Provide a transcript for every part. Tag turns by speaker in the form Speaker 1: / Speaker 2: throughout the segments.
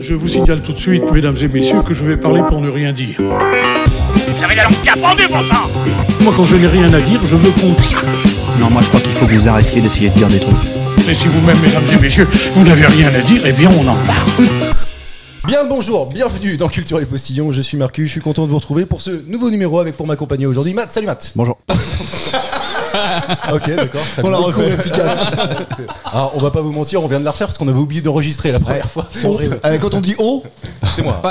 Speaker 1: Je vous signale tout de suite, mesdames et messieurs, que je vais parler pour ne rien dire.
Speaker 2: Vous avez la langue capendue, bon sang
Speaker 1: Moi, quand je n'ai rien à dire, je veux qu'on dise.
Speaker 3: Non, moi je crois qu'il faut que vous arrêtiez d'essayer de dire des trucs.
Speaker 1: Mais si vous-même, mesdames et messieurs, vous n'avez rien à dire, eh bien, on en parle.
Speaker 4: Bien le bonjour, bienvenue dans Culture et Postillon, je suis Marcus, je suis content de vous retrouver pour ce nouveau numéro avec pour m'accompagner aujourd'hui Matt, salut Matt
Speaker 3: Bonjour.
Speaker 4: Ok d'accord, très bien. C'est court, efficace. Alors on va pas vous mentir, on vient de la refaire parce qu'on avait oublié d'enregistrer la première fois.
Speaker 5: On- euh, quand on dit on,
Speaker 4: oh, C'est moi.
Speaker 5: euh,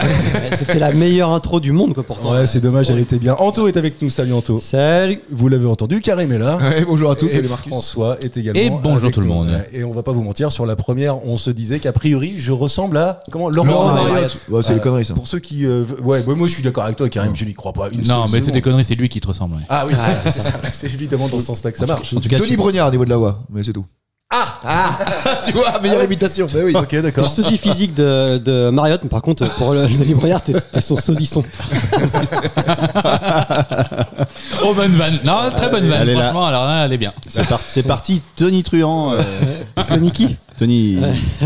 Speaker 5: c'était la meilleure intro du monde, quoi, pourtant.
Speaker 4: Ouais c'est dommage, elle était bien. Anto est avec nous, salut Anto.
Speaker 5: Salut.
Speaker 4: Vous l'avez entendu, Karim est là.
Speaker 5: bonjour à
Speaker 4: Et François est également.
Speaker 6: Et bonjour
Speaker 4: avec
Speaker 6: tout le
Speaker 4: nous.
Speaker 6: monde.
Speaker 4: Et on va pas vous mentir, sur la première, on se disait qu'a priori, je ressemble à comment Laurent
Speaker 7: Oh,
Speaker 5: Laurent
Speaker 4: Mariotte.
Speaker 5: Mariotte.
Speaker 3: Ouais, Bah, c'est des conneries, ça.
Speaker 4: Pour ceux qui, euh, v- ouais, bah, moi je suis d'accord avec toi, Karim, je n'y crois pas une
Speaker 6: Non,
Speaker 4: seule
Speaker 6: mais c'est
Speaker 4: seconde.
Speaker 6: des conneries, c'est lui qui te ressemble. ouais.
Speaker 4: Ah oui, c'est ça, c'est évidemment dans ce sens-là que ça marche.
Speaker 3: En tout cas, Denis Brognard au niveau de la voix, mais c'est tout.
Speaker 7: Ah,
Speaker 5: Tu vois, meilleure imitation. Bah oui.
Speaker 4: Ok,
Speaker 5: Le
Speaker 4: d'accord.
Speaker 5: sosie physique de, de Mariotte, mais par contre, pour le, le Denis Brognard, t'es t'es son sosisson.
Speaker 6: Oh, bonne vanne. Non, très bonne vanne.
Speaker 7: elle est là.
Speaker 6: Franchement, alors là, elle est bien.
Speaker 7: C'est par- c'est parti, Tony Truant. euh,
Speaker 5: Tony qui
Speaker 7: Tony,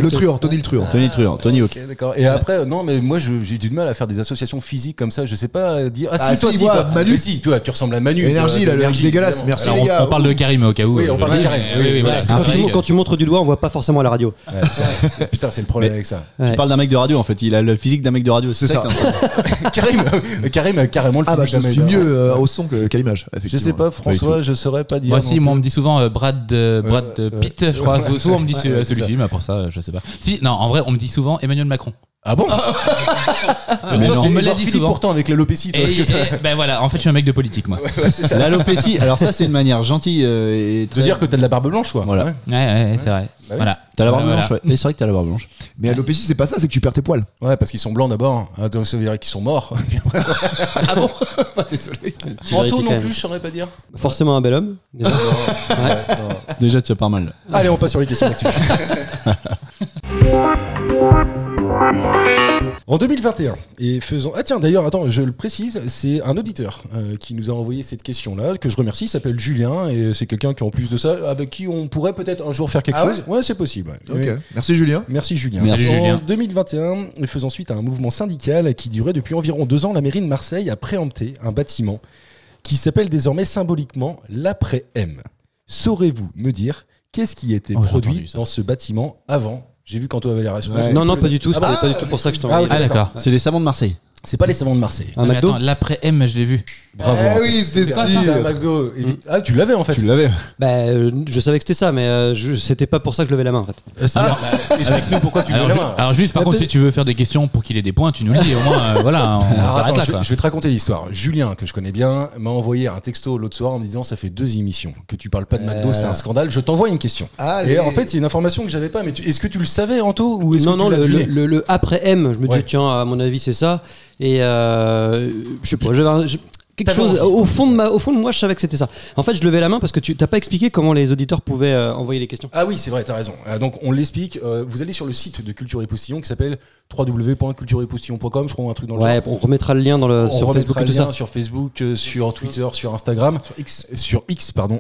Speaker 3: Le truand, Tony le truand.
Speaker 7: Tony Truant, Tony Hawk.
Speaker 4: Ok, d'accord. Et après, euh, non, mais moi je- j'ai du mal à faire des associations physiques comme ça. Je sais pas euh, dire. Ah,
Speaker 3: Ah,
Speaker 4: si, toi,
Speaker 3: si,
Speaker 4: si,
Speaker 3: moi,
Speaker 4: toi.
Speaker 3: Manu.
Speaker 4: Mais si, toi, tu ressembles à Manu.
Speaker 3: Énergie,
Speaker 4: toi,
Speaker 3: là, le
Speaker 4: énergie,
Speaker 3: dégueulasse,
Speaker 4: évidemment.
Speaker 3: merci
Speaker 6: Alors,
Speaker 3: les
Speaker 6: on,
Speaker 3: gars.
Speaker 6: on parle de Karim au cas où.
Speaker 4: Oui, on
Speaker 6: je-
Speaker 4: parle de
Speaker 6: oui,
Speaker 4: Karim.
Speaker 6: Oui, oui, voilà.
Speaker 5: Quand
Speaker 4: Ah,
Speaker 6: C'est
Speaker 5: tu,
Speaker 6: vrai que-
Speaker 5: quand tu montres du doigt, on voit pas forcément à la radio.
Speaker 4: Ouais, c'est vrai. Putain, c'est le problème avec ça.
Speaker 5: Ouais.
Speaker 7: Tu parles d'un mec de radio en fait, il a le physique d'un mec de radio, c'est hein. ça. que t'as-
Speaker 4: Karim, euh, Karim, a carrément le
Speaker 3: Ah bah
Speaker 4: physique
Speaker 3: je
Speaker 4: d'un
Speaker 3: suis
Speaker 4: mec.
Speaker 3: mieux euh, au son que- qu'à l'image.
Speaker 4: Je sais
Speaker 3: effectivement.
Speaker 4: pas, François, je saurais pas dire.
Speaker 6: Moi
Speaker 4: non
Speaker 6: si,
Speaker 4: plus.
Speaker 6: moi on me dit souvent euh, Brad, euh, Brad euh,
Speaker 4: Euh, euh,
Speaker 6: Pitt, je crois. souvent on me dit ce-
Speaker 4: ouais, c'est
Speaker 6: celui-ci, mais pour ça, euh, je sais pas. Si, non, en vrai, on me dit souvent Emmanuel Macron.
Speaker 4: Ah
Speaker 6: Euh,
Speaker 4: bon Toi,
Speaker 6: on
Speaker 4: c'est
Speaker 6: me l'a
Speaker 4: Édouard
Speaker 6: dit
Speaker 4: Philippe
Speaker 6: souvent.
Speaker 4: pourtant avec l'alopécie. toi,
Speaker 6: Et,
Speaker 4: parce que t'as-
Speaker 6: et- ben voilà, en fait, je suis un mec de politique, moi.
Speaker 7: L'alopécie, alors ça c'est une manière gentille euh, et
Speaker 4: De
Speaker 7: très...
Speaker 4: dire que t'as de la barbe blanche, quoi.
Speaker 7: Voilà.
Speaker 4: Ouais.
Speaker 6: Ouais, ouais, ouais, c'est vrai.
Speaker 4: oui.
Speaker 6: Voilà.
Speaker 7: T'as la barbe
Speaker 6: Voilà,
Speaker 7: blanche, ouais. Et c'est vrai que t'as la barbe blanche.
Speaker 3: Mais à l'opécie, c'est pas ça, c'est que tu perds tes poils.
Speaker 4: Ouais, parce qu'ils sont blancs d'abord. Ah, donc ça veut dire qu'ils sont morts. ah bon Désolé.
Speaker 5: Tu vérifies quand même.
Speaker 4: je saurais pas dire.
Speaker 5: Forcément un bel homme. déjà.
Speaker 7: Déjà tu as pas mal.
Speaker 4: Allez, on passe sur les questions là-dessus. En 2021, et faisons. Ah tiens, d'ailleurs, attends, je le précise, c'est un auditeur euh, qui nous a envoyé cette question-là, que je remercie, il s'appelle Julien, et c'est quelqu'un qui, en plus de ça, avec qui on pourrait peut-être un jour faire quelque
Speaker 3: Ah ouais
Speaker 4: chose. Ouais, c'est possible. ouais.
Speaker 3: Ok.
Speaker 4: Oui.
Speaker 3: Merci Julien.
Speaker 4: Merci Julien.
Speaker 6: Merci,
Speaker 4: en
Speaker 6: Julien.
Speaker 4: 2021, il faisant suite à un mouvement syndical qui durait depuis environ deux ans, la mairie de Marseille a préempté un bâtiment qui s'appelle désormais symboliquement l'après-M. Saurez-vous me dire qu'est-ce qui était
Speaker 6: Oh, j'ai
Speaker 4: produit
Speaker 6: entendu ça.
Speaker 4: dans ce bâtiment avant J'ai vu quand toi avait la réponse.
Speaker 3: Ouais.
Speaker 5: Non, non, pas du tout.
Speaker 4: Ah
Speaker 5: C'était
Speaker 4: bah,
Speaker 5: pas du tout pour ça que je t'en
Speaker 4: Ah,
Speaker 6: Ah, d'accord.
Speaker 7: C'est les savons de Marseille.
Speaker 4: C'est pas les savants de Marseille.
Speaker 5: Un
Speaker 6: Mais
Speaker 5: McDo
Speaker 6: attends, l'après-M, je l'ai vu.
Speaker 4: Bravo.
Speaker 3: Eh
Speaker 4: Antoine.
Speaker 3: oui, c'était
Speaker 4: Ah, c'était
Speaker 7: euh.
Speaker 4: un
Speaker 3: sûr.
Speaker 4: McDo.
Speaker 6: Mmh.
Speaker 4: évi- Ah, tu l'avais en fait.
Speaker 7: Tu l'avais.
Speaker 5: Bah, euh, je savais que c'était ça, mais euh, je- c'était pas pour ça que je levais la main en fait.
Speaker 4: Euh, c'est- bah, Explique-nous pourquoi tu
Speaker 6: Alors,
Speaker 4: l'avais.
Speaker 6: ju- alors juste, par contre, si tu veux faire des questions pour qu'il ait des points, tu nous le dis. Au moins, euh, voilà, on
Speaker 4: Alors,
Speaker 6: s'arrête
Speaker 4: attends,
Speaker 6: là,
Speaker 4: je,
Speaker 6: quoi.
Speaker 4: je vais te raconter l'histoire. Julien, que je connais bien, m'a envoyé un texto l'autre soir en me disant ça fait deux émissions que tu parles pas de McDo,
Speaker 5: Euh.
Speaker 4: c'est un scandale. Je t'envoie une question.
Speaker 3: Allez.
Speaker 4: Et en fait, c'est une information que j'avais pas. Mais tu- est-ce que tu le savais, Anto, ou est-ce
Speaker 5: Non,
Speaker 4: que
Speaker 5: non,
Speaker 4: tu l'as
Speaker 5: le,
Speaker 4: deviné
Speaker 5: le- le- le après M, je me
Speaker 4: Ouais.
Speaker 5: dis, tiens, à mon avis, c'est ça. Et euh, je sais pas, j'avais un- je- quelque
Speaker 4: T'avais
Speaker 5: chose.
Speaker 4: envie.
Speaker 5: Au fond, de ma- au fond de moi, je savais que c'était ça. En fait, je levais la main parce que tu t'as pas expliqué comment les auditeurs pouvaient euh, envoyer les questions.
Speaker 4: Ah oui, c'est vrai, t'as raison. Ah, donc on l'explique. Euh, vous allez sur le site de Culture et Postillon qui s'appelle www.cultureetpostillon.com, je crois, un truc dans le
Speaker 5: Ouais,
Speaker 4: genre.
Speaker 5: on remettra le lien dans le,
Speaker 4: On
Speaker 5: sur
Speaker 4: remettra
Speaker 5: Facebook et tout
Speaker 4: le lien
Speaker 5: ça.
Speaker 4: sur Facebook, euh, sur Twitter, sur Instagram, Euh, sur X, pardon.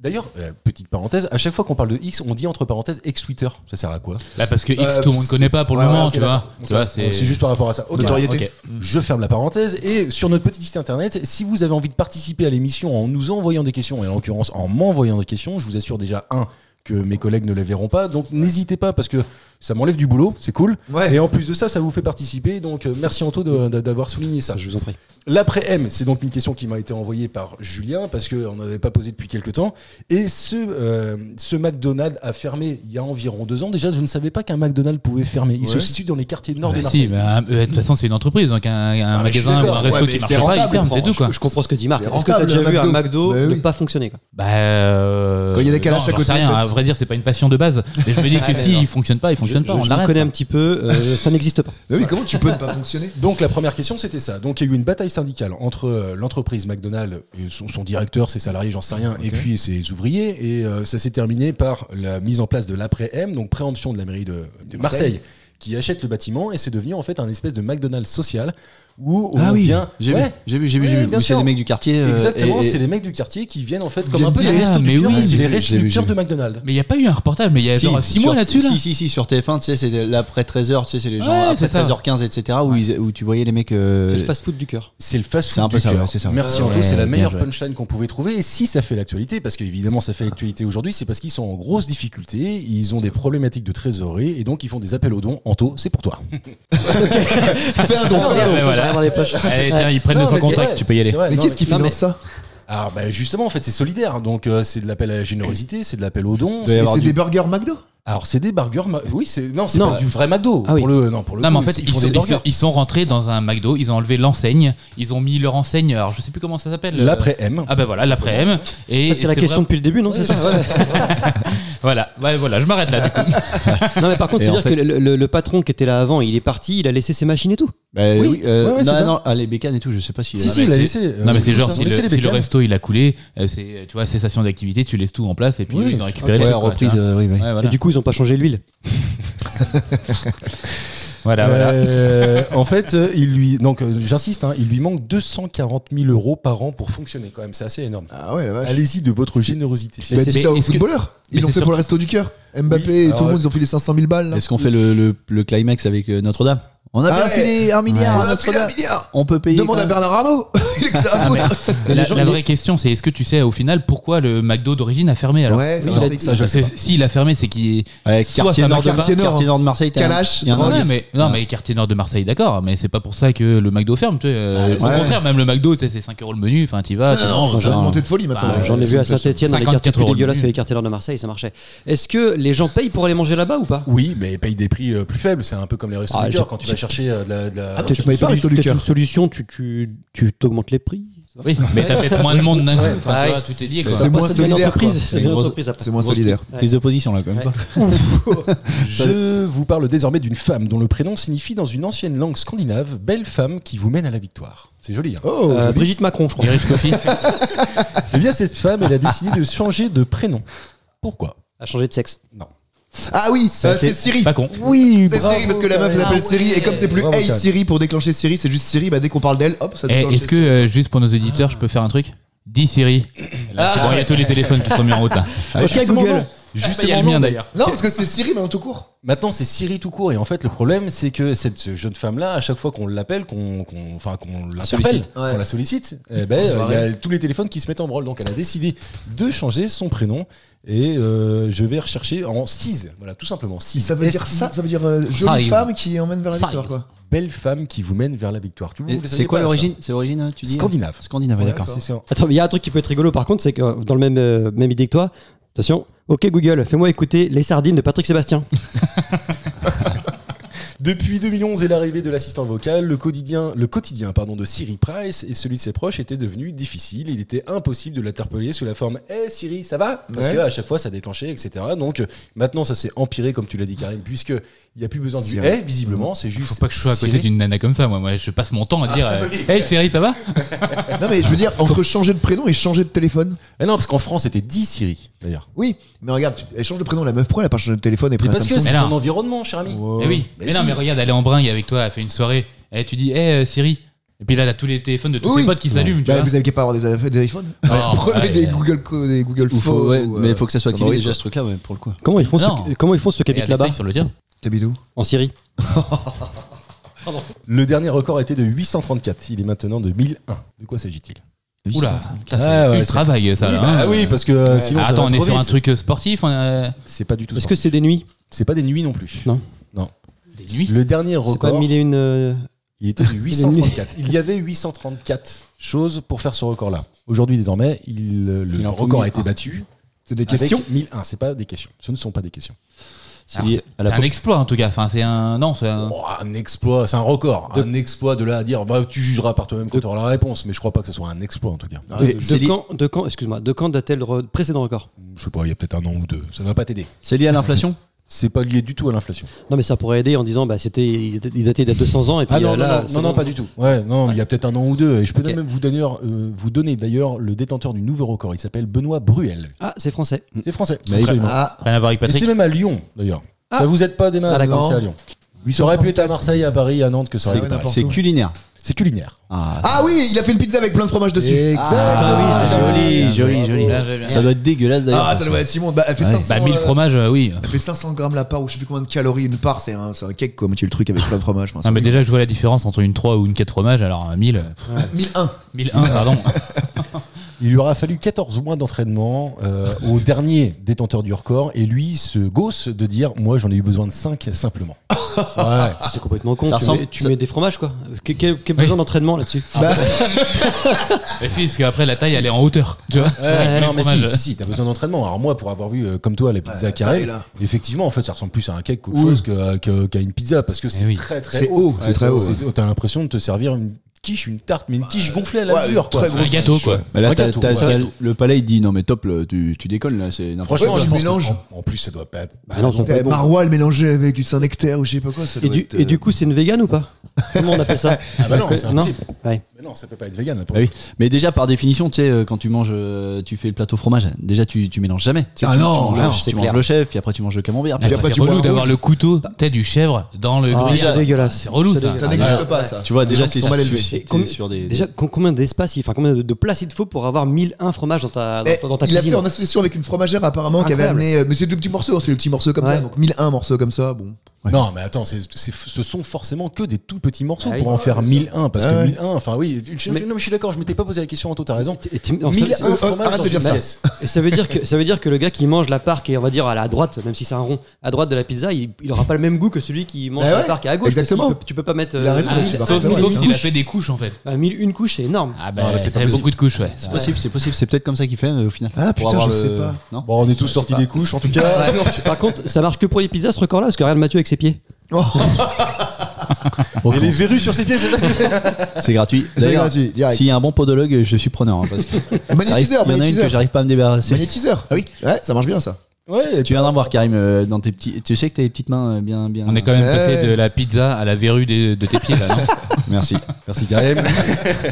Speaker 4: D'ailleurs, euh, petite parenthèse, à chaque fois qu'on parle de X, on dit entre parenthèses ex Twitter. Ça sert à quoi
Speaker 6: Bah, parce que X,
Speaker 3: Euh,
Speaker 6: tout le monde connaît pas pour le
Speaker 3: ouais,
Speaker 6: moment,
Speaker 3: ok,
Speaker 6: tu vois. Tu vois,
Speaker 4: Donc, C'est juste par rapport à ça. Ok.
Speaker 3: Notoriété.
Speaker 6: Ok.
Speaker 4: Je ferme la parenthèse et sur notre petit site internet, si vous avez envie de participer à l'émission en nous envoyant des questions et en l'occurrence en m'envoyant des questions, je vous assure déjà un que mes collègues ne les verront pas, donc n'hésitez pas parce que ça m'enlève du boulot, c'est cool.
Speaker 3: Ouais.
Speaker 4: Et en plus de ça, ça vous fait participer, donc euh, merci Anto de- de- d'avoir souligné ça.
Speaker 5: Je vous en prie.
Speaker 4: L'après M, c'est donc une question qui m'a été envoyée par Julien parce qu'on n'avait pas posé depuis quelques temps. Et ce, euh, ce McDonald's a fermé il y a environ deux ans. Déjà, je ne savais pas qu'un McDonald's pouvait fermer. Il se situe dans les quartiers nord
Speaker 6: Bah
Speaker 4: de Marseille.
Speaker 6: si, mais, euh, de toute façon, c'est une entreprise, donc un, un
Speaker 4: mais je suis
Speaker 6: magasin ou
Speaker 4: d'accord.
Speaker 6: un resto
Speaker 3: Ouais, mais
Speaker 6: qui marche
Speaker 3: c'est
Speaker 6: pas, il
Speaker 3: rentable,
Speaker 6: ferme, c'est tout quoi.
Speaker 5: Je, je comprends ce que dit Marc.
Speaker 3: C'est
Speaker 5: Est-ce que t'as
Speaker 3: rentable,
Speaker 5: déjà
Speaker 3: le
Speaker 5: vu un
Speaker 3: McDo.
Speaker 5: McDo
Speaker 3: Bah
Speaker 5: ne
Speaker 3: oui.
Speaker 5: pas fonctionner quoi
Speaker 6: Bah, euh,
Speaker 3: Quand il y a des calaches
Speaker 6: non,
Speaker 3: à
Speaker 6: j'en
Speaker 3: côté,
Speaker 6: sais rien,
Speaker 3: en fait.
Speaker 6: à vrai dire, c'est pas une passion de base. Mais je me dis que si il fonctionne pas, il fonctionne
Speaker 5: Je,
Speaker 6: pas.
Speaker 5: je
Speaker 6: on
Speaker 5: m'y
Speaker 6: arrête.
Speaker 5: connais un petit peu, euh, ça n'existe pas.
Speaker 3: Mais oui, comment tu peux ne pas fonctionner
Speaker 4: Donc la première question c'était ça. Donc il y a eu une bataille syndicale entre euh, l'entreprise McDonald's, et son, son directeur, ses salariés, j'en sais rien, et puis ses ouvriers. Et euh, ça s'est terminé par la mise en place de l'après-M, donc préemption de la mairie de, de Marseille, qui achète le bâtiment et c'est devenu en fait un espèce de McDonald's social où on
Speaker 7: Ah oui,
Speaker 4: vient.
Speaker 7: j'ai
Speaker 4: Ouais,
Speaker 7: vu, j'ai vu, j'ai vu,
Speaker 4: Ouais,
Speaker 7: j'ai vu.
Speaker 4: bien
Speaker 7: Où C'est
Speaker 4: sûr.
Speaker 7: des mecs du quartier. euh,
Speaker 4: Exactement,
Speaker 7: et- et-
Speaker 4: c'est les mecs du quartier qui viennent en fait comme
Speaker 3: viennent
Speaker 4: un peu les
Speaker 3: dire,
Speaker 4: restos
Speaker 6: ah,
Speaker 4: du
Speaker 6: mais
Speaker 4: cœur,
Speaker 6: oui,
Speaker 4: c'est
Speaker 7: j'ai
Speaker 4: les
Speaker 7: vu,
Speaker 4: restos
Speaker 7: j'ai
Speaker 4: du
Speaker 7: vu,
Speaker 4: cœur
Speaker 7: j'ai
Speaker 4: de
Speaker 7: vu.
Speaker 4: McDonald's.
Speaker 6: Mais il n'y a pas eu un reportage, mais il y a
Speaker 7: Si,
Speaker 6: genre 6 mois
Speaker 7: sur-
Speaker 6: là-dessus là.
Speaker 7: Si, si, si, sur TF1, tu sais, c'était l'après 13h, tu sais, c'est les gens
Speaker 6: Ouais, c'est
Speaker 7: après
Speaker 6: ça.
Speaker 7: 13h15, etc., où, ils- où tu voyais les mecs. euh,
Speaker 5: C'est le fast-food du cœur.
Speaker 4: C'est le fast
Speaker 7: C'est un
Speaker 4: food
Speaker 7: peu
Speaker 4: du
Speaker 7: ça,
Speaker 4: cœur.
Speaker 7: ouais, c'est ça.
Speaker 4: Merci
Speaker 7: Ouais,
Speaker 4: Anto, c'est la
Speaker 7: bien
Speaker 4: meilleure
Speaker 7: joué.
Speaker 4: punchline qu'on pouvait trouver. Et si ça fait l'actualité, parce qu'évidemment ça fait l'actualité aujourd'hui, c'est parce qu'ils sont en grosse difficulté, ils ont des problématiques de trésorerie et donc ils font des appels aux dons. Anto, c'est pour toi.
Speaker 3: Fais un don.
Speaker 6: Ah,
Speaker 3: frère.
Speaker 6: mais voilà. Allez, tiens, ils prennent
Speaker 4: Non,
Speaker 6: le sans
Speaker 4: mais c'est
Speaker 6: contact,
Speaker 4: vrai,
Speaker 6: tu peux y aller.
Speaker 4: c'est vrai.
Speaker 3: Mais
Speaker 4: Non,
Speaker 3: qu'est-ce qui
Speaker 5: non, mais-
Speaker 3: finance ça
Speaker 4: Alors bah, justement, en fait, c'est solidaire. Donc euh, c'est de l'appel à la générosité, c'est de l'appel aux dons.
Speaker 7: doit y
Speaker 4: c'est-
Speaker 3: Mais
Speaker 7: avoir
Speaker 3: C'est
Speaker 7: du-
Speaker 3: des burgers McDo
Speaker 4: Alors c'est des burgers. ma- Oui, c'est non, c'est
Speaker 5: Non.
Speaker 4: pas du vrai McDo.
Speaker 5: Ah oui.
Speaker 4: Pour le non, pour le
Speaker 6: Non,
Speaker 4: coup,
Speaker 6: mais en fait, ils,
Speaker 4: font
Speaker 6: sont,
Speaker 4: des
Speaker 6: ils
Speaker 4: burgers.
Speaker 6: sont- ils sont rentrés dans un McDo, ils ont enlevé l'enseigne, ils ont mis leur enseigne, alors je sais plus comment ça s'appelle. euh,
Speaker 4: l'après M.
Speaker 6: Ah bah voilà, l'après-m. Et
Speaker 5: C'est la
Speaker 6: c'est
Speaker 5: question
Speaker 6: vrai-
Speaker 5: depuis le début, non C'est ça
Speaker 6: Voilà, ouais, voilà, je m'arrête là. du coup.
Speaker 5: Non, mais par contre,
Speaker 7: Et
Speaker 5: c'est
Speaker 7: en
Speaker 5: dire que le, le- le patron qui était là avant, il est parti, il a laissé ses machines et tout.
Speaker 7: Bah,
Speaker 4: Oui,
Speaker 7: oui, euh,
Speaker 4: ouais, ouais, c'est
Speaker 7: non,
Speaker 4: ça.
Speaker 7: non, ah, les bécanes et tout, je sais pas si.
Speaker 4: Si,
Speaker 7: euh,
Speaker 4: si,
Speaker 6: mais
Speaker 4: il a
Speaker 6: c'est-
Speaker 4: laissé, euh,
Speaker 6: non mais c'est
Speaker 4: c'est
Speaker 6: genre
Speaker 4: ça,
Speaker 6: si le,
Speaker 4: laissez les
Speaker 6: si le
Speaker 4: bécanes.
Speaker 6: resto il a coulé, euh, c'est tu vois cessation d'activité, tu laisses tout en place et puis
Speaker 4: Oui,
Speaker 6: eux, ils ont récupéré
Speaker 7: ouais,
Speaker 6: les
Speaker 7: reprise, euh, oui, oui.
Speaker 5: Et du coup, ils ont pas changé l'huile.
Speaker 6: voilà, Ah, voilà.
Speaker 4: Euh, en fait, euh, il lui donc euh, j'insiste, hein, il lui manque 240 000 euros par an pour fonctionner. Quand même, c'est assez énorme.
Speaker 3: Ah ouais, la vache.
Speaker 4: Allez-y de votre générosité.
Speaker 3: Tu m'as dit
Speaker 6: c'est-
Speaker 3: ça
Speaker 6: mais
Speaker 3: aux
Speaker 6: est-ce que-
Speaker 3: footballeurs.
Speaker 6: mais
Speaker 3: Ils l'ont
Speaker 6: c'est
Speaker 3: fait pour le resto du cœur. Mbappé
Speaker 4: Oui,
Speaker 3: et tout
Speaker 4: alors,
Speaker 3: le monde, ils ont filé 500 000 balles. là.
Speaker 7: Est-ce qu'on fait le, le, le climax avec euh, Notre-Dame On a
Speaker 3: Ah
Speaker 7: bien
Speaker 3: ouais.
Speaker 7: filé un milliard
Speaker 3: On
Speaker 7: à
Speaker 3: a filé un
Speaker 7: Notre-Dame.
Speaker 3: milliard.
Speaker 7: On peut payer.
Speaker 3: Demande
Speaker 7: quand
Speaker 3: à
Speaker 7: même.
Speaker 3: Bernard Arnault. Il est que ça à foutre.
Speaker 6: La,
Speaker 5: les gens,
Speaker 6: la
Speaker 5: ils-
Speaker 6: vraie question c'est est-ce que tu sais au final pourquoi le McDo d'origine a fermé alors
Speaker 3: Ouais, c'est
Speaker 5: Oui,
Speaker 3: vrai,
Speaker 5: il a-
Speaker 3: c'est-
Speaker 4: ça, je-
Speaker 6: Parce que s'il a fermé c'est qu'il
Speaker 7: Ouais,
Speaker 6: Soit
Speaker 7: quartier
Speaker 6: ça
Speaker 7: nord, de
Speaker 3: marche, quartier
Speaker 7: Mar-
Speaker 3: nord.
Speaker 7: quartier nord de Marseille. t'as un-
Speaker 3: Calache,
Speaker 7: il y en a un-
Speaker 3: drogue.
Speaker 6: Ouais, mais, non, mais quartier nord de Marseille, d'accord, mais c'est pas pour ça que le McDo ferme. Tu sais, euh, au
Speaker 3: ouais,
Speaker 6: contraire, même le McDo, tu sais, c'est 5 euros le menu, enfin, t'y vas, t'es dans,
Speaker 3: Non, j'ai
Speaker 6: enfin,
Speaker 3: monté de folie maintenant.
Speaker 5: J'en ai vu à Saint-Etienne, dans les
Speaker 6: 54
Speaker 5: quartiers plus
Speaker 6: euros
Speaker 5: dégueulasses,
Speaker 6: de
Speaker 5: sur les quartiers nord de Marseille, ça marchait. Est-ce que les gens payent pour aller manger là-bas ou pas
Speaker 4: Oui, mais paye des prix euh, plus faibles. C'est un peu comme les restos
Speaker 5: Ah,
Speaker 4: du
Speaker 5: je-
Speaker 4: cœur quand tu vas chercher euh, de la. de la-
Speaker 3: Ah,
Speaker 4: tu-
Speaker 3: tu payes pas les
Speaker 5: Solu-
Speaker 3: restos du
Speaker 5: peut-être
Speaker 3: cœur.
Speaker 5: une solution, tu, tu, tu augmentes les prix.
Speaker 6: Oui, mais t'as peut-être moins de monde d'un coup.
Speaker 5: Ouais,
Speaker 6: Enfin, ça
Speaker 5: ouais,
Speaker 6: va, tout est lié, quoi.
Speaker 3: C'est moins
Speaker 5: ça devient Bah, une
Speaker 3: solidaire,
Speaker 5: entreprise.
Speaker 3: quoi.
Speaker 5: Ça devient une
Speaker 7: C'est gros-
Speaker 5: entreprise après.
Speaker 3: C'est moins solidaire.
Speaker 7: Prise de position là quand même.
Speaker 5: Ouais.
Speaker 7: pas.
Speaker 4: Je vous parle désormais d'une femme dont le prénom signifie dans une ancienne langue scandinave belle femme qui vous mène à la victoire. C'est joli. Hein
Speaker 3: Oh,
Speaker 5: Euh, Brigitte Macron, je crois.
Speaker 6: Irish Coffee.
Speaker 4: Eh bien, cette femme, elle a décidé de changer de prénom. Pourquoi
Speaker 5: A changé de sexe.
Speaker 3: Ah oui, euh, c'est Siri.
Speaker 6: Pas con.
Speaker 4: Oui,
Speaker 3: C'est Siri parce que la meuf elle appelle Siri et comme c'est plus
Speaker 4: Bravo,
Speaker 3: Hey
Speaker 4: Karine.
Speaker 3: Siri pour déclencher Siri, c'est juste Siri, bah dès qu'on parle d'elle, hop, ça
Speaker 6: Eh,
Speaker 3: déclenche.
Speaker 6: Est-ce que, euh, juste pour nos auditeurs, je peux faire un truc Dis Siri. Là, c'est bon, il y a tous les téléphones qui sont mis en route, là.
Speaker 4: Ah,
Speaker 5: Ok, Google.
Speaker 6: Juste, il y a le mien, d'ailleurs.
Speaker 3: Non, parce que c'est Siri, mais en tout court.
Speaker 4: Maintenant, c'est Siri tout court. Et en fait, le problème, c'est que cette jeune femme-là, à chaque fois qu'on l'appelle, qu'on qu'on- enfin, qu'on l'interpelle,
Speaker 6: Sollicite.
Speaker 4: qu'on la sollicite, eh ben, euh, il y a tous les téléphones qui se mettent en branle. Donc, elle a décidé de changer son prénom. Et euh, je vais rechercher en 6. Voilà, tout simplement. 6.
Speaker 3: Ça veut dire ça, ça veut dire euh,
Speaker 6: Siri.
Speaker 3: jolie femme qui emmène vers la
Speaker 6: Siri.
Speaker 3: victoire, quoi.
Speaker 4: Belle femme qui vous mène vers la victoire. Tout le monde,
Speaker 7: Et
Speaker 4: vous le
Speaker 7: C'est
Speaker 4: saviez
Speaker 7: quoi
Speaker 4: pas,
Speaker 7: l'origine C'est l'origine, hein, tu
Speaker 4: ça
Speaker 7: dis
Speaker 4: Scandinave.
Speaker 7: Scandinave, ouais,
Speaker 4: Ouais,
Speaker 7: d'accord.
Speaker 4: c'est- c'est un-
Speaker 5: Attends, mais il y a un truc qui peut être rigolo par contre, c'est que euh, dans le même, euh, même idée que toi, attention, ok Google, fais-moi écouter les sardines de Patrick Sébastien.
Speaker 4: Depuis 2011 et l'arrivée de l'assistant vocal, le quotidien, le quotidien pardon, de Siri Price et celui de ses proches était devenu difficile. Il était impossible de l'interpeller sous la forme Hey Siri, ça va Parce
Speaker 3: Ouais.
Speaker 4: que à chaque fois, ça déclenchait, etc. Donc euh, maintenant, ça s'est empiré, comme tu l'as dit, Karim, puisque il n'y a plus besoin du
Speaker 3: Siri.
Speaker 4: Hey, visiblement. C'est juste.
Speaker 6: Faut pas que je sois à côté
Speaker 4: Siri.
Speaker 6: d'une nana comme ça, moi. Moi, je passe mon temps à dire euh, Hey Siri, ça va
Speaker 3: Non, mais je veux dire, entre changer de prénom et changer de téléphone.
Speaker 4: Ah non, parce qu'en France, c'était 10 Siri, d'ailleurs.
Speaker 3: Oui, mais regarde, tu- elle change de prénom, la meuf, pourquoi elle a pas changé de téléphone et
Speaker 4: Mais
Speaker 3: pris un
Speaker 4: parce que
Speaker 3: Samsung
Speaker 4: c'est
Speaker 6: Mais non.
Speaker 4: son environnement, cher ami.
Speaker 3: Wow.
Speaker 6: Eh oui, mais,
Speaker 4: Oh, Mais
Speaker 6: non,
Speaker 4: si.
Speaker 6: mais regarde, elle est en bringue avec toi, elle fait une soirée, et tu dis, hé Siri. Et puis là, t'as tous les téléphones de tous
Speaker 3: Oui.
Speaker 6: ses potes qui s'allument, tu
Speaker 3: Bah,
Speaker 6: vois.
Speaker 3: vous avez qu'à pas avoir des, des iPhones.
Speaker 6: Non,
Speaker 3: Prenez
Speaker 6: ouais,
Speaker 3: des
Speaker 6: euh,
Speaker 3: Google, co- des Google
Speaker 7: Ou faut-
Speaker 3: Photos.
Speaker 7: ouais,
Speaker 3: ou,
Speaker 7: mais
Speaker 3: euh,
Speaker 7: il faut que ça soit activé
Speaker 3: Android,
Speaker 7: déjà
Speaker 3: quoi.
Speaker 7: ce truc-là, ouais, pour le coup.
Speaker 5: Comment ils font,
Speaker 6: Non.
Speaker 5: ceux, comment ils font ceux qui
Speaker 6: Et
Speaker 5: habitent
Speaker 6: elle essaye
Speaker 5: là-bas,
Speaker 6: sur le tien.
Speaker 3: T'habites où
Speaker 5: en Syrie
Speaker 4: Le dernier record était de 834. Il est maintenant de 1001. De quoi s'agit-il
Speaker 6: Oula, ça, c'est
Speaker 4: Ouais, ouais,
Speaker 6: ultra vague ça.
Speaker 4: oui,
Speaker 6: là,
Speaker 4: bah,
Speaker 6: hein.
Speaker 4: oui, parce que euh, sinon.
Speaker 6: Ah,
Speaker 4: ça
Speaker 6: attends,
Speaker 4: va
Speaker 6: on est
Speaker 4: trop
Speaker 6: sur un
Speaker 4: vite.
Speaker 6: truc euh, sportif, on a
Speaker 4: C'est pas du tout.
Speaker 5: Est-ce
Speaker 4: ça.
Speaker 5: que c'est des nuits
Speaker 4: C'est pas des nuits non plus.
Speaker 5: Non.
Speaker 4: Non.
Speaker 6: des nuits.
Speaker 4: Le dernier
Speaker 5: C'est pas
Speaker 4: record,
Speaker 5: mille et une. euh,
Speaker 4: il était de 834. il y avait 834 choses pour faire ce record-là. Aujourd'hui, désormais, il, euh, le
Speaker 7: Il en faut
Speaker 4: record a
Speaker 7: 1001.
Speaker 4: été battu.
Speaker 3: C'est des
Speaker 4: avec
Speaker 3: questions
Speaker 4: 1001, c'est pas des questions. Ce ne sont pas des questions.
Speaker 6: Alors, C'est c'est un exploit en tout cas. Enfin, c'est un non, c'est un.
Speaker 4: Oh, un exploit, c'est un record. Un exploit de là à dire, bah, tu jugeras par toi-même quand tu auras la réponse, mais je crois pas que ce soit un exploit en tout cas.
Speaker 7: Et c'est
Speaker 5: De
Speaker 7: lié-
Speaker 5: quand, de quand, excuse-moi, de quand datait le re- précédent record
Speaker 4: Je sais pas, il y a peut-être un an ou deux. Ça va pas t'aider.
Speaker 7: C'est lié à l'inflation
Speaker 4: C'est pas lié du tout à l'inflation.
Speaker 5: Non, mais ça pourrait aider en disant, bah, c'était, il était- il datait d'il y a 200 ans et puis
Speaker 4: Ah non,
Speaker 5: euh,
Speaker 4: non,
Speaker 5: là,
Speaker 4: non,
Speaker 5: c'est
Speaker 4: non,
Speaker 5: bon.
Speaker 4: non, pas du tout. Ouais, non, il y a peut-être un an ou deux. Et je peux
Speaker 5: Ok.
Speaker 4: même vous donner, euh, vous donner d'ailleurs le détenteur du nouveau record. Il s'appelle Benoît Bruel.
Speaker 5: Ah, c'est français.
Speaker 4: C'est français.
Speaker 7: il-
Speaker 4: Absolument.
Speaker 3: Ah,
Speaker 6: Rien à voir avec
Speaker 4: Et
Speaker 6: Patrick.
Speaker 4: c'est même à Lyon, d'ailleurs.
Speaker 5: Ah.
Speaker 4: Ça vous aide pas des masses,
Speaker 5: Ah,
Speaker 4: non,
Speaker 5: d'accord.
Speaker 4: c'est à Lyon. Ça aurait pu être à Marseille, à Paris, à Nantes, que ça aurait
Speaker 3: C'est
Speaker 4: été pareil.
Speaker 3: Partout.
Speaker 7: C'est culinaire.
Speaker 4: C'est culinaire.
Speaker 7: Ah,
Speaker 3: Ah oui, il a fait une pizza avec plein de fromage dessus.
Speaker 7: ah, joli, joli, joli.
Speaker 6: Bien joué, bien
Speaker 7: Ça
Speaker 6: joué.
Speaker 7: doit être dégueulasse d'ailleurs.
Speaker 3: Ah, ça doit être Simon. Bah, elle fait
Speaker 6: Ouais,
Speaker 3: 500,
Speaker 6: bah, 1000
Speaker 3: euh,
Speaker 6: fromages, euh, oui.
Speaker 3: elle fait 500 grammes la part, ou je sais plus combien de calories une part. C'est un, c'est un cake, quoi. Mais tu le truc avec plein de fromage. Enfin,
Speaker 6: Non, Ah, mais
Speaker 3: c'est-
Speaker 6: déjà, je vois la différence entre une 3 ou une 4 fromages. Alors, un 1000, euh,
Speaker 3: 1001.
Speaker 6: 1001, pardon.
Speaker 4: Il lui aura fallu 14 mois d'entraînement euh, au dernier détenteur du record et lui se gosse de dire moi j'en ai eu besoin de 5 simplement. Ouais.
Speaker 5: C'est complètement con.
Speaker 7: Ça
Speaker 5: tu
Speaker 7: ressemble-
Speaker 5: mets, tu
Speaker 7: ça-
Speaker 5: mets des fromages, quoi. Que- Quel, quel besoin d'entraînement là-dessus
Speaker 4: Ah, bah,
Speaker 6: Et si, parce qu'après, la taille, elle est en hauteur. Tu vois Avec tous les
Speaker 4: non mais si,
Speaker 6: fromages.
Speaker 4: si, si, t'as besoin d'entraînement. Alors moi pour avoir vu euh, comme toi la pizza carrée,
Speaker 3: taille, là.
Speaker 4: effectivement en fait ça ressemble plus à un cake qu'autre chose que- euh, que- qu'à une pizza parce que c'est
Speaker 6: Eh oui.
Speaker 4: très très
Speaker 3: C'est
Speaker 4: haut.
Speaker 3: haut, c'est très haut, ouais.
Speaker 4: T'as l'impression de te servir une quiche, une tarte, mais une quiche gonflée à la
Speaker 3: Ouais,
Speaker 4: levure. quoi.
Speaker 3: très
Speaker 6: Un gâteau, quoi.
Speaker 7: Mais là,
Speaker 4: Un
Speaker 7: t'as-
Speaker 4: gâteau,
Speaker 7: t'as-
Speaker 4: ouais.
Speaker 7: t'as- le palais il dit non mais top, le- tu, tu déconnes là, c'est n'importe
Speaker 4: Franchement,
Speaker 3: Ouais,
Speaker 4: je
Speaker 3: bah,
Speaker 4: pense
Speaker 3: mélange.
Speaker 4: que- en, en plus ça doit pas être.
Speaker 5: Bah non, ils sont pas
Speaker 3: Eh,
Speaker 5: bons.
Speaker 3: Maroilles mélangé avec du Saint-Nectaire ou je sais pas quoi. Ça
Speaker 5: et
Speaker 3: doit
Speaker 5: du,
Speaker 3: être,
Speaker 5: et
Speaker 3: euh,
Speaker 5: du coup, c'est une végane ou pas Comment on appelle ça
Speaker 4: Ah bah non, c'est un
Speaker 5: Non.
Speaker 4: type.
Speaker 5: Ouais.
Speaker 4: Mais non, ça peut pas être vegan. là, pour
Speaker 7: Ah
Speaker 4: le
Speaker 7: oui. Mais déjà par définition, tu sais, euh, quand tu manges, euh, tu fais le plateau fromage. Déjà tu, tu mélanges jamais. Tu sais,
Speaker 3: Ah
Speaker 7: tu-
Speaker 3: non,
Speaker 7: tu,
Speaker 3: non,
Speaker 7: manges,
Speaker 5: c'est
Speaker 7: tu manges
Speaker 5: clair.
Speaker 7: le chef, puis après tu manges le camembert. Puis
Speaker 6: Ah,
Speaker 7: après,
Speaker 6: C'est
Speaker 3: tu bois
Speaker 6: relou
Speaker 3: un
Speaker 6: d'avoir
Speaker 3: rouge.
Speaker 6: le couteau, t'as du chèvre dans le
Speaker 5: Ah,
Speaker 6: gruyère.
Speaker 5: C'est dégueulasse.
Speaker 6: C'est relou, ça.
Speaker 3: Ça
Speaker 6: Ah,
Speaker 3: n'existe pas, ça.
Speaker 7: tu vois
Speaker 3: Les
Speaker 7: déjà
Speaker 3: gens
Speaker 7: c'est
Speaker 3: sont mal élevés.
Speaker 7: c'est-
Speaker 5: Combien-
Speaker 7: t'es sur des.
Speaker 5: Déjà, com- combien d'espace, il- enfin combien de, de place il te faut pour avoir 1001 fromages dans ta, dans,
Speaker 3: Eh,
Speaker 5: ta- dans ta
Speaker 3: il a fait
Speaker 5: cuisine
Speaker 3: en association avec une fromagère apparemment
Speaker 5: C'est
Speaker 3: qui avait
Speaker 5: incroyable.
Speaker 3: amené. euh, Mais c'est deux petits morceaux, hein, c'est le petit morceau comme ça.
Speaker 5: Ouais.
Speaker 3: Donc 1001 morceaux comme ça, bon.
Speaker 4: Non, mais attends, c'est- c'est- ce sont forcément que des tout petits morceaux
Speaker 5: Ah oui.
Speaker 4: pour en faire 1001. Parce
Speaker 3: Ah
Speaker 4: que
Speaker 3: ouais.
Speaker 4: 1001, enfin oui, je, je- non, mais je suis d'accord, je m'étais pas posé la question, Anto, t'as raison.
Speaker 5: Et t'im- alors, ça-
Speaker 4: 1001
Speaker 3: euh,
Speaker 4: fromages
Speaker 3: arrête
Speaker 4: dans
Speaker 3: de
Speaker 4: une
Speaker 3: dire ça.
Speaker 4: pièce.
Speaker 5: Et ça veut dire que ça veut dire que le gars qui mange la part qui est on va dire à la droite, même si c'est un rond, à droite de la pizza, il, il aura pas le même goût que celui qui mange
Speaker 7: Eh
Speaker 3: Bah
Speaker 5: la
Speaker 3: ouais,
Speaker 5: part qui est à gauche. parce
Speaker 3: exactement.
Speaker 5: qu'il peut- tu peux pas mettre
Speaker 3: Il a raison,
Speaker 5: euh,
Speaker 3: oui,
Speaker 6: Sauf
Speaker 3: c'est pas
Speaker 6: Ah, sauf
Speaker 3: grave.
Speaker 6: s'il a
Speaker 3: Couche.
Speaker 6: fait des couches, en fait.
Speaker 5: un mille- une couche, c'est énorme.
Speaker 6: Ah bah, ça fait beaucoup de couches, ouais.
Speaker 7: C'est possible, c'est possible, c'est peut-être comme ça qu'il fait euh, au final.
Speaker 3: Ah,
Speaker 7: Pour
Speaker 3: putain,
Speaker 7: avoir
Speaker 3: je
Speaker 7: le-
Speaker 3: sais pas.
Speaker 7: Non. Bah.
Speaker 4: Bon, on est tous sortis des couches, en tout cas.
Speaker 5: Bah, Par contre, ça marche que pour les pizzas ce record-là, parce que regarde Mathieu avec ses pieds.
Speaker 7: Oh, comment-
Speaker 4: verrues sur ses pieds, c'est ça
Speaker 7: C'est gratuit.
Speaker 3: C'est
Speaker 7: D'ailleurs,
Speaker 3: gratuit, direct.
Speaker 7: S'il y a un bon podologue, je suis preneur. hein, parce que
Speaker 3: Magnétiseur,
Speaker 7: il y en a une que
Speaker 3: magnétiseur.
Speaker 7: j'arrive pas à me débarrasser.
Speaker 3: Magnétiseur.
Speaker 7: Ah oui.
Speaker 3: Ouais, ça marche bien ça.
Speaker 4: Ouais,
Speaker 7: Tu viens d'en voir Karim euh, dans tes petits. Tu sais que t'as des petites mains euh, bien, bien.
Speaker 6: On est quand même passé
Speaker 3: Ouais.
Speaker 6: de la pizza à la verrue des- de tes pieds, là, non
Speaker 7: Merci.
Speaker 4: merci Karim.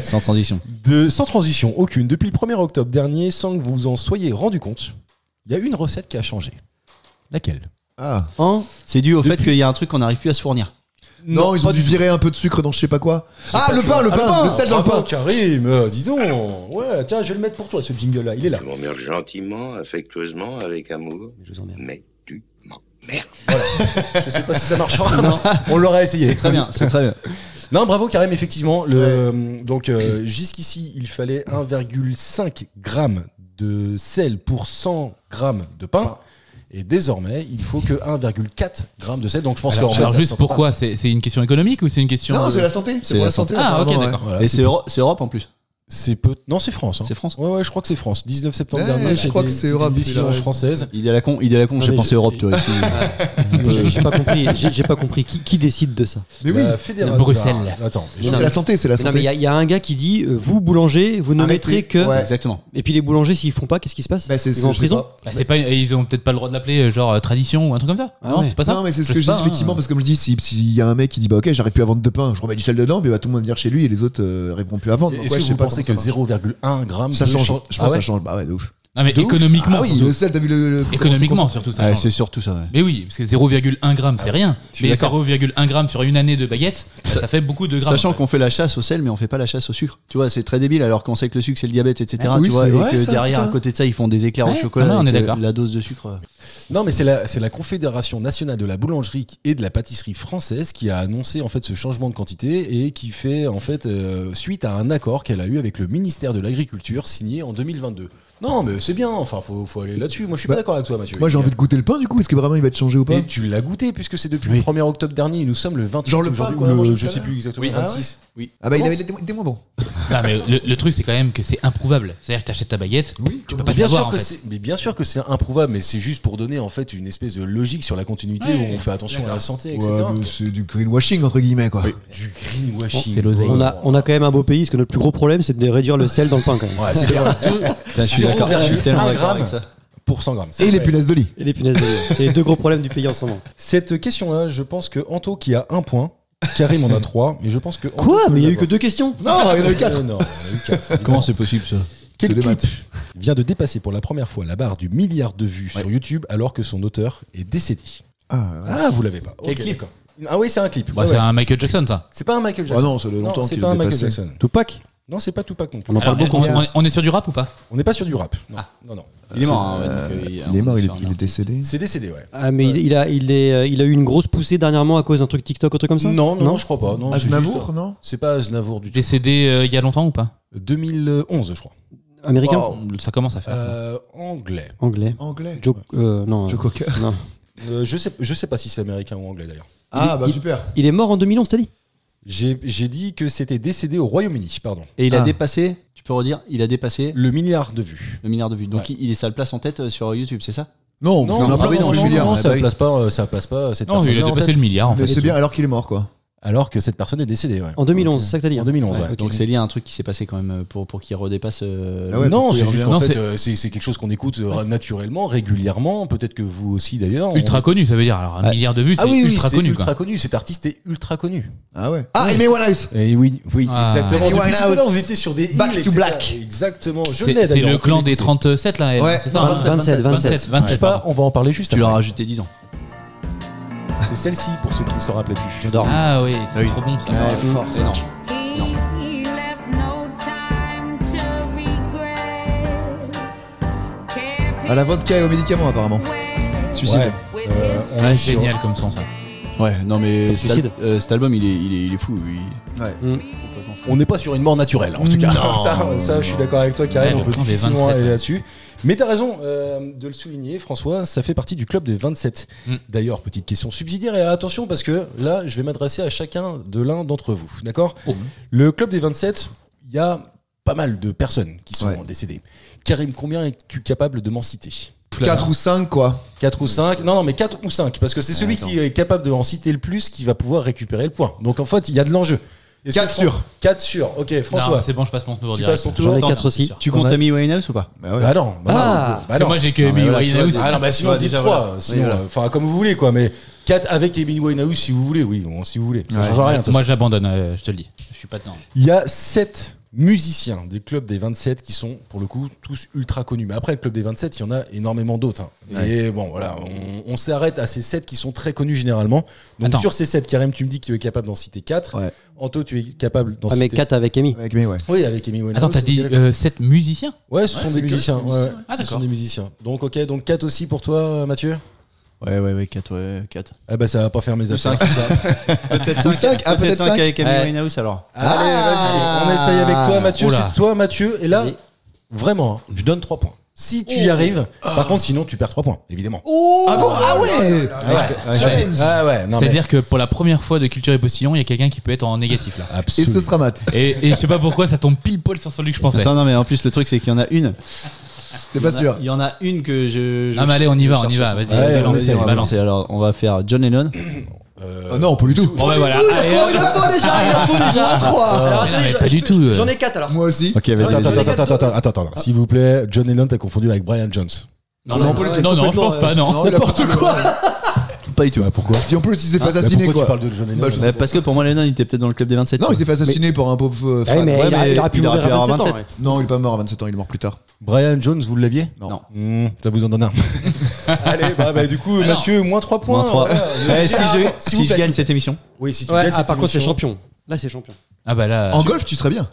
Speaker 7: Sans transition.
Speaker 4: De, sans transition aucune, depuis le 1er octobre dernier, sans que vous vous en soyez rendu compte, il y a une recette qui a changé. Laquelle
Speaker 3: Ah.
Speaker 5: Hein
Speaker 7: C'est dû au fait qu'il y a un truc qu'on n'arrive plus à se fournir.
Speaker 3: Non, ils ont
Speaker 4: pas
Speaker 3: dû
Speaker 4: du
Speaker 3: virer un peu de sucre dans je sais pas quoi. Ah, le pain, le
Speaker 4: Ah,
Speaker 3: pain, le sel dans le
Speaker 4: Bravo,
Speaker 3: pain.
Speaker 4: Karim, euh, dis donc. Ouais, tiens, je vais le mettre pour toi, ce jingle-là. Il est là.
Speaker 8: Je m'emmerde gentiment, affectueusement, avec amour,
Speaker 5: Je vous emmerde.
Speaker 8: mais tu m'emmerdes.
Speaker 4: Je sais pas si ça marchera. On l'aura essayé.
Speaker 7: Très bien, c'est très bien.
Speaker 4: Non, bravo Karim, effectivement. Le, Donc euh, jusqu'ici, il fallait 1,5 g de sel pour 100 g de pain. Et désormais, il faut que 1,4 g de sel. Donc je pense
Speaker 6: Alors,
Speaker 4: qu'en
Speaker 6: alors
Speaker 4: fait, ça
Speaker 6: juste
Speaker 4: sent
Speaker 6: pourquoi C'est c'est une question économique ou c'est une question.
Speaker 3: Non,
Speaker 6: euh,
Speaker 3: c'est la santé.
Speaker 7: c'est
Speaker 3: C'est pour
Speaker 7: la
Speaker 3: la santé.
Speaker 6: Ah, ok,
Speaker 3: apparemment, ouais.
Speaker 6: d'accord.
Speaker 4: pas. Voilà,
Speaker 7: Et
Speaker 4: c'est-
Speaker 7: c'est Euro- c'est Europe en plus.
Speaker 4: c'est peu... Non, c'est France. hein.
Speaker 7: C'est France
Speaker 4: Ouais, ouais, je crois que c'est France. 19 septembre
Speaker 3: Ouais,
Speaker 4: dernier.
Speaker 3: je
Speaker 4: c'était-
Speaker 3: crois que c'est
Speaker 4: c'était
Speaker 3: Europe,
Speaker 4: Une
Speaker 3: il a
Speaker 4: décision
Speaker 3: raison.
Speaker 4: française.
Speaker 7: Il est à la con, il est à la con,
Speaker 3: Ah,
Speaker 5: Non,
Speaker 7: j'ai
Speaker 5: mais
Speaker 7: pensé
Speaker 5: je-
Speaker 7: Europe, tu vois. excuse-moi.
Speaker 5: J'ai j'ai pas compris. J'ai j'ai pas compris qui, qui décide de ça.
Speaker 3: Mais oui.
Speaker 4: La fédérale- Ah,
Speaker 6: Bruxelles.
Speaker 4: Attends.
Speaker 3: Non,
Speaker 5: Non,
Speaker 3: C'est
Speaker 5: mais-
Speaker 3: la santé, c'est la
Speaker 5: Non mais il y,
Speaker 3: santé.
Speaker 5: a- il y a un gars qui dit euh, vous boulanger, vous ne
Speaker 3: Arrêtez.
Speaker 5: mettrez que.
Speaker 3: Ouais.
Speaker 7: Exactement.
Speaker 5: Et puis les boulangers s'ils font pas, qu'est-ce qui se passe
Speaker 3: Bah, c'est-
Speaker 5: Ils vont en
Speaker 3: je sais
Speaker 5: prison.
Speaker 3: pas.
Speaker 6: Bah, c'est pas, et ils ont peut-être pas le droit de l'appeler euh, genre euh, tradition ou un truc comme ça.
Speaker 5: Ah
Speaker 6: non,
Speaker 5: ouais.
Speaker 6: c'est pas ça.
Speaker 3: Non, mais c'est ce
Speaker 6: Je sais
Speaker 3: que je dis
Speaker 6: pas, hein.
Speaker 3: effectivement, parce que comme je dis, si- s'il y a un mec qui dit bah ok, j'arrive plus à vendre de pain, je remets du sel dedans, mais bah, tout le monde va venir chez lui et les autres euh, arriveront plus à vendre.
Speaker 4: Est-ce
Speaker 3: Donc, ouais,
Speaker 4: que
Speaker 3: je sais
Speaker 4: vous
Speaker 3: pas
Speaker 4: pensez que
Speaker 3: comment ça marche.
Speaker 4: 0,1 g
Speaker 3: ça change Je pense
Speaker 4: Ah
Speaker 3: que
Speaker 4: ouais.
Speaker 3: ça change. Bah ouais, de ouf.
Speaker 6: Non, mais
Speaker 3: De ouf.
Speaker 6: économiquement.
Speaker 3: Ah oui,
Speaker 6: surtout.
Speaker 3: le sel, t'as vu le. le-
Speaker 6: Économiquement, surtout, ça
Speaker 7: Ouais,
Speaker 6: change.
Speaker 7: Ah, c'est surtout ça. ouais.
Speaker 6: Mais oui, parce que 0,1 gramme, c'est rien.
Speaker 7: suis
Speaker 6: Mais
Speaker 7: d'accord.
Speaker 6: 0,1 gramme sur une année de baguette, bah, ça, fait beaucoup de grammes.
Speaker 7: Sachant
Speaker 6: en fait.
Speaker 7: qu'on fait la chasse au sel, mais on fait pas la chasse au sucre. Tu vois, c'est très débile. Alors qu'on sait que le sucre c'est le diabète, etc.
Speaker 3: Ah oui,
Speaker 7: tu vois,
Speaker 3: c'est
Speaker 7: et
Speaker 3: vrai,
Speaker 7: que
Speaker 3: ça,
Speaker 7: derrière,
Speaker 3: putain.
Speaker 7: à côté de ça, ils font des éclairs au
Speaker 6: Ouais,
Speaker 7: chocolat.
Speaker 6: non, non, on est
Speaker 7: avec, euh,
Speaker 6: d'accord.
Speaker 7: La dose de sucre.
Speaker 4: Non, mais c'est la, c'est la Confédération nationale de la boulangerie et de la pâtisserie française qui a annoncé en fait ce changement de quantité et qui fait en fait euh, suite à un accord qu'elle a eu avec le ministère de l'Agriculture signé en 2022. Non, mais c'est bien. Enfin, faut, faut aller là-dessus. Moi, je suis pas
Speaker 3: Bah,
Speaker 4: d'accord avec toi, Mathieu.
Speaker 3: Moi j'ai envie de goûter le pain du coup, est-ce que vraiment il va être changé ou pas
Speaker 4: Mais tu l'as goûté puisque c'est depuis le 1er octobre dernier. et Nous sommes le 28
Speaker 3: Genre le pain,
Speaker 4: aujourd'hui,
Speaker 3: quoi,
Speaker 4: ou le-
Speaker 3: moi, je
Speaker 4: je
Speaker 3: sais
Speaker 4: sais
Speaker 3: pas.
Speaker 4: plus exactement.
Speaker 3: Oui, ah ouais.
Speaker 4: 26. Oui.
Speaker 3: Ah bah il avait été était moins bon.
Speaker 6: Non, mais le, le truc, c'est quand même que c'est improuvable. C'est-à-dire que t'achètes ta baguette, tu peux pas
Speaker 4: bien
Speaker 6: savoir,
Speaker 4: sûr
Speaker 6: en
Speaker 4: que
Speaker 6: fait.
Speaker 4: c'est, mais bien sûr que c'est improuvable, mais c'est juste pour donner en fait une espèce de logique sur la continuité
Speaker 6: Ouais,
Speaker 4: où on fait attention à la santé, etc.
Speaker 3: Ouais, mais c'est du greenwashing entre guillemets quoi.
Speaker 4: Du greenwashing.
Speaker 6: C'est l'oseille.
Speaker 5: On a, on a quand même un beau pays, parce que notre plus gros problème, c'est de réduire le sel dans le pain quand même.
Speaker 4: Ouais, c'est bien. Deux-
Speaker 7: Putain, je suis d'accord. Je suis
Speaker 4: 0,1
Speaker 7: tellement d'accord
Speaker 4: gramme
Speaker 7: avec ça.
Speaker 4: pour 100 grammes.
Speaker 3: Et les punaises de lit.
Speaker 5: Et les punaises de lit. C'est les deux gros problèmes du pays en ce moment.
Speaker 4: Cette question-là, je pense que Anto qui a un point, Karim en a trois, mais je pense que. Anto peut l'avoir.
Speaker 5: deux questions
Speaker 3: Non, il y en a eu quatre.
Speaker 4: Euh, non, il y en a eu quatre.
Speaker 7: Comment c'est possible ça
Speaker 4: Quel
Speaker 3: C'est des
Speaker 4: clip vient de dépasser pour la première fois la barre du milliard de vues sur YouTube alors que son auteur est décédé
Speaker 3: Ah,
Speaker 4: Ah, vous l'avez pas.
Speaker 7: Quel
Speaker 4: Ok,
Speaker 7: clip
Speaker 4: d'accord. Ah oui, c'est un clip.
Speaker 6: Bah,
Speaker 4: Ouais,
Speaker 6: C'est
Speaker 4: ouais.
Speaker 6: un Michael Jackson, ça.
Speaker 4: C'est pas un Michael
Speaker 3: Ah
Speaker 4: Jackson.
Speaker 3: non, ça fait longtemps
Speaker 4: c'est
Speaker 3: qu'il
Speaker 4: pas un
Speaker 3: est
Speaker 4: Michael
Speaker 3: passé.
Speaker 4: Jackson.
Speaker 5: Tupac
Speaker 4: Non, c'est pas Tupac non plus.
Speaker 5: On en
Speaker 6: Alors,
Speaker 5: parle beaucoup.
Speaker 6: on,
Speaker 5: hein.
Speaker 6: on- on est sur du rap ou pas
Speaker 4: On n'est pas sur du rap. Non, non, non.
Speaker 7: Il est mort. hein, ouais,
Speaker 3: Euh,
Speaker 7: donc, euh,
Speaker 3: Il est mort, il est,
Speaker 7: on
Speaker 3: il est décédé.
Speaker 4: C'est décédé, ouais.
Speaker 5: Ah, mais il, il a, il, est, euh, il a eu une grosse poussée dernièrement à cause d'un truc TikTok, un truc comme ça
Speaker 4: Non, non, non, je crois pas. Non, c'est
Speaker 3: Ah, Aznavour,
Speaker 4: juste- euh,
Speaker 3: non
Speaker 4: C'est pas Aznavour du tout.
Speaker 6: Décédé euh, il y a longtemps ou pas
Speaker 4: 2011, je crois.
Speaker 5: Américain
Speaker 3: Oh.
Speaker 6: Ça commence à faire.
Speaker 4: Euh, anglais.
Speaker 5: Anglais
Speaker 3: Anglais.
Speaker 5: Joe. euh, non.
Speaker 3: Joe
Speaker 5: euh,
Speaker 3: Cocker.
Speaker 5: non.
Speaker 4: Euh, je sais, je sais pas si c'est américain ou anglais d'ailleurs.
Speaker 3: Ah, bah
Speaker 5: il-
Speaker 3: super.
Speaker 5: Il est mort en 2011, t'as dit
Speaker 4: J'ai j'ai dit que c'était décédé au Royaume-Uni, pardon.
Speaker 7: Et il a
Speaker 3: Ah.
Speaker 7: dépassé, tu peux redire, il a dépassé
Speaker 4: Le milliard de vues.
Speaker 7: le milliard de vues. Donc
Speaker 4: Ouais.
Speaker 7: il il est sa place en tête euh, sur YouTube, c'est ça
Speaker 3: Non, on en a
Speaker 7: ah
Speaker 3: plein
Speaker 7: oui,
Speaker 3: dans
Speaker 7: non,
Speaker 3: les
Speaker 7: non,
Speaker 3: milliards.
Speaker 7: non,
Speaker 3: Ah,
Speaker 4: ça
Speaker 3: bah oui.
Speaker 4: place pas, euh, ça place pas cette
Speaker 6: Non,
Speaker 4: personne.
Speaker 6: il a dépassé le milliard en
Speaker 3: Mais
Speaker 6: fait.
Speaker 3: c'est bien alors qu'il est mort, quoi.
Speaker 4: Alors que cette personne est décédée, ouais.
Speaker 5: En 2011, c'est ça que t'as dit hein.
Speaker 4: En 2011, ouais.
Speaker 5: ok.
Speaker 7: Donc c'est lié à un truc qui s'est passé quand même euh, pour, pour qu'il redépasse. euh,
Speaker 3: Ah ouais,
Speaker 4: non,
Speaker 3: pourquoi
Speaker 4: c'est
Speaker 3: il
Speaker 4: juste
Speaker 3: revient
Speaker 4: qu'en
Speaker 6: Non,
Speaker 4: fait,
Speaker 6: c'est-
Speaker 4: euh, c'est c'est quelque chose qu'on écoute euh, naturellement, régulièrement. Peut-être que vous aussi d'ailleurs.
Speaker 6: Ultra connu, ça veut dire. Alors, un
Speaker 4: Ouais.
Speaker 6: milliard de vues,
Speaker 4: Ah
Speaker 6: c'est
Speaker 4: oui, oui,
Speaker 6: ultra
Speaker 4: c'est
Speaker 6: connu.
Speaker 4: ultra
Speaker 6: quoi.
Speaker 4: connu. Cet artiste est ultra connu.
Speaker 3: Ah ouais. Ah, Amy Winehouse
Speaker 4: Et oui, oui,
Speaker 6: Ah.
Speaker 4: exactement.
Speaker 3: Amy
Speaker 4: Depuis tout à
Speaker 3: Winehouse.
Speaker 4: l'heure, vous étiez sur des
Speaker 3: Back
Speaker 4: îles,
Speaker 3: to
Speaker 4: etc.
Speaker 3: black.
Speaker 4: Exactement. Je l'ai
Speaker 6: C'est c'est
Speaker 4: d'ailleurs,
Speaker 6: le
Speaker 4: on peut
Speaker 6: clan des
Speaker 4: l'écouter.
Speaker 6: 37 là, elle,
Speaker 3: Ouais,
Speaker 6: c'est ça hein
Speaker 5: 27, 27.
Speaker 6: 27, 27,
Speaker 4: Je sais pas,
Speaker 6: pardon.
Speaker 4: on va en parler juste
Speaker 7: Tu leur as
Speaker 4: après.
Speaker 7: rajouté 10 ans.
Speaker 4: C'est celle-ci pour ceux qui ne se rappellent plus.
Speaker 5: J'adore.
Speaker 6: Ah oui, c'est trop bon ça.
Speaker 3: Ouais, fort, ça.
Speaker 7: Non.
Speaker 9: He left no time to regret. Kept
Speaker 3: À la vodka et aux médicaments, apparemment.
Speaker 9: his
Speaker 3: Suicide.
Speaker 4: Ouais.
Speaker 9: way with
Speaker 4: Euh,
Speaker 9: his
Speaker 6: C'est
Speaker 4: on-
Speaker 6: génial comme son ça.
Speaker 7: Ouais, non mais cet,
Speaker 5: Suicide.
Speaker 7: al- euh, cet album il est, il est, il est fou. il-
Speaker 3: Ouais.
Speaker 5: Mm.
Speaker 7: Complètement fou.
Speaker 4: On n'est pas sur une mort naturelle, en tout cas. ça, ça, je suis d'accord avec toi, Karim.
Speaker 6: Ouais,
Speaker 4: on
Speaker 6: le
Speaker 4: peut
Speaker 6: clan des
Speaker 4: difficilement
Speaker 6: 27,
Speaker 4: aller
Speaker 6: ouais.
Speaker 4: là-dessus. Mais t'as raison euh, de le souligner, François. Ça fait partie du club des 27.
Speaker 6: Mm.
Speaker 4: D'ailleurs, petite question subsidiaire. Et attention, parce que là, je vais m'adresser à chacun de l'un d'entre vous. D'accord
Speaker 6: Oh.
Speaker 4: Le club des 27, il y a pas mal de personnes qui sont
Speaker 3: Ouais.
Speaker 4: décédées. Karim, combien es-tu capable de m'en citer
Speaker 3: 4 ou 5, quoi.
Speaker 4: 4 ou 5 Non, non, mais 4 ou 5, parce que c'est celui qui est capable de en citer le plus qui va pouvoir récupérer le point. Donc en fait, il y a de l'enjeu. Est-ce
Speaker 3: Quatre
Speaker 4: que Fran-
Speaker 3: sûrs.
Speaker 4: quatre sûrs. Ok, François.
Speaker 6: Non, c'est bon, je passe mon tour
Speaker 4: tu
Speaker 6: direct.
Speaker 4: passes ton
Speaker 5: J'en
Speaker 4: tour.
Speaker 5: ai
Speaker 7: Attends,
Speaker 5: 4 aussi.
Speaker 6: bien
Speaker 7: Tu comptes Amy Winehouse ou pas
Speaker 3: Bah ouais.
Speaker 4: Bah non, bah non.
Speaker 5: Ah.
Speaker 4: Bah
Speaker 6: Parce que
Speaker 4: non.
Speaker 6: Moi j'ai que
Speaker 7: Non, mais
Speaker 6: Amy
Speaker 7: voilà, tu vois,
Speaker 6: Winehouse.
Speaker 7: déjà-
Speaker 4: Ah non, bah sinon,
Speaker 7: Ouais,
Speaker 4: dites
Speaker 7: déjà,
Speaker 4: 3.
Speaker 7: voilà.
Speaker 4: Sinon,
Speaker 7: Oui, voilà.
Speaker 4: euh, enfin, comme vous voulez, quoi. Mais 4 avec Emily Winehouse, si vous voulez, oui, bon, si vous voulez. Ça
Speaker 3: Ouais.
Speaker 4: change rien. de toute
Speaker 6: Moi
Speaker 4: façon.
Speaker 6: j'abandonne, euh, je te le dis. Je suis pas dedans.
Speaker 4: Il y a 7 musiciens des clubs des 27 qui sont, pour le coup, tous ultra connus. Mais après, le club des 27, il y en a énormément d'autres. hein. Et bon, voilà, on, on s'arrête à ces 7 qui sont très connus généralement. Donc
Speaker 6: Attends.
Speaker 4: sur ces 7, Karim, tu me dis que tu es capable d'en citer 4.
Speaker 3: Ouais.
Speaker 4: Anto, tu es capable d'en
Speaker 5: Ah, mais
Speaker 4: citer
Speaker 5: 4 avec Amy.
Speaker 3: Avec Amy, ouais.
Speaker 4: Oui, avec Amy Winehouse.
Speaker 6: Attends, t'as dit euh,
Speaker 4: Ouais,
Speaker 6: 7 musiciens
Speaker 4: Ouais, ce sont des musiciens. ouais, ouais.
Speaker 6: Ah,
Speaker 4: ce sont
Speaker 6: d'accord.
Speaker 4: des musiciens. Donc, ok, donc 4 aussi pour toi, euh, Mathieu
Speaker 7: Ouais, ouais, ouais, 4, ouais, 4.
Speaker 4: Ah, bah, ça va pas faire mes affaires.
Speaker 7: Peut-être
Speaker 3: Ou cinq, ah, peut-être cinq.
Speaker 7: avec Amy
Speaker 5: Ouais.
Speaker 7: Winehouse alors.
Speaker 4: Allez, vas-y, on essaye avec toi, Mathieu.
Speaker 6: Oula.
Speaker 4: C'est toi, Mathieu. Et là,
Speaker 5: Vas-y.
Speaker 4: vraiment, hein, je donne 3 points. Si tu y
Speaker 5: Oh.
Speaker 4: arrives, par contre, sinon, tu perds 3 points, évidemment.
Speaker 3: Ah bon Ah ouais
Speaker 4: ouais,
Speaker 3: Challenge.
Speaker 4: Ah ouais, non, mais-
Speaker 6: C'est-à-dire que pour la première fois de Culture et Postillon, il y a quelqu'un qui peut être en négatif là.
Speaker 3: Et
Speaker 4: Absolument.
Speaker 3: ce sera mat.
Speaker 6: Et, et je sais pas pourquoi ça tombe pile poil sur celui que je pensais.
Speaker 7: Attends, non, mais en plus, le truc, c'est qu'il y en a une.
Speaker 3: T'es pas
Speaker 7: Il y en a-
Speaker 3: sûr
Speaker 7: Il y en a une que je. je
Speaker 6: Ah, mais allez, on y va, on y va,
Speaker 7: cherche.
Speaker 6: vas-y,
Speaker 4: vas-y,
Speaker 7: on
Speaker 4: lance,
Speaker 7: essaie, on va
Speaker 6: balance.
Speaker 7: lancer. Alors, on va faire John Lennon.
Speaker 4: Euh,
Speaker 3: Ah Non, pas du tout.
Speaker 6: Bon bah voilà. Allez, hop.
Speaker 5: déjà, il en faut déjà.
Speaker 6: Alors, attends, mais pas du tout. euh.
Speaker 5: 4 alors.
Speaker 3: Moi aussi.
Speaker 7: Ok, vas-y,
Speaker 4: Attends,
Speaker 7: vas-y.
Speaker 4: attends, attends, attends, attends, attends, attends. S'il vous plaît, John Lennon, t'as confondu avec Brian Jones.
Speaker 6: Non, non, non, non, je pense pas, non.
Speaker 3: N'importe quoi
Speaker 7: Pas du tout. pourquoi
Speaker 3: Puis en plus, il s'est fait
Speaker 4: Bah,
Speaker 3: assassiner,
Speaker 4: pourquoi
Speaker 3: quoi.
Speaker 4: tu parles de John Lennon
Speaker 3: Bah, je sais
Speaker 7: Bah, Parce que pour moi, Lennon, il était peut-être dans le club des 27.
Speaker 3: Non, il
Speaker 7: quoi.
Speaker 3: s'est fait assassiner par un pauvre euh, fan.
Speaker 5: mais
Speaker 7: Ouais,
Speaker 5: il, a-
Speaker 7: mais
Speaker 5: il aurait pu
Speaker 7: il aurait
Speaker 5: mourir
Speaker 7: pu
Speaker 5: à
Speaker 7: avoir
Speaker 5: 27 ans.
Speaker 7: 27.
Speaker 5: ouais.
Speaker 3: Non, il est pas mort à 27 ans, il est mort plus tard.
Speaker 4: Brian Jones, vous l'aviez
Speaker 7: Non.
Speaker 4: Mmh, Ça vous en donne un. Allez, bah, bah, du coup,
Speaker 6: Alors.
Speaker 4: Mathieu, moins 3 points.
Speaker 7: Moins 3.
Speaker 4: Voilà.
Speaker 7: Eh, Si
Speaker 4: Ah,
Speaker 7: je-
Speaker 4: attends, s'il
Speaker 7: si
Speaker 4: vous
Speaker 7: je
Speaker 4: plaît,
Speaker 7: gagne cette émission.
Speaker 4: Oui, si tu
Speaker 5: Ouais,
Speaker 4: gagnes
Speaker 5: ah,
Speaker 4: cette
Speaker 5: par contre, c'est
Speaker 4: émission-
Speaker 5: champion. Là, c'est champion.
Speaker 6: Ah bah là.
Speaker 3: En golf, tu serais bien.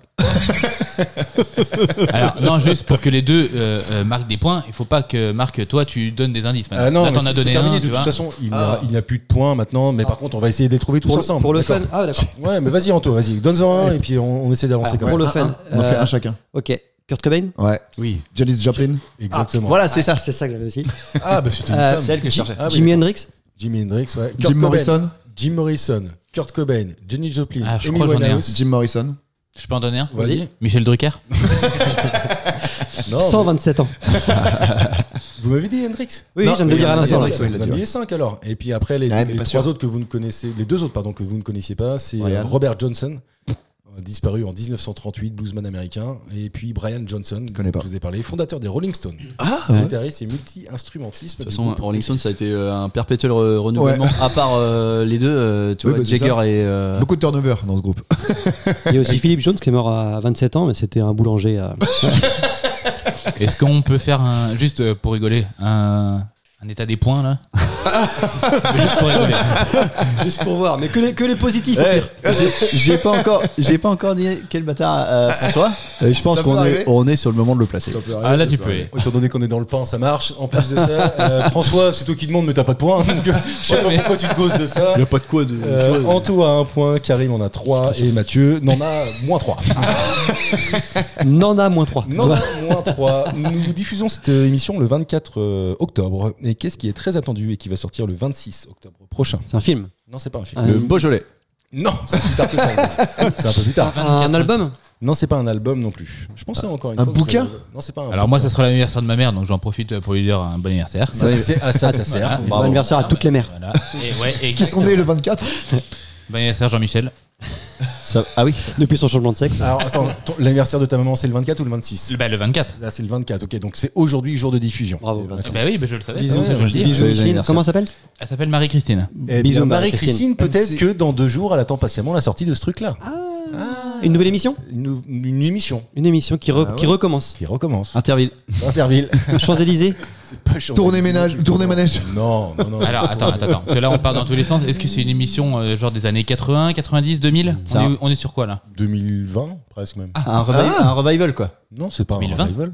Speaker 6: Alors, non, juste pour que les deux euh, euh, marquent des points, il faut pas que Marc, toi, tu donnes des indices. maintenant.
Speaker 4: Ah non,
Speaker 6: là,
Speaker 4: mais
Speaker 6: t'en
Speaker 4: c'est-
Speaker 6: as
Speaker 4: c'est
Speaker 6: donné
Speaker 4: terminé,
Speaker 6: un,
Speaker 4: de
Speaker 6: tu
Speaker 4: toute
Speaker 6: vois.
Speaker 4: façon, il n'a il n'a plus de points maintenant, mais par contre, on va essayer de les trouver tous
Speaker 5: Ah. Pour le-
Speaker 4: ensemble.
Speaker 5: Pour le
Speaker 4: D'accord.
Speaker 5: fun. Ah, d'accord.
Speaker 4: Ouais, mais vas-y, Anto, vas-y, donne-en un et puis on, on essaie d'avancer
Speaker 5: Ah,
Speaker 4: comme
Speaker 5: pour
Speaker 4: ça.
Speaker 5: le
Speaker 3: Un,
Speaker 5: fun.
Speaker 3: un. On en fait
Speaker 5: euh,
Speaker 3: un chacun.
Speaker 5: Ok. Kurt Cobain
Speaker 3: Ouais.
Speaker 7: Oui.
Speaker 3: Janis Joplin.
Speaker 4: Exactement.
Speaker 5: Ah,
Speaker 7: Voilà, c'est ça.
Speaker 5: C'est ça que j'avais aussi.
Speaker 4: Ah, bah c'était une
Speaker 5: Euh,
Speaker 4: femme.
Speaker 7: Celle que je
Speaker 4: Jim-
Speaker 7: cherchais.
Speaker 4: Ah oui,
Speaker 5: Jimi Hendrix
Speaker 4: Jimi Hendrix, ouais. Kurt
Speaker 3: Jim
Speaker 4: Cobain,
Speaker 3: Morrison.
Speaker 4: Jim Morrison, Kurt Cobain, Jenny Joplin,
Speaker 6: Ah, je
Speaker 4: Amy
Speaker 6: crois que j'en ai un.
Speaker 4: Winehouse.
Speaker 3: Jim Morrison.
Speaker 6: Je peux en donner un
Speaker 4: Vas-y.
Speaker 6: Michel Drucker
Speaker 4: Non,
Speaker 5: 127 ans.
Speaker 4: mais Vous m'avez dit Hendrix
Speaker 5: Oui,
Speaker 3: Non,
Speaker 5: je viens de
Speaker 3: mais
Speaker 5: le dire à
Speaker 3: il y en a
Speaker 5: l'instant.
Speaker 3: des
Speaker 5: là.
Speaker 3: Hendrix, ouais, il
Speaker 4: Vous
Speaker 3: l'a
Speaker 4: en
Speaker 3: dit, ouais.
Speaker 4: aviez 5 alors. Et puis après, les,
Speaker 3: Ouais, mais
Speaker 4: les
Speaker 3: pas
Speaker 4: trois
Speaker 3: sûr.
Speaker 4: autres que vous ne connaissez, les deux autres pardon que vous ne connaissiez pas, c'est
Speaker 3: Brian.
Speaker 4: euh, Robert Johnson, euh, disparu en 1938, bluesman américain, et puis Brian Johnson, dont
Speaker 3: connais pas.
Speaker 4: je vous ai parlé, fondateur des Rolling Stones,
Speaker 3: Ah
Speaker 4: guitariste et multi-instrumentiste.
Speaker 7: De toute
Speaker 4: du
Speaker 7: façon,
Speaker 4: groupe.
Speaker 7: Rolling Stone, ça a été euh, un perpétuel euh, renouvellement, à part euh, les deux, euh, tu
Speaker 3: Oui,
Speaker 7: vois,
Speaker 3: bah, c'est
Speaker 7: Jagger et. euh,
Speaker 3: Beaucoup de turnover dans ce groupe.
Speaker 5: Il y a aussi Philippe Jones qui est mort à 27 ans, mais c'était un boulanger. euh,
Speaker 6: Est-ce qu'on peut faire un. Juste euh, pour rigoler, un. Un état des points, là Juste pour rigoler.
Speaker 5: Juste pour voir, mais que les, que les positifs. au
Speaker 7: Eh,
Speaker 5: pire.
Speaker 7: j'ai- J'ai pas encore, j'ai pas encore dit quel bâtard euh, François. Euh, je pense
Speaker 3: Ah, Ça peut
Speaker 7: qu'on
Speaker 3: arriver
Speaker 7: est, on est sur le moment de le placer.
Speaker 3: Ça peut arriver,
Speaker 6: Ah, là,
Speaker 3: ça
Speaker 6: tu
Speaker 3: peut
Speaker 6: peux.
Speaker 3: arriver.
Speaker 6: aller.
Speaker 4: Étant donné qu'on est dans le pain, ça marche. En plus de ça, euh, François, c'est toi qui demandes, mais t'as pas de points. Donc, je sais pas pourquoi tu te gausses de ça.
Speaker 7: Il y a pas de quoi de.
Speaker 4: Euh, Anto a un point, Karim en a trois et Mathieu n'en a moins trois.
Speaker 5: Nana moins 3.
Speaker 4: N'en a moins trois. Nous diffusons cette émission le 24 euh, octobre. Et qu'est-ce qui est très attendu et qui va sortir le 26 octobre prochain
Speaker 5: C'est un film.
Speaker 4: Non, c'est pas un film.
Speaker 5: Un-
Speaker 7: le Beaujolais.
Speaker 4: Non, c'est plus tard que ça. C'est un peu plus tard.
Speaker 5: Un album
Speaker 4: Non, c'est pas un album non plus. Je pensais encore une
Speaker 3: Un
Speaker 4: fois que
Speaker 3: bouquin
Speaker 4: j'avais- Non, c'est pas un
Speaker 6: Alors, moi, ça sera l'anniversaire de ma mère, donc j'en profite pour lui dire un bon anniversaire.
Speaker 4: bouquin. Ça, c'est à ça que ça sert.
Speaker 6: Voilà.
Speaker 5: Bon anniversaire à toutes les mères.
Speaker 6: Voilà. Et ouais, et
Speaker 3: Qui sont nés le 24
Speaker 6: Bon anniversaire, Jean-Michel.
Speaker 7: Ça- ah oui.
Speaker 5: Depuis son changement de sexe.
Speaker 4: Alors attends, ton- l'anniversaire de ta maman, c'est le 24 ou le 26
Speaker 6: Bah, le 24.
Speaker 4: Là, c'est le 24, ok. Donc c'est aujourd'hui, jour de diffusion.
Speaker 5: Bravo.
Speaker 6: Eh Bah oui, bah, je le savais.
Speaker 5: Bisous,
Speaker 6: ça, je le dis.
Speaker 5: Bisous,
Speaker 7: Joyeux
Speaker 5: Micheline.
Speaker 7: anniversaire.
Speaker 5: Comment elle s'appelle
Speaker 6: Elle s'appelle Marie-Christine.
Speaker 4: Eh
Speaker 5: Bisous,
Speaker 4: bien,
Speaker 5: Marie-Christine.
Speaker 4: Marie-Christine, peut-être
Speaker 3: MC.
Speaker 4: que dans deux jours, elle attend patiemment la sortie de ce truc-là.
Speaker 3: Ah.
Speaker 5: Une nouvelle émission
Speaker 4: Une, une émission
Speaker 5: Une émission qui, re- qui recommence.
Speaker 4: qui recommence.
Speaker 7: Interville.
Speaker 4: Interville.
Speaker 5: Champs-Élysées
Speaker 3: Tournée ménage, tournée manège.
Speaker 4: Non, non, non.
Speaker 6: Alors attends, attends, attends. Parce que là on part dans tous les sens. Est-ce que c'est une émission euh, genre des années 80, 90, 2000
Speaker 7: Ça.
Speaker 6: on est, où- on est sur quoi là
Speaker 4: 2020, presque même.
Speaker 6: Ah.
Speaker 3: Ah.
Speaker 7: Un, revival, un revival quoi.
Speaker 4: Non, c'est pas un
Speaker 6: 2020.
Speaker 4: revival.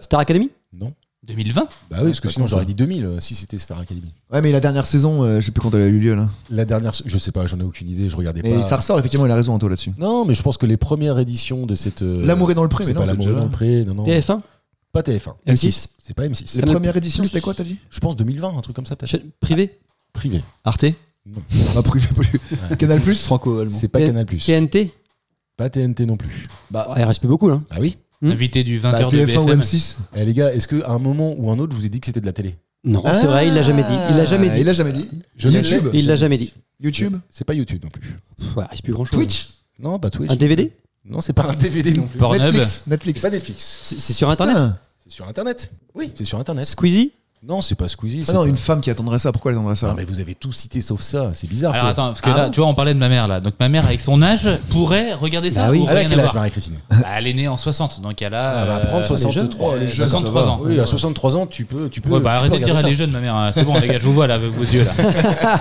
Speaker 5: Star Academy
Speaker 4: Non.
Speaker 6: 2020
Speaker 4: Bah oui, parce que sinon j'aurais dit 2000 euh, si c'était Star Academy.
Speaker 3: Ouais, mais la dernière saison, euh, je sais plus quand elle a eu lieu là.
Speaker 4: La dernière, je sais pas, j'en ai aucune idée, je regardais
Speaker 3: Mais
Speaker 4: pas.
Speaker 3: ça ressort, effectivement, il a raison, Anto, là-dessus.
Speaker 4: Non, mais je pense que les premières éditions de cette. euh,
Speaker 3: L'amour est dans le pré,
Speaker 4: C'est
Speaker 3: mais non,
Speaker 4: pas
Speaker 3: c'est
Speaker 4: l'amour est
Speaker 3: déjà
Speaker 4: dans
Speaker 3: là.
Speaker 4: le pré, non, non.
Speaker 5: TF1
Speaker 4: Pas TF1.
Speaker 5: M6
Speaker 4: C'est pas M6.
Speaker 3: Les
Speaker 5: Canal+.
Speaker 3: premières éditions, c'était quoi, t'as dit
Speaker 4: Je pense 2020, un truc comme ça peut-être.
Speaker 5: Cha- Privé
Speaker 4: Privé.
Speaker 7: Arte.
Speaker 3: Ah, privé, plus. Canal Plus
Speaker 7: Franco-allemand.
Speaker 4: C'est pas
Speaker 5: T-
Speaker 4: Canal+.
Speaker 5: TNT
Speaker 4: Pas TNT non plus.
Speaker 5: Bah, il reste plus beaucoup là.
Speaker 4: Ah oui
Speaker 5: Hmm.
Speaker 6: Invité du 20h de
Speaker 3: bah, TF1 ou
Speaker 6: BFM.
Speaker 3: M6
Speaker 4: Eh les gars, est-ce qu'à un moment ou un autre, je vous ai dit que c'était de la télé
Speaker 5: Non, Oh, c'est vrai, il l'a jamais dit. Ah. Il l'a jamais
Speaker 3: Ah, Il
Speaker 5: dit.
Speaker 3: l'a jamais dit.
Speaker 4: Je
Speaker 3: YouTube.
Speaker 4: l'ai-
Speaker 5: Il l'a jamais dit.
Speaker 3: YouTube
Speaker 4: C'est pas YouTube non plus.
Speaker 5: Pff, voilà, il reste plus grand chose.
Speaker 3: Twitch
Speaker 4: Non, pas Twitch.
Speaker 5: Un DVD
Speaker 4: Non, c'est pas un DVD non plus.
Speaker 6: Pornhub.
Speaker 3: Netflix
Speaker 4: C'est
Speaker 3: Netflix.
Speaker 4: pas Netflix.
Speaker 5: C'est c'est sur internet
Speaker 3: Putain.
Speaker 4: C'est sur Internet. Oui, c'est sur Internet.
Speaker 5: Squeezie
Speaker 4: Non, c'est pas Squeezie.
Speaker 3: Ah
Speaker 4: c'est
Speaker 3: non,
Speaker 4: pas-
Speaker 3: une femme qui attendrait ça, pourquoi elle attendrait
Speaker 4: Non,
Speaker 3: ça
Speaker 4: mais vous avez tout cité sauf ça. C'est bizarre.
Speaker 6: Alors
Speaker 4: quoi.
Speaker 6: attends, parce que là, tu vois, on parlait de ma mère là. Donc ma mère, avec son âge, pourrait regarder ça.
Speaker 5: Bah oui.
Speaker 6: ou
Speaker 4: Elle a
Speaker 6: rien
Speaker 4: quel
Speaker 6: à
Speaker 4: âge,
Speaker 6: voir.
Speaker 4: Marie-Christine
Speaker 6: Bah, Elle est née en 60, donc elle a.
Speaker 4: Elle va prendre
Speaker 6: Ah euh,
Speaker 4: 63.
Speaker 6: les
Speaker 4: les
Speaker 6: jeunes,
Speaker 4: jeunes,
Speaker 6: 63
Speaker 4: ça va.
Speaker 6: ans.
Speaker 4: Oui, à 63 ans, tu peux. Tu peux
Speaker 6: Ouais,
Speaker 4: tu
Speaker 6: bah
Speaker 4: peux
Speaker 6: arrêtez de dire
Speaker 4: regarder
Speaker 6: elle est
Speaker 4: ça.
Speaker 6: jeune, ma mère. hein. C'est bon, les gars, je vous vois là avec vos yeux là.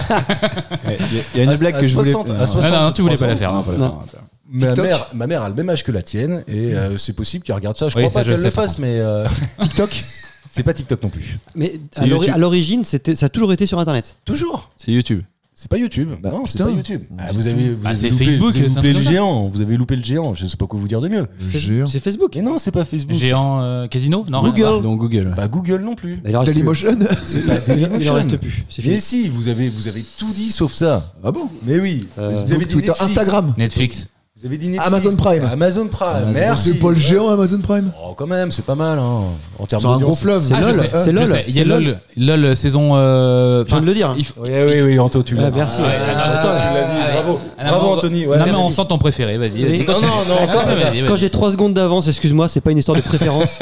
Speaker 7: Il y a une
Speaker 4: À-
Speaker 7: blague
Speaker 4: à
Speaker 7: que je voulais.
Speaker 4: 60, à
Speaker 7: Non,
Speaker 4: 60,
Speaker 6: non, non, tu voulais pas la
Speaker 4: ans.
Speaker 6: faire. hein.
Speaker 7: non, pas la
Speaker 5: Non.
Speaker 7: faire, non, pas la faire.
Speaker 4: Ma
Speaker 3: TikTok
Speaker 4: mère, ma mère a le même âge que la tienne et euh, c'est possible qu'elle regarde ça. Je
Speaker 6: Oui,
Speaker 4: crois
Speaker 6: ça,
Speaker 4: pas
Speaker 6: je
Speaker 4: qu'elle
Speaker 6: sais,
Speaker 4: le
Speaker 6: par
Speaker 4: fasse, mais euh,
Speaker 3: TikTok
Speaker 4: c'est pas TikTok non plus.
Speaker 5: Mais
Speaker 7: C'est
Speaker 5: à l'ori-
Speaker 7: YouTube.
Speaker 5: à l'origine, c'était- ça a toujours été sur internet.
Speaker 4: Toujours.
Speaker 7: C'est YouTube.
Speaker 4: C'est pas YouTube.
Speaker 3: Bah,
Speaker 4: non, c'est
Speaker 3: putain.
Speaker 4: pas YouTube. Ah, vous avez, vous
Speaker 6: Bah,
Speaker 4: avez
Speaker 6: c'est
Speaker 4: loupé,
Speaker 6: Facebook,
Speaker 4: vous avez
Speaker 6: c'est un
Speaker 4: loupé
Speaker 6: truc
Speaker 4: le
Speaker 6: comme ça.
Speaker 4: géant. Vous avez loupé le géant. Je sais pas quoi vous dire de mieux.
Speaker 3: Je jure.
Speaker 5: C'est Facebook.
Speaker 4: Mais non, c'est pas Facebook.
Speaker 6: Géant euh, casino Non, rien à voir.
Speaker 7: Google. Donc Google.
Speaker 4: Bah Google non plus.
Speaker 5: Bah, il en reste plus.
Speaker 3: Dailymotion
Speaker 4: C'est pas Dailymotion.
Speaker 5: Il en reste plus. C'est
Speaker 4: Mais
Speaker 5: fini.
Speaker 4: si, vous avez, vous avez tout dit sauf ça.
Speaker 3: Ah bon
Speaker 4: Mais oui.
Speaker 5: Euh,
Speaker 4: vous avez
Speaker 3: Facebook,
Speaker 4: dit
Speaker 3: Twitter,
Speaker 4: Netflix.
Speaker 3: Instagram
Speaker 6: Netflix.
Speaker 4: Vous avez dit Netflix.
Speaker 3: Amazon Prime.
Speaker 4: Amazon Prime. Merci.
Speaker 3: C'est pas le géant Amazon Prime
Speaker 4: Oh, quand même, c'est pas mal. Hein. En termes
Speaker 3: C'est un
Speaker 4: d'audience,
Speaker 3: gros fleuve.
Speaker 6: Ah, je
Speaker 4: euh,
Speaker 6: sais,
Speaker 5: c'est
Speaker 6: je
Speaker 5: LOL,
Speaker 6: sais. Il y a
Speaker 5: c'est LOL.
Speaker 6: LOL. LOL saison. euh,
Speaker 5: Je viens de le dire.
Speaker 6: il faut-
Speaker 4: Oui, oui, oui, Anto, tu l'as.
Speaker 5: Ah, merci.
Speaker 6: Ouais, attends,
Speaker 4: tu l'as dit,
Speaker 6: Ah,
Speaker 4: bravo.
Speaker 6: Ah, non,
Speaker 4: bravo,
Speaker 6: mais on-
Speaker 4: Anthony. ouais,
Speaker 6: non, mais
Speaker 4: merci.
Speaker 6: on sent ton préféré, vas-y.
Speaker 5: Oui.
Speaker 6: vas-y,
Speaker 5: Non,
Speaker 6: continue.
Speaker 4: non, non,
Speaker 6: Ah,
Speaker 4: encore,
Speaker 6: vas-y, vas-y,
Speaker 5: Quand
Speaker 6: vas-y.
Speaker 5: j'ai 3 secondes d'avance, excuse-moi, c'est pas une histoire de préférence.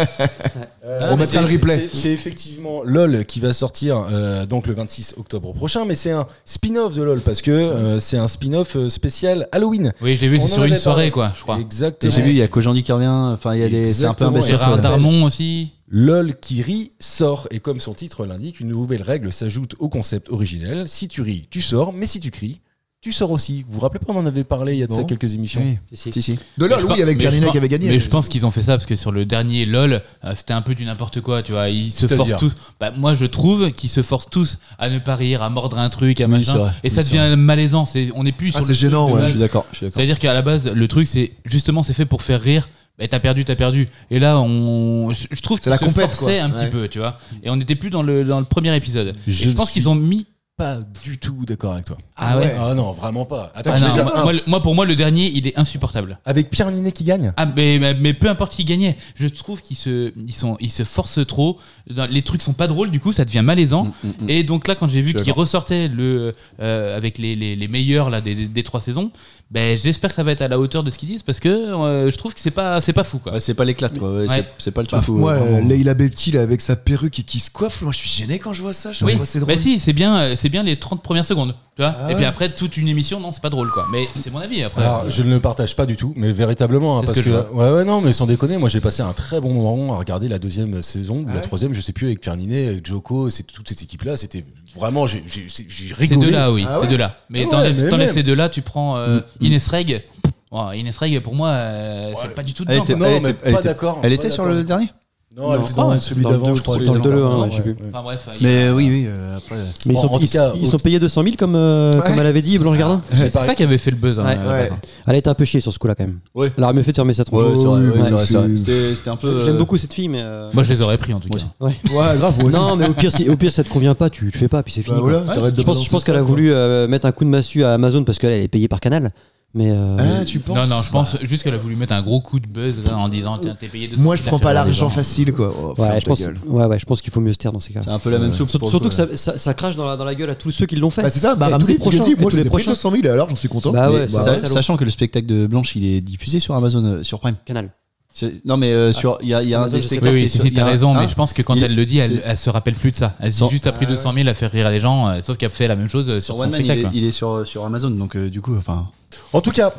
Speaker 3: On mettra le replay.
Speaker 4: Euh, C'est- C'est effectivement LOL qui va sortir euh, donc le 26 octobre prochain, mais c'est un spin-off de LOL parce que euh, c'est un spin-off euh, spécial Halloween.
Speaker 6: Oui, j'ai vu,
Speaker 4: On
Speaker 6: c'est
Speaker 4: en
Speaker 6: sur une
Speaker 4: avait
Speaker 6: soirée,
Speaker 4: parlé.
Speaker 6: quoi, je crois.
Speaker 7: Et
Speaker 4: Exactement.
Speaker 7: j'ai vu, il y a Kojandi qui revient. Enfin, il y a des. C'est un peu un euh.
Speaker 4: Exactement.
Speaker 7: best
Speaker 4: Et
Speaker 6: Gérard
Speaker 4: Ouais.
Speaker 6: Darmon aussi.
Speaker 4: LOL qui rit sort et comme son titre l'indique, une nouvelle règle s'ajoute au concept originel. Si tu ris, tu sors, mais si tu cries, tu sors aussi. Vous vous rappelez pas, on en avait parlé il y a de ça
Speaker 3: Non.
Speaker 4: quelques émissions.
Speaker 7: Si, si.
Speaker 3: De
Speaker 6: Mais
Speaker 3: là,
Speaker 6: je
Speaker 3: oui,
Speaker 6: pense-
Speaker 3: avec
Speaker 6: mais je
Speaker 3: Bernina
Speaker 6: pense-
Speaker 3: qui avait gagné.
Speaker 6: Mais je pense qu'ils ont fait ça parce que sur le dernier LOL, euh, c'était un peu du n'importe quoi, tu vois. Ils se forcent
Speaker 4: C'est-à-dire
Speaker 6: tous. Bah, moi, je trouve qu'ils se forcent tous à ne pas rire, à mordre un truc, à
Speaker 7: c'est
Speaker 6: machin.
Speaker 7: vrai.
Speaker 6: Et ça
Speaker 7: Oui, c'est
Speaker 6: devient malaisant. C'est, on n'est plus
Speaker 3: Ah,
Speaker 6: sur.
Speaker 3: c'est gênant,
Speaker 7: Je
Speaker 3: ouais.
Speaker 7: suis d'accord. je suis d'accord.
Speaker 6: C'est-à-dire qu'à la base, le truc, c'est justement, c'est fait pour faire rire. Bah, t'as perdu, t'as perdu. Et là, on, je, je trouve
Speaker 3: C'est
Speaker 6: qu'ils
Speaker 3: la
Speaker 6: se
Speaker 3: compète,
Speaker 6: forçaient
Speaker 3: quoi.
Speaker 6: un petit
Speaker 3: Ouais.
Speaker 6: peu, tu vois. Et on n'était plus dans le dans le premier épisode. Et Je,
Speaker 4: Je
Speaker 6: pense
Speaker 4: suis-
Speaker 6: qu'ils ont mis.
Speaker 4: Pas du tout d'accord avec toi.
Speaker 6: Ah ouais.
Speaker 4: Ah non, vraiment pas. Attends,
Speaker 6: Ah
Speaker 4: je
Speaker 6: non,
Speaker 4: l'ai déjà-
Speaker 6: moi, moi, le- moi, pour moi, le dernier, il est insupportable.
Speaker 4: Avec Pierre Ninet qui gagne
Speaker 6: Ah, mais, mais, mais peu importe qui gagnait, je trouve qu'ils se, ils sont, ils se forcent trop. Dans- Les trucs sont pas drôles, du coup, ça devient malaisant. Et donc là, quand j'ai vu
Speaker 7: Mm, Je suis
Speaker 6: qu'ils ressortaient le, euh, avec les, les, les meilleurs là, des, des- des trois saisons, ben, j'espère que ça va être à la hauteur de ce qu'ils disent parce que euh, je trouve que c'est pas, c'est pas fou. Quoi.
Speaker 7: Ouais, c'est pas l'éclate, quoi. Ouais,
Speaker 6: Ouais.
Speaker 7: c'est- C'est pas le
Speaker 3: Bah,
Speaker 7: truc. où-
Speaker 3: moi, euh,
Speaker 7: vraiment.
Speaker 3: Leila Bebki, là, avec sa perruque et qui se coiffe, moi je suis gêné quand je vois ça. Je
Speaker 6: Oui,
Speaker 3: trouve pas c'est drôle.
Speaker 6: bah si, c'est bien, euh, c'est- c'est bien les 30 premières secondes. Tu vois
Speaker 3: Ah
Speaker 6: Et puis
Speaker 3: ouais.
Speaker 6: après, toute une émission, non, c'est pas drôle, quoi. Mais c'est mon avis, après.
Speaker 4: Alors, je ne le partage pas du tout, mais véritablement, hein,
Speaker 6: C'est ce
Speaker 4: parce
Speaker 6: que
Speaker 4: que,
Speaker 6: je
Speaker 4: ouais, ouais, non, mais sans déconner, moi j'ai passé un très bon moment à regarder la deuxième saison, ou
Speaker 3: Ah
Speaker 4: la
Speaker 3: ouais
Speaker 4: troisième, je sais plus, avec Pierre Ninet, avec Joko, c'est toute cette équipe-là, c'était vraiment, j'ai- j'ai j'ai- j'ai
Speaker 6: Ces
Speaker 4: rigolé.
Speaker 6: deux-là, oui,
Speaker 3: Ah
Speaker 6: ces
Speaker 3: ouais
Speaker 6: deux-là. Mais
Speaker 4: Ah ouais,
Speaker 6: t'enlèves
Speaker 4: mais
Speaker 6: t'enlèves
Speaker 4: même.
Speaker 6: ces deux-là, tu prends euh, Ines Reg. Oh, Ines Reg, pour moi, euh, c'est pas du tout
Speaker 7: Elle
Speaker 6: dedans.
Speaker 7: était-
Speaker 6: quoi.
Speaker 4: Non,
Speaker 7: elle
Speaker 4: mais
Speaker 7: était- elle
Speaker 4: pas
Speaker 7: était-
Speaker 4: d'accord.
Speaker 7: Elle
Speaker 4: pas
Speaker 7: était sur le
Speaker 4: d'accord.
Speaker 7: dernier
Speaker 4: Non, elle
Speaker 5: Non,
Speaker 4: était
Speaker 5: je
Speaker 4: dans
Speaker 5: crois,
Speaker 4: celui
Speaker 5: dans le
Speaker 4: d'avant,
Speaker 5: deux,
Speaker 4: je crois.
Speaker 5: dans le deux, le un, je sais plus.
Speaker 6: Enfin bref, il y a-
Speaker 7: Mais oui, oui, euh, après. euh,
Speaker 5: Mais
Speaker 4: Bon,
Speaker 5: ils, sont,
Speaker 4: en tout
Speaker 5: ils-
Speaker 4: cas,
Speaker 5: ils sont payés 200 000 comme, euh,
Speaker 3: Ouais.
Speaker 5: comme elle avait dit, Blanche Gardin.
Speaker 6: C'est ça qui avait fait le buzz. hein,
Speaker 5: Ouais.
Speaker 6: à la
Speaker 3: Ouais.
Speaker 6: base, hein.
Speaker 5: Elle a été un peu chiée sur ce coup-là quand même.
Speaker 7: Ouais.
Speaker 5: Elle aurait mieux fait de fermer sa tronche.
Speaker 7: Ouais, c'est vrai,
Speaker 3: oui,
Speaker 7: ouais,
Speaker 3: mais
Speaker 7: c'est vrai,
Speaker 3: c'est-
Speaker 7: c'est vrai. C'était c'était un peu.
Speaker 5: Je l'aime
Speaker 7: euh,
Speaker 5: beaucoup cette fille, mais. euh,
Speaker 6: Moi, je les aurais pris en tout
Speaker 7: Moi
Speaker 6: cas.
Speaker 5: ouais.
Speaker 3: Ouais, grave, moi aussi.
Speaker 5: Non, mais au pire, si, au pire, ça te convient pas, tu le fais pas, puis c'est
Speaker 3: Bah
Speaker 5: fini. quoi.
Speaker 3: voilà, t'arrêtes de
Speaker 5: Je pense, je pense
Speaker 3: balancer
Speaker 5: qu'elle a
Speaker 3: ça, quoi.
Speaker 5: voulu euh, mettre un coup de massue à Amazon parce qu'elle elle est payée par Canal. Mais euh,
Speaker 3: Ah, tu penses
Speaker 6: Non, non, je pense juste qu'elle a voulu mettre un gros coup de buzz là, en disant tiens, t'es payé de
Speaker 3: Moi, je prends pas l'argent facile, quoi. Oh, ferme
Speaker 5: ouais, je
Speaker 3: ta
Speaker 5: pense,
Speaker 3: gueule.
Speaker 5: ouais, ouais, je pense qu'il faut mieux se taire dans ces cas.
Speaker 7: C'est un peu la même soupe.
Speaker 5: Surtout
Speaker 7: pour
Speaker 5: surtout
Speaker 7: le
Speaker 5: que
Speaker 7: coup,
Speaker 5: ça, ça- ça crache dans la, dans la gueule à tous ceux qui l'ont fait.
Speaker 3: Bah, c'est ça,
Speaker 5: Et
Speaker 3: bah,
Speaker 5: tous les
Speaker 3: Ramsey,
Speaker 5: prochains,
Speaker 3: dit, moi,
Speaker 5: et tous
Speaker 3: je
Speaker 5: les
Speaker 3: les ai pris
Speaker 5: prochains.
Speaker 3: 200 000 et alors, j'en suis content.
Speaker 5: Bah
Speaker 7: Mais
Speaker 5: ouais, c'est ça,
Speaker 7: sa-
Speaker 5: salaud.
Speaker 7: Ah sachant que le spectacle de Blanche, il est diffusé sur Amazon, euh, sur Prime.
Speaker 5: Canal.
Speaker 7: C'est- Non, mais euh, sur, il y a, il y a un
Speaker 5: Amazon,
Speaker 7: des
Speaker 5: je sais
Speaker 6: Oui,
Speaker 7: spectacles.
Speaker 6: oui,
Speaker 7: qui est
Speaker 6: si,
Speaker 7: sur-
Speaker 6: si,
Speaker 7: il y a
Speaker 6: t'as
Speaker 7: un-
Speaker 6: raison, mais
Speaker 7: hein
Speaker 6: je pense que quand
Speaker 7: Il-
Speaker 6: elle le dit, elle,
Speaker 7: c'est-
Speaker 6: elle se rappelle plus de ça. Elle se dit
Speaker 7: Sans-
Speaker 6: juste, t'as pris 200 000 à faire rire les gens, euh, sauf qu'elle fait la même chose euh, sur
Speaker 7: Sur
Speaker 6: son
Speaker 7: One Man, il
Speaker 6: spectacle.
Speaker 7: est,
Speaker 6: quoi.
Speaker 7: il est sur, sur Amazon, donc euh, du coup, enfin.
Speaker 4: En tout cas,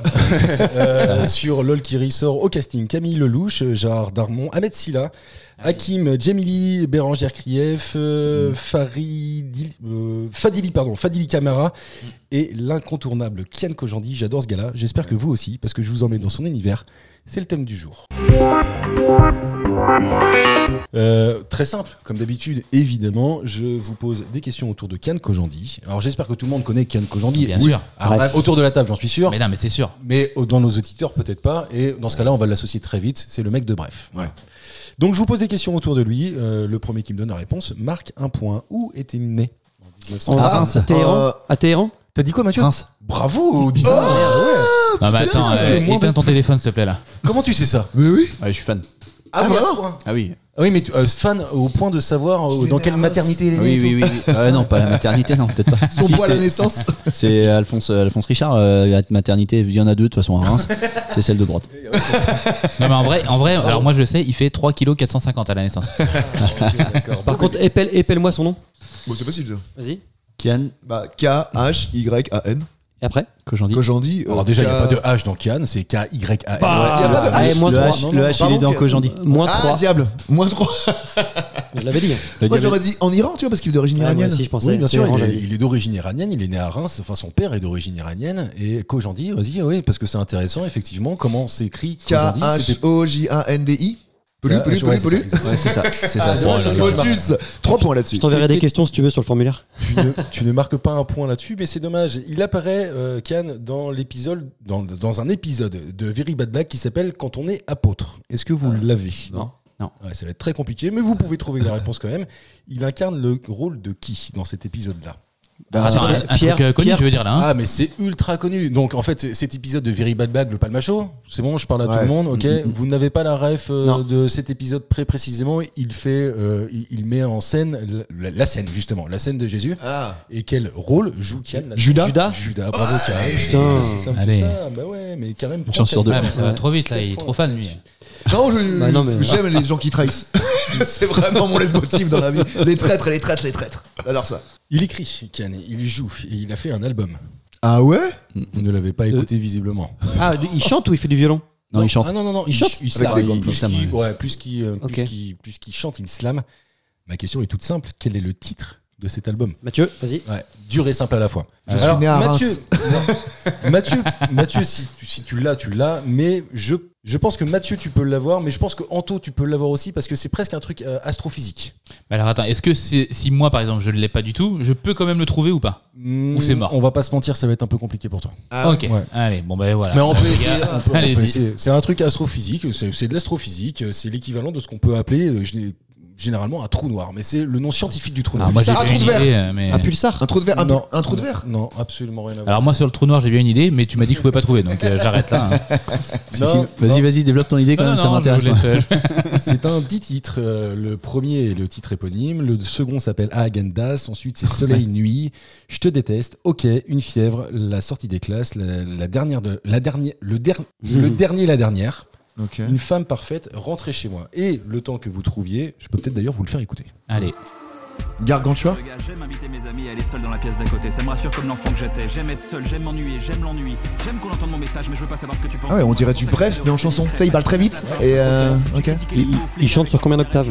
Speaker 4: euh, sur LOL qui ressort au casting, Camille Lelouch, euh, Gérard Darmon, Ahmed
Speaker 6: Ah
Speaker 4: Silla, Hakim Djemili, Bérangère Krief, euh,
Speaker 6: Mm.
Speaker 4: Farid- euh, Fadili, pardon, Fadili Camara
Speaker 6: Mm.
Speaker 4: et l'incontournable Kian Kojandi. J'adore ce gars-là, j'espère que vous aussi, parce que je vous emmène dans son univers. C'est le thème du jour. Euh, très simple, comme d'habitude, évidemment, je vous pose des questions autour de Kian Kojandi. Alors j'espère que tout le monde connaît Kian Kojandi.
Speaker 6: Ah, Bien sûr.
Speaker 4: Alors,
Speaker 5: Bref.
Speaker 4: autour de la table, j'en suis sûr.
Speaker 6: Mais non, mais c'est sûr.
Speaker 4: Mais au- dans nos auditeurs, peut-être pas. Et dans ce cas-là, on va l'associer très vite. C'est le mec de Bref.
Speaker 3: Ouais.
Speaker 4: Donc, je vous pose des questions autour de lui. Euh, le premier qui me donne la réponse marque un point. Où était né en 1900
Speaker 5: En- à Téhéran,
Speaker 3: Euh,
Speaker 5: à Téhéran
Speaker 4: T'as dit quoi, Mathieu
Speaker 7: Prince.
Speaker 4: Bravo, dis donc.
Speaker 6: Non, mais attends,
Speaker 4: putain,
Speaker 6: euh,
Speaker 4: j'ai moins
Speaker 6: éteins ton téléphone, s'il te plaît, là.
Speaker 4: Comment tu sais ça
Speaker 3: Mais oui.
Speaker 7: Ah, je suis fan.
Speaker 4: Ah,
Speaker 3: oui, à ce
Speaker 7: Ah oui.
Speaker 4: Ah oui, mais tu- euh, fan au point de savoir euh,
Speaker 3: Qu'il est
Speaker 4: dans quelle
Speaker 3: né à
Speaker 4: maternité il est né.
Speaker 7: Oui,
Speaker 4: et
Speaker 7: oui, oui. oui. Ah, non, pas la maternité, non, peut-être pas.
Speaker 3: Son
Speaker 7: Si,
Speaker 3: poids à la
Speaker 7: c'est-
Speaker 3: naissance.
Speaker 7: C'est Alphonse, Alphonse Richard, euh, la maternité, il y en a deux de toute façon à Reims, c'est celle de droite.
Speaker 6: Non, mais en vrai, en vrai, alors moi je le sais, il fait 3 kg 450 à la naissance.
Speaker 4: Ah,
Speaker 5: Par contre, épelle, épelle-moi son nom.
Speaker 3: Bon, c'est facile ça.
Speaker 5: Vas-y.
Speaker 7: Kian,
Speaker 3: Bah, K-H-Y-A-N.
Speaker 5: Et après
Speaker 7: Kojandi.
Speaker 3: Quand j'en dis.
Speaker 4: tout. Alors, déjà, il n'y a pas de H dans Kian, c'est K-Y-A-N.
Speaker 6: Bah,
Speaker 3: y a pas de
Speaker 10: Ah,
Speaker 5: Allez,
Speaker 3: H.
Speaker 5: moins
Speaker 7: le
Speaker 5: 3.
Speaker 7: H, le H, il
Speaker 3: Pardon,
Speaker 7: est dans
Speaker 3: Kian.
Speaker 7: Kojandi.
Speaker 5: Euh, Moins
Speaker 3: Ah,
Speaker 5: 3.
Speaker 3: diable Moins 3.
Speaker 5: Je l'avais dit.
Speaker 7: Le
Speaker 3: Moi,
Speaker 7: diabète.
Speaker 3: j'aurais dit en Iran, tu vois, parce qu'il est d'origine
Speaker 5: Ouais, Ah, moi
Speaker 3: iranienne.
Speaker 5: aussi, je pensais.
Speaker 4: Oui, bien sûr,
Speaker 5: Téhéran,
Speaker 4: il est,
Speaker 5: j'avais dit.
Speaker 4: il est d'origine iranienne, il est né à Reims, enfin son père est d'origine iranienne, et Kojandi, vas-y, oui, parce que c'est intéressant, effectivement, comment s'écrit Kojandi, c'était-
Speaker 3: K-H-O-J-A-N-D-I. Pelu,
Speaker 4: Ouais,
Speaker 3: pelu,
Speaker 4: ouais,
Speaker 3: pelu,
Speaker 4: c'est
Speaker 3: pelu.
Speaker 4: ça,
Speaker 7: Ouais, c'est ça, c'est ça.
Speaker 3: Ah,
Speaker 7: c'est ça.
Speaker 3: dommage, Motus. 3 points là-dessus.
Speaker 5: Je t'enverrai des questions si tu veux sur le formulaire.
Speaker 4: tu, ne, tu ne marques pas un point là-dessus, mais c'est dommage. Il apparaît, euh, Khan, dans l'épisode, dans, dans un épisode de Very Bad Black qui s'appelle Quand on est apôtre. Est-ce que vous l'avez
Speaker 7: Euh, Non. Non.
Speaker 4: Ouais, ça va être très compliqué, mais vous pouvez trouver la réponse quand même. Il incarne le rôle de qui dans cet épisode-là
Speaker 6: Attends, un, un
Speaker 5: Pierre-
Speaker 6: truc euh, connu,
Speaker 5: Pierre-
Speaker 6: tu veux dire là hein
Speaker 4: Ah, mais c'est ultra connu. Donc, en fait, c'est- cet épisode de Very Bad Bag, le Palmacho, c'est bon, je parle à tout
Speaker 3: Ouais.
Speaker 4: le monde, ok
Speaker 6: Mm, mm, mm.
Speaker 4: Vous n'avez pas la ref euh,
Speaker 5: Non.
Speaker 4: de cet épisode très précisément. Il fait, euh, il, il met en scène la, la scène, justement, la scène de Jésus.
Speaker 3: Ah.
Speaker 4: Et quel rôle joue Kian là-dedans
Speaker 5: Judas
Speaker 4: Judas, Judas, bravo Kian.
Speaker 5: Putain.
Speaker 4: C'est simple que
Speaker 6: Allez.
Speaker 4: ça. Bah ouais, mais quand même.
Speaker 7: chance sur
Speaker 4: prends
Speaker 7: deux.
Speaker 6: Ouais,
Speaker 4: quatre
Speaker 6: mais ça va
Speaker 4: points.
Speaker 6: trop vite là, il est trop fan lui.
Speaker 3: Non, je-
Speaker 5: Bah, non, mais-
Speaker 3: j'aime les gens qui trahissent. c'est vraiment mon leitmotiv dans la vie. Les traîtres, les traîtres, les traîtres. J'adore ça.
Speaker 4: Il écrit, Kian, il joue, et il a fait un album.
Speaker 3: Ah ouais
Speaker 4: Vous ne l'avez pas écouté visiblement.
Speaker 5: Ah, il chante ou il fait du violon
Speaker 7: Non, il chante.
Speaker 4: Ah non, non, non, il,
Speaker 5: chante
Speaker 4: ch- il
Speaker 3: Avec
Speaker 4: slame.
Speaker 3: des
Speaker 4: il-
Speaker 3: gants de
Speaker 4: plus
Speaker 7: slame,
Speaker 4: qu'il
Speaker 7: ouais.
Speaker 4: ouais, plus qu'il, euh, plus
Speaker 5: Ok.
Speaker 4: qu'il- plus qu'il chante, il slame. Ma question est toute simple. Quel est le titre de cet album
Speaker 5: Mathieu, vas-y.
Speaker 4: ouais, Dur et simple à la fois.
Speaker 3: Je suis né à
Speaker 4: Mathieu, non. Mathieu, Mathieu, si tu, si tu l'as, tu l'as. Mais je, je pense que Mathieu, tu peux l'avoir. Mais je pense que Anto, tu peux l'avoir aussi parce que c'est presque un truc euh, astrophysique.
Speaker 6: Mais alors attends, est-ce que c'est- si moi par exemple je ne l'ai pas du tout, je peux quand même le trouver ou pas
Speaker 4: Ou
Speaker 6: c'est mort.
Speaker 4: On va pas se mentir, ça va être un peu compliqué pour toi.
Speaker 3: Ah
Speaker 6: Ok,
Speaker 4: ouais.
Speaker 6: allez, bon ben voilà.
Speaker 4: Mais on peut
Speaker 6: Les
Speaker 4: essayer.
Speaker 6: gars,
Speaker 4: on peut- on
Speaker 6: allez-y.
Speaker 4: peut essayer. C'est un truc astrophysique. C'est c'est de l'astrophysique. euh, C'est l'équivalent de ce qu'on peut appeler euh, gé- généralement un trou noir. Mais c'est le nom scientifique du trou noir.
Speaker 6: Alors moi j'ai bien
Speaker 3: Ah, trou
Speaker 6: une
Speaker 3: de verre.
Speaker 6: idée, euh, mais...
Speaker 5: Un pulsar
Speaker 3: Un trou de verre un,
Speaker 4: Non.
Speaker 3: un trou de verre
Speaker 4: Non, absolument rien à voir.
Speaker 6: Alors moi sur le trou noir j'ai bien une idée, mais tu m'as dit que je pouvais pas trouver, donc euh, j'arrête là. hein.
Speaker 7: Si,
Speaker 4: Non,
Speaker 7: si, Vas-y, vas-y, développe ton idée quand même, ça
Speaker 6: je
Speaker 7: m'intéresse.
Speaker 6: vous
Speaker 7: moi.
Speaker 6: laisse, euh, je-
Speaker 4: C'est un petit titre. euh, Le premier est le titre éponyme. Le second s'appelle Agendas. Ensuite, c'est Soleil Nuit. Je te déteste. Ok, une fièvre. La sortie des classes. La, la dernière de la dernière. Le, der- le
Speaker 6: Hmm.
Speaker 4: dernier, la dernière.
Speaker 3: Ok.
Speaker 4: Une femme parfaite. Rentrez chez moi. Et le temps que vous trouviez, je peux peut-être d'ailleurs vous le faire écouter.
Speaker 6: Allez.
Speaker 3: Gargantua
Speaker 10: Le gars, J'aime inviter mes amis à aller seul dans la pièce d'à côté. Ça me rassure comme l'enfant que j'étais. J'aime être seul, j'aime m'ennuyer, j'aime l'ennui. J'aime qu'on entende mon message, mais je veux pas savoir ce que tu penses.
Speaker 3: Ah ouais, on dirait du bref, mais en chanson. Tu sais, il parle très vite. Et euh, ok.
Speaker 5: Il- il- il chante sur combien d'octaves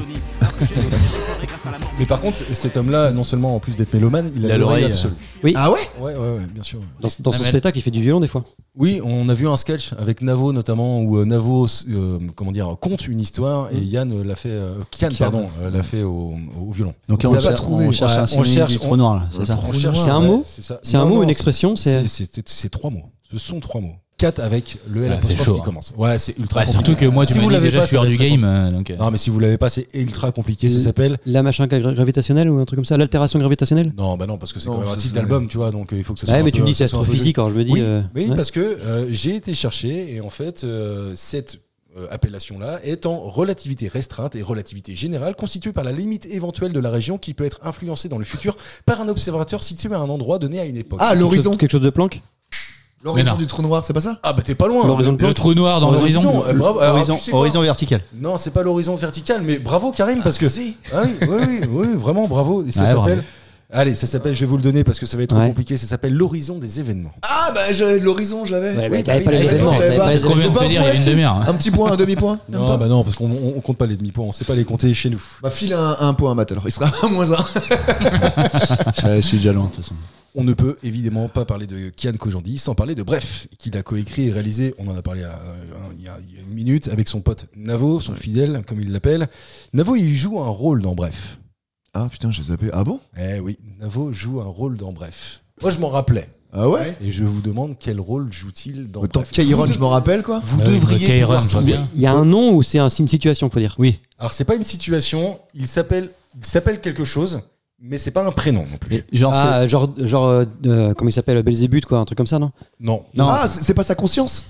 Speaker 4: Mais par contre, cet homme-là, non seulement en plus d'être mélomane, il
Speaker 7: Il
Speaker 4: a l'oreille absolue.
Speaker 5: Oui,
Speaker 3: Ah ouais
Speaker 4: Ouais, ouais, ouais, bien sûr. ouais.
Speaker 5: dans, dans
Speaker 6: Ah,
Speaker 5: son
Speaker 6: mais-
Speaker 5: spectacle, il fait du violon des fois.
Speaker 4: Oui, on a vu un sketch avec Navo notamment où euh, Navo euh, comment dire compte une histoire et Yann euh, l'a fait euh, Kian,
Speaker 7: Kian.
Speaker 4: pardon euh, l'a fait au, au violon.
Speaker 7: Donc
Speaker 4: On
Speaker 7: on,
Speaker 4: les a pas
Speaker 7: cherche-
Speaker 3: trouvés.
Speaker 7: on cherche,
Speaker 4: On
Speaker 7: un synonyme
Speaker 4: cherche-
Speaker 7: du trou
Speaker 4: on-
Speaker 7: noir, là, c'est ça
Speaker 4: On cherche-
Speaker 5: C'est un
Speaker 4: ouais,
Speaker 5: mot
Speaker 4: c'est ça.
Speaker 5: C'est un
Speaker 4: Non,
Speaker 5: mot,
Speaker 4: non,
Speaker 5: une
Speaker 4: c'est-
Speaker 5: expression, c'est-
Speaker 4: c'est c'est- c'est trois mots. Ce sont trois mots. Quatre avec le L
Speaker 6: Ah, c'est
Speaker 4: apostrophe
Speaker 6: chaud,
Speaker 4: qui
Speaker 6: hein.
Speaker 4: commence. Ouais, c'est ultra.
Speaker 6: Bah,
Speaker 4: compliqué.
Speaker 6: surtout que moi, tu
Speaker 4: Si vous
Speaker 6: m'as dit
Speaker 4: l'avez
Speaker 6: déjà,
Speaker 4: pas,
Speaker 6: je suis
Speaker 4: ça
Speaker 6: hors
Speaker 4: va
Speaker 6: du
Speaker 4: être très
Speaker 6: game. euh, donc, euh,
Speaker 4: Non, mais si vous l'avez pas, c'est ultra compliqué. Ça
Speaker 5: Le-
Speaker 4: s'appelle.
Speaker 5: La machin gra- gravitationnelle ou un truc comme ça, l'altération gravitationnelle
Speaker 4: Non, bah non, parce que c'est
Speaker 3: Non,
Speaker 4: quand même un
Speaker 3: c'est-
Speaker 4: titre d'album, tu vois, donc euh, il faut que ça soit.
Speaker 5: Ouais,
Speaker 4: un
Speaker 5: mais
Speaker 4: peu-
Speaker 5: tu me dis
Speaker 4: ça
Speaker 5: c'est
Speaker 4: soit un peu juste.
Speaker 5: astrophysique, alors je me dis.
Speaker 4: Oui,
Speaker 5: euh,
Speaker 4: oui,
Speaker 5: ouais.
Speaker 4: parce que euh, j'ai été chercher et en fait, euh, cette euh, appellation-là est en relativité restreinte et relativité générale, constituée par la limite éventuelle de la région qui peut être influencée dans le futur par un observateur situé à un endroit donné à une époque.
Speaker 3: Ah, l'horizon.
Speaker 5: Quelque chose de Planck
Speaker 3: L'horizon
Speaker 6: non.
Speaker 3: du trou noir, c'est pas ça
Speaker 4: Ah, bah t'es pas loin.
Speaker 5: L'horizon
Speaker 6: le
Speaker 5: de Planck
Speaker 6: trou noir dans
Speaker 4: Dis
Speaker 6: l'horizon.
Speaker 4: donc, euh, bravo. Alors,
Speaker 7: Horizon,
Speaker 4: tu sais quoi
Speaker 7: horizon vertical.
Speaker 4: Non, c'est pas l'horizon vertical, mais bravo Karim, parce que. Ah oui, oui, oui, oui, vraiment bravo. Et ça
Speaker 6: Ouais,
Speaker 4: s'appelle.
Speaker 6: bravo.
Speaker 4: Allez, ça s'appelle, je vais vous le donner parce que ça va être trop
Speaker 5: Ouais.
Speaker 4: compliqué, ça s'appelle l'horizon des événements.
Speaker 3: Ah bah je- l'horizon, je l'avais.
Speaker 5: Ouais,
Speaker 3: Oui,
Speaker 5: mais
Speaker 3: bah
Speaker 5: t'avais
Speaker 3: oui,
Speaker 5: pas les
Speaker 3: mais bah
Speaker 5: événements,
Speaker 3: je l'avais
Speaker 5: t'avais
Speaker 3: pas.
Speaker 5: pas les
Speaker 6: Parce qu'on vient de
Speaker 3: Faut
Speaker 6: te dire,
Speaker 3: pas
Speaker 6: il y a une
Speaker 3: pointer.
Speaker 6: demi-heure. hein.
Speaker 3: Un petit point, un demi-point Même
Speaker 4: Non,
Speaker 3: pas.
Speaker 4: bah non, parce qu'on on- on compte pas les demi-points, on sait pas les compter chez nous.
Speaker 3: Bah file un, un point à Matt alors, il sera à moins un.
Speaker 7: Je suis déjà loin de toute façon.
Speaker 4: On ne peut évidemment pas parler de Kian Kojandi sans parler de Bref, qu'il a coécrit et réalisé, on en a parlé à- à- il y a il y a une minute, avec son pote Navo, son fidèle, comme il l'appelle. Navo, il joue un rôle dans Bref.
Speaker 3: Ah putain, j'ai zappé. Ah bon
Speaker 4: Eh oui, Navo joue un rôle dans Bref. Moi, je m'en rappelais.
Speaker 3: Ah ouais
Speaker 4: Et je vous demande quel rôle joue-t-il dans
Speaker 3: Autant
Speaker 4: Bref.
Speaker 3: Kairon,
Speaker 4: Vous-
Speaker 3: je m'en rappelle quoi.
Speaker 4: Vous
Speaker 6: Ah oui,
Speaker 4: devriez
Speaker 6: Kairon,
Speaker 4: pouvoir
Speaker 6: je vois
Speaker 4: trouver.
Speaker 6: bien.
Speaker 5: Il y a un nom ou c'est un- c'est une situation, faut dire Oui.
Speaker 4: Alors, c'est pas une situation, il s'appelle il s'appelle quelque chose, mais c'est pas un prénom non plus.
Speaker 7: Genre,
Speaker 5: Ah, euh, genre, genre euh, euh, comment il s'appelle Belzébuth, quoi, un truc comme ça, non
Speaker 4: Non.
Speaker 7: c'est- non,
Speaker 3: Ah, c'est c'est pas sa conscience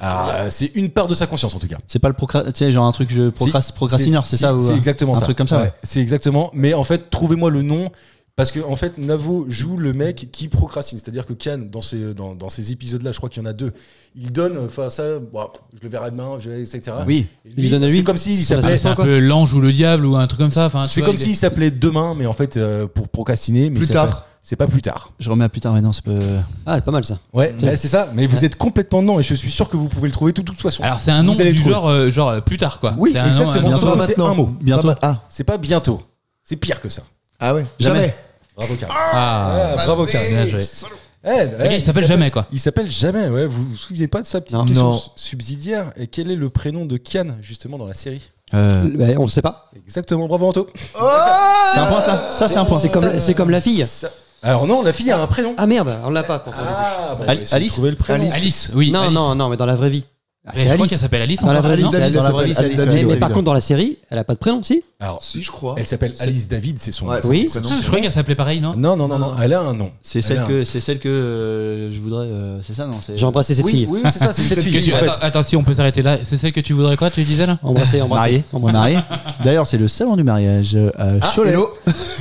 Speaker 4: Ah, c'est une part de sa conscience en tout cas.
Speaker 7: c'est pas le procra... tu sais, genre un truc je procras- procrastineur, c'est ça ou,
Speaker 4: C'est
Speaker 7: euh,
Speaker 4: exactement
Speaker 7: un
Speaker 4: ça.
Speaker 7: truc comme ça, ouais.
Speaker 4: C'est exactement. Mais en fait, trouvez-moi le nom. Parce que en fait, Navo joue le mec qui procrastine. C'est-à-dire que Khan, dans ces, dans, dans ces épisodes-là, je crois qu'il y en a deux, il donne, enfin ça, bon, je le verrai demain, je vais, etc.
Speaker 7: Oui.
Speaker 4: Et
Speaker 5: il donne à lui
Speaker 4: C'est comme s'il
Speaker 5: Son
Speaker 4: s'appelait.
Speaker 6: C'est un peu l'ange ou le diable ou un truc comme ça. enfin, tu
Speaker 4: C'est
Speaker 6: vois,
Speaker 4: comme
Speaker 6: il est-
Speaker 4: s'il s'appelait demain, mais en fait, euh, pour procrastiner, mais
Speaker 3: Plus
Speaker 4: il s'appelle-
Speaker 3: tard.
Speaker 4: C'est pas plus tard.
Speaker 7: Je remets à plus tard, mais non, c'est pas.
Speaker 5: Ah, c'est pas mal ça.
Speaker 4: Ouais, bah, c'est ça. Mais vous êtes complètement dedans, et je suis sûr que vous pouvez le trouver tout, de toute façon.
Speaker 6: Alors, c'est un nom
Speaker 4: Vous allez
Speaker 6: du
Speaker 4: le trouver.
Speaker 6: genre, euh, genre euh, plus tard, quoi.
Speaker 4: Oui,
Speaker 6: C'est un nom, euh,
Speaker 4: exactement.
Speaker 6: un
Speaker 4: Bientôt.
Speaker 6: nom-
Speaker 4: Pas maintenant. un mot.
Speaker 7: Bientôt.
Speaker 3: Pas ma- Ah,
Speaker 4: C'est pas bientôt. C'est pire que ça.
Speaker 3: ah ouais.
Speaker 7: Jamais.
Speaker 3: Jamais.
Speaker 4: Bravo Khan.
Speaker 6: Ah,
Speaker 4: Ah,
Speaker 3: bah,
Speaker 4: bravo Khan.
Speaker 6: bien joué.
Speaker 4: Eh, eh,
Speaker 6: Le gars, il s'appelle jamais, quoi.
Speaker 4: Il s'appelle jamais, ouais. Vous vous souvenez pas de sa petite
Speaker 5: Non.
Speaker 4: question
Speaker 5: Non.
Speaker 4: s- subsidiaire Et quel est le prénom de Kian, justement, dans la série
Speaker 7: Euh,
Speaker 5: Bah, on le sait pas.
Speaker 4: Exactement, bravo Anto.
Speaker 7: c'est un point, ça. Ça, c'est un point.
Speaker 5: C'est comme, c'est comme la fille.
Speaker 4: Ça- Alors non, la fille a un prénom.
Speaker 5: Ah merde, on l'a pas. Pour toi.
Speaker 4: Ah, bon,
Speaker 3: bah,
Speaker 7: Al-
Speaker 4: essayez de
Speaker 7: Alice
Speaker 4: trouver le prénom.
Speaker 6: Alice, oui.
Speaker 5: non,
Speaker 6: Alice.
Speaker 5: non, non, mais dans la vraie vie. Ah,
Speaker 6: Mais
Speaker 5: c'est
Speaker 6: Je crois
Speaker 5: Alice.
Speaker 6: qu'elle s'appelle Ah, Alice.
Speaker 5: Dans la
Speaker 6: encore,
Speaker 5: vraie
Speaker 6: non
Speaker 5: vie,
Speaker 3: David,
Speaker 7: dans Ah, la
Speaker 3: elle
Speaker 7: vraie vie,
Speaker 3: s'appelle
Speaker 7: c'est
Speaker 3: Alice
Speaker 5: Mais,
Speaker 7: Alice,
Speaker 5: mais
Speaker 3: David.
Speaker 5: par contre, dans la série, elle a pas de prénom, si
Speaker 4: Alors,
Speaker 3: Si, je crois.
Speaker 4: elle s'appelle Alice David, c'est son nom.
Speaker 3: Ouais, c'est
Speaker 5: Oui.
Speaker 3: son prénom.
Speaker 6: Je crois qu'elle s'appelait pareil, non
Speaker 4: Non, non, non, non,
Speaker 3: Non,
Speaker 4: elle a un nom.
Speaker 7: C'est
Speaker 4: Elle a
Speaker 7: celle
Speaker 4: un-
Speaker 7: que, c'est celle que euh, je voudrais. euh, c'est ça, non c'est-
Speaker 5: J'ai embrassé cette
Speaker 4: Oui,
Speaker 5: fille.
Speaker 4: oui, c'est ça, c'est cette
Speaker 6: Que tu-
Speaker 4: fille. Ah, en fait.
Speaker 6: Attends, attends, si on peut s'arrêter là. C'est celle que tu voudrais quoi, tu disais là
Speaker 5: Embrassé, embrassé.
Speaker 7: Marié.
Speaker 5: embrassé.
Speaker 7: Marié. D'ailleurs, c'est le salon du mariage euh, à Cholet,
Speaker 3: hello.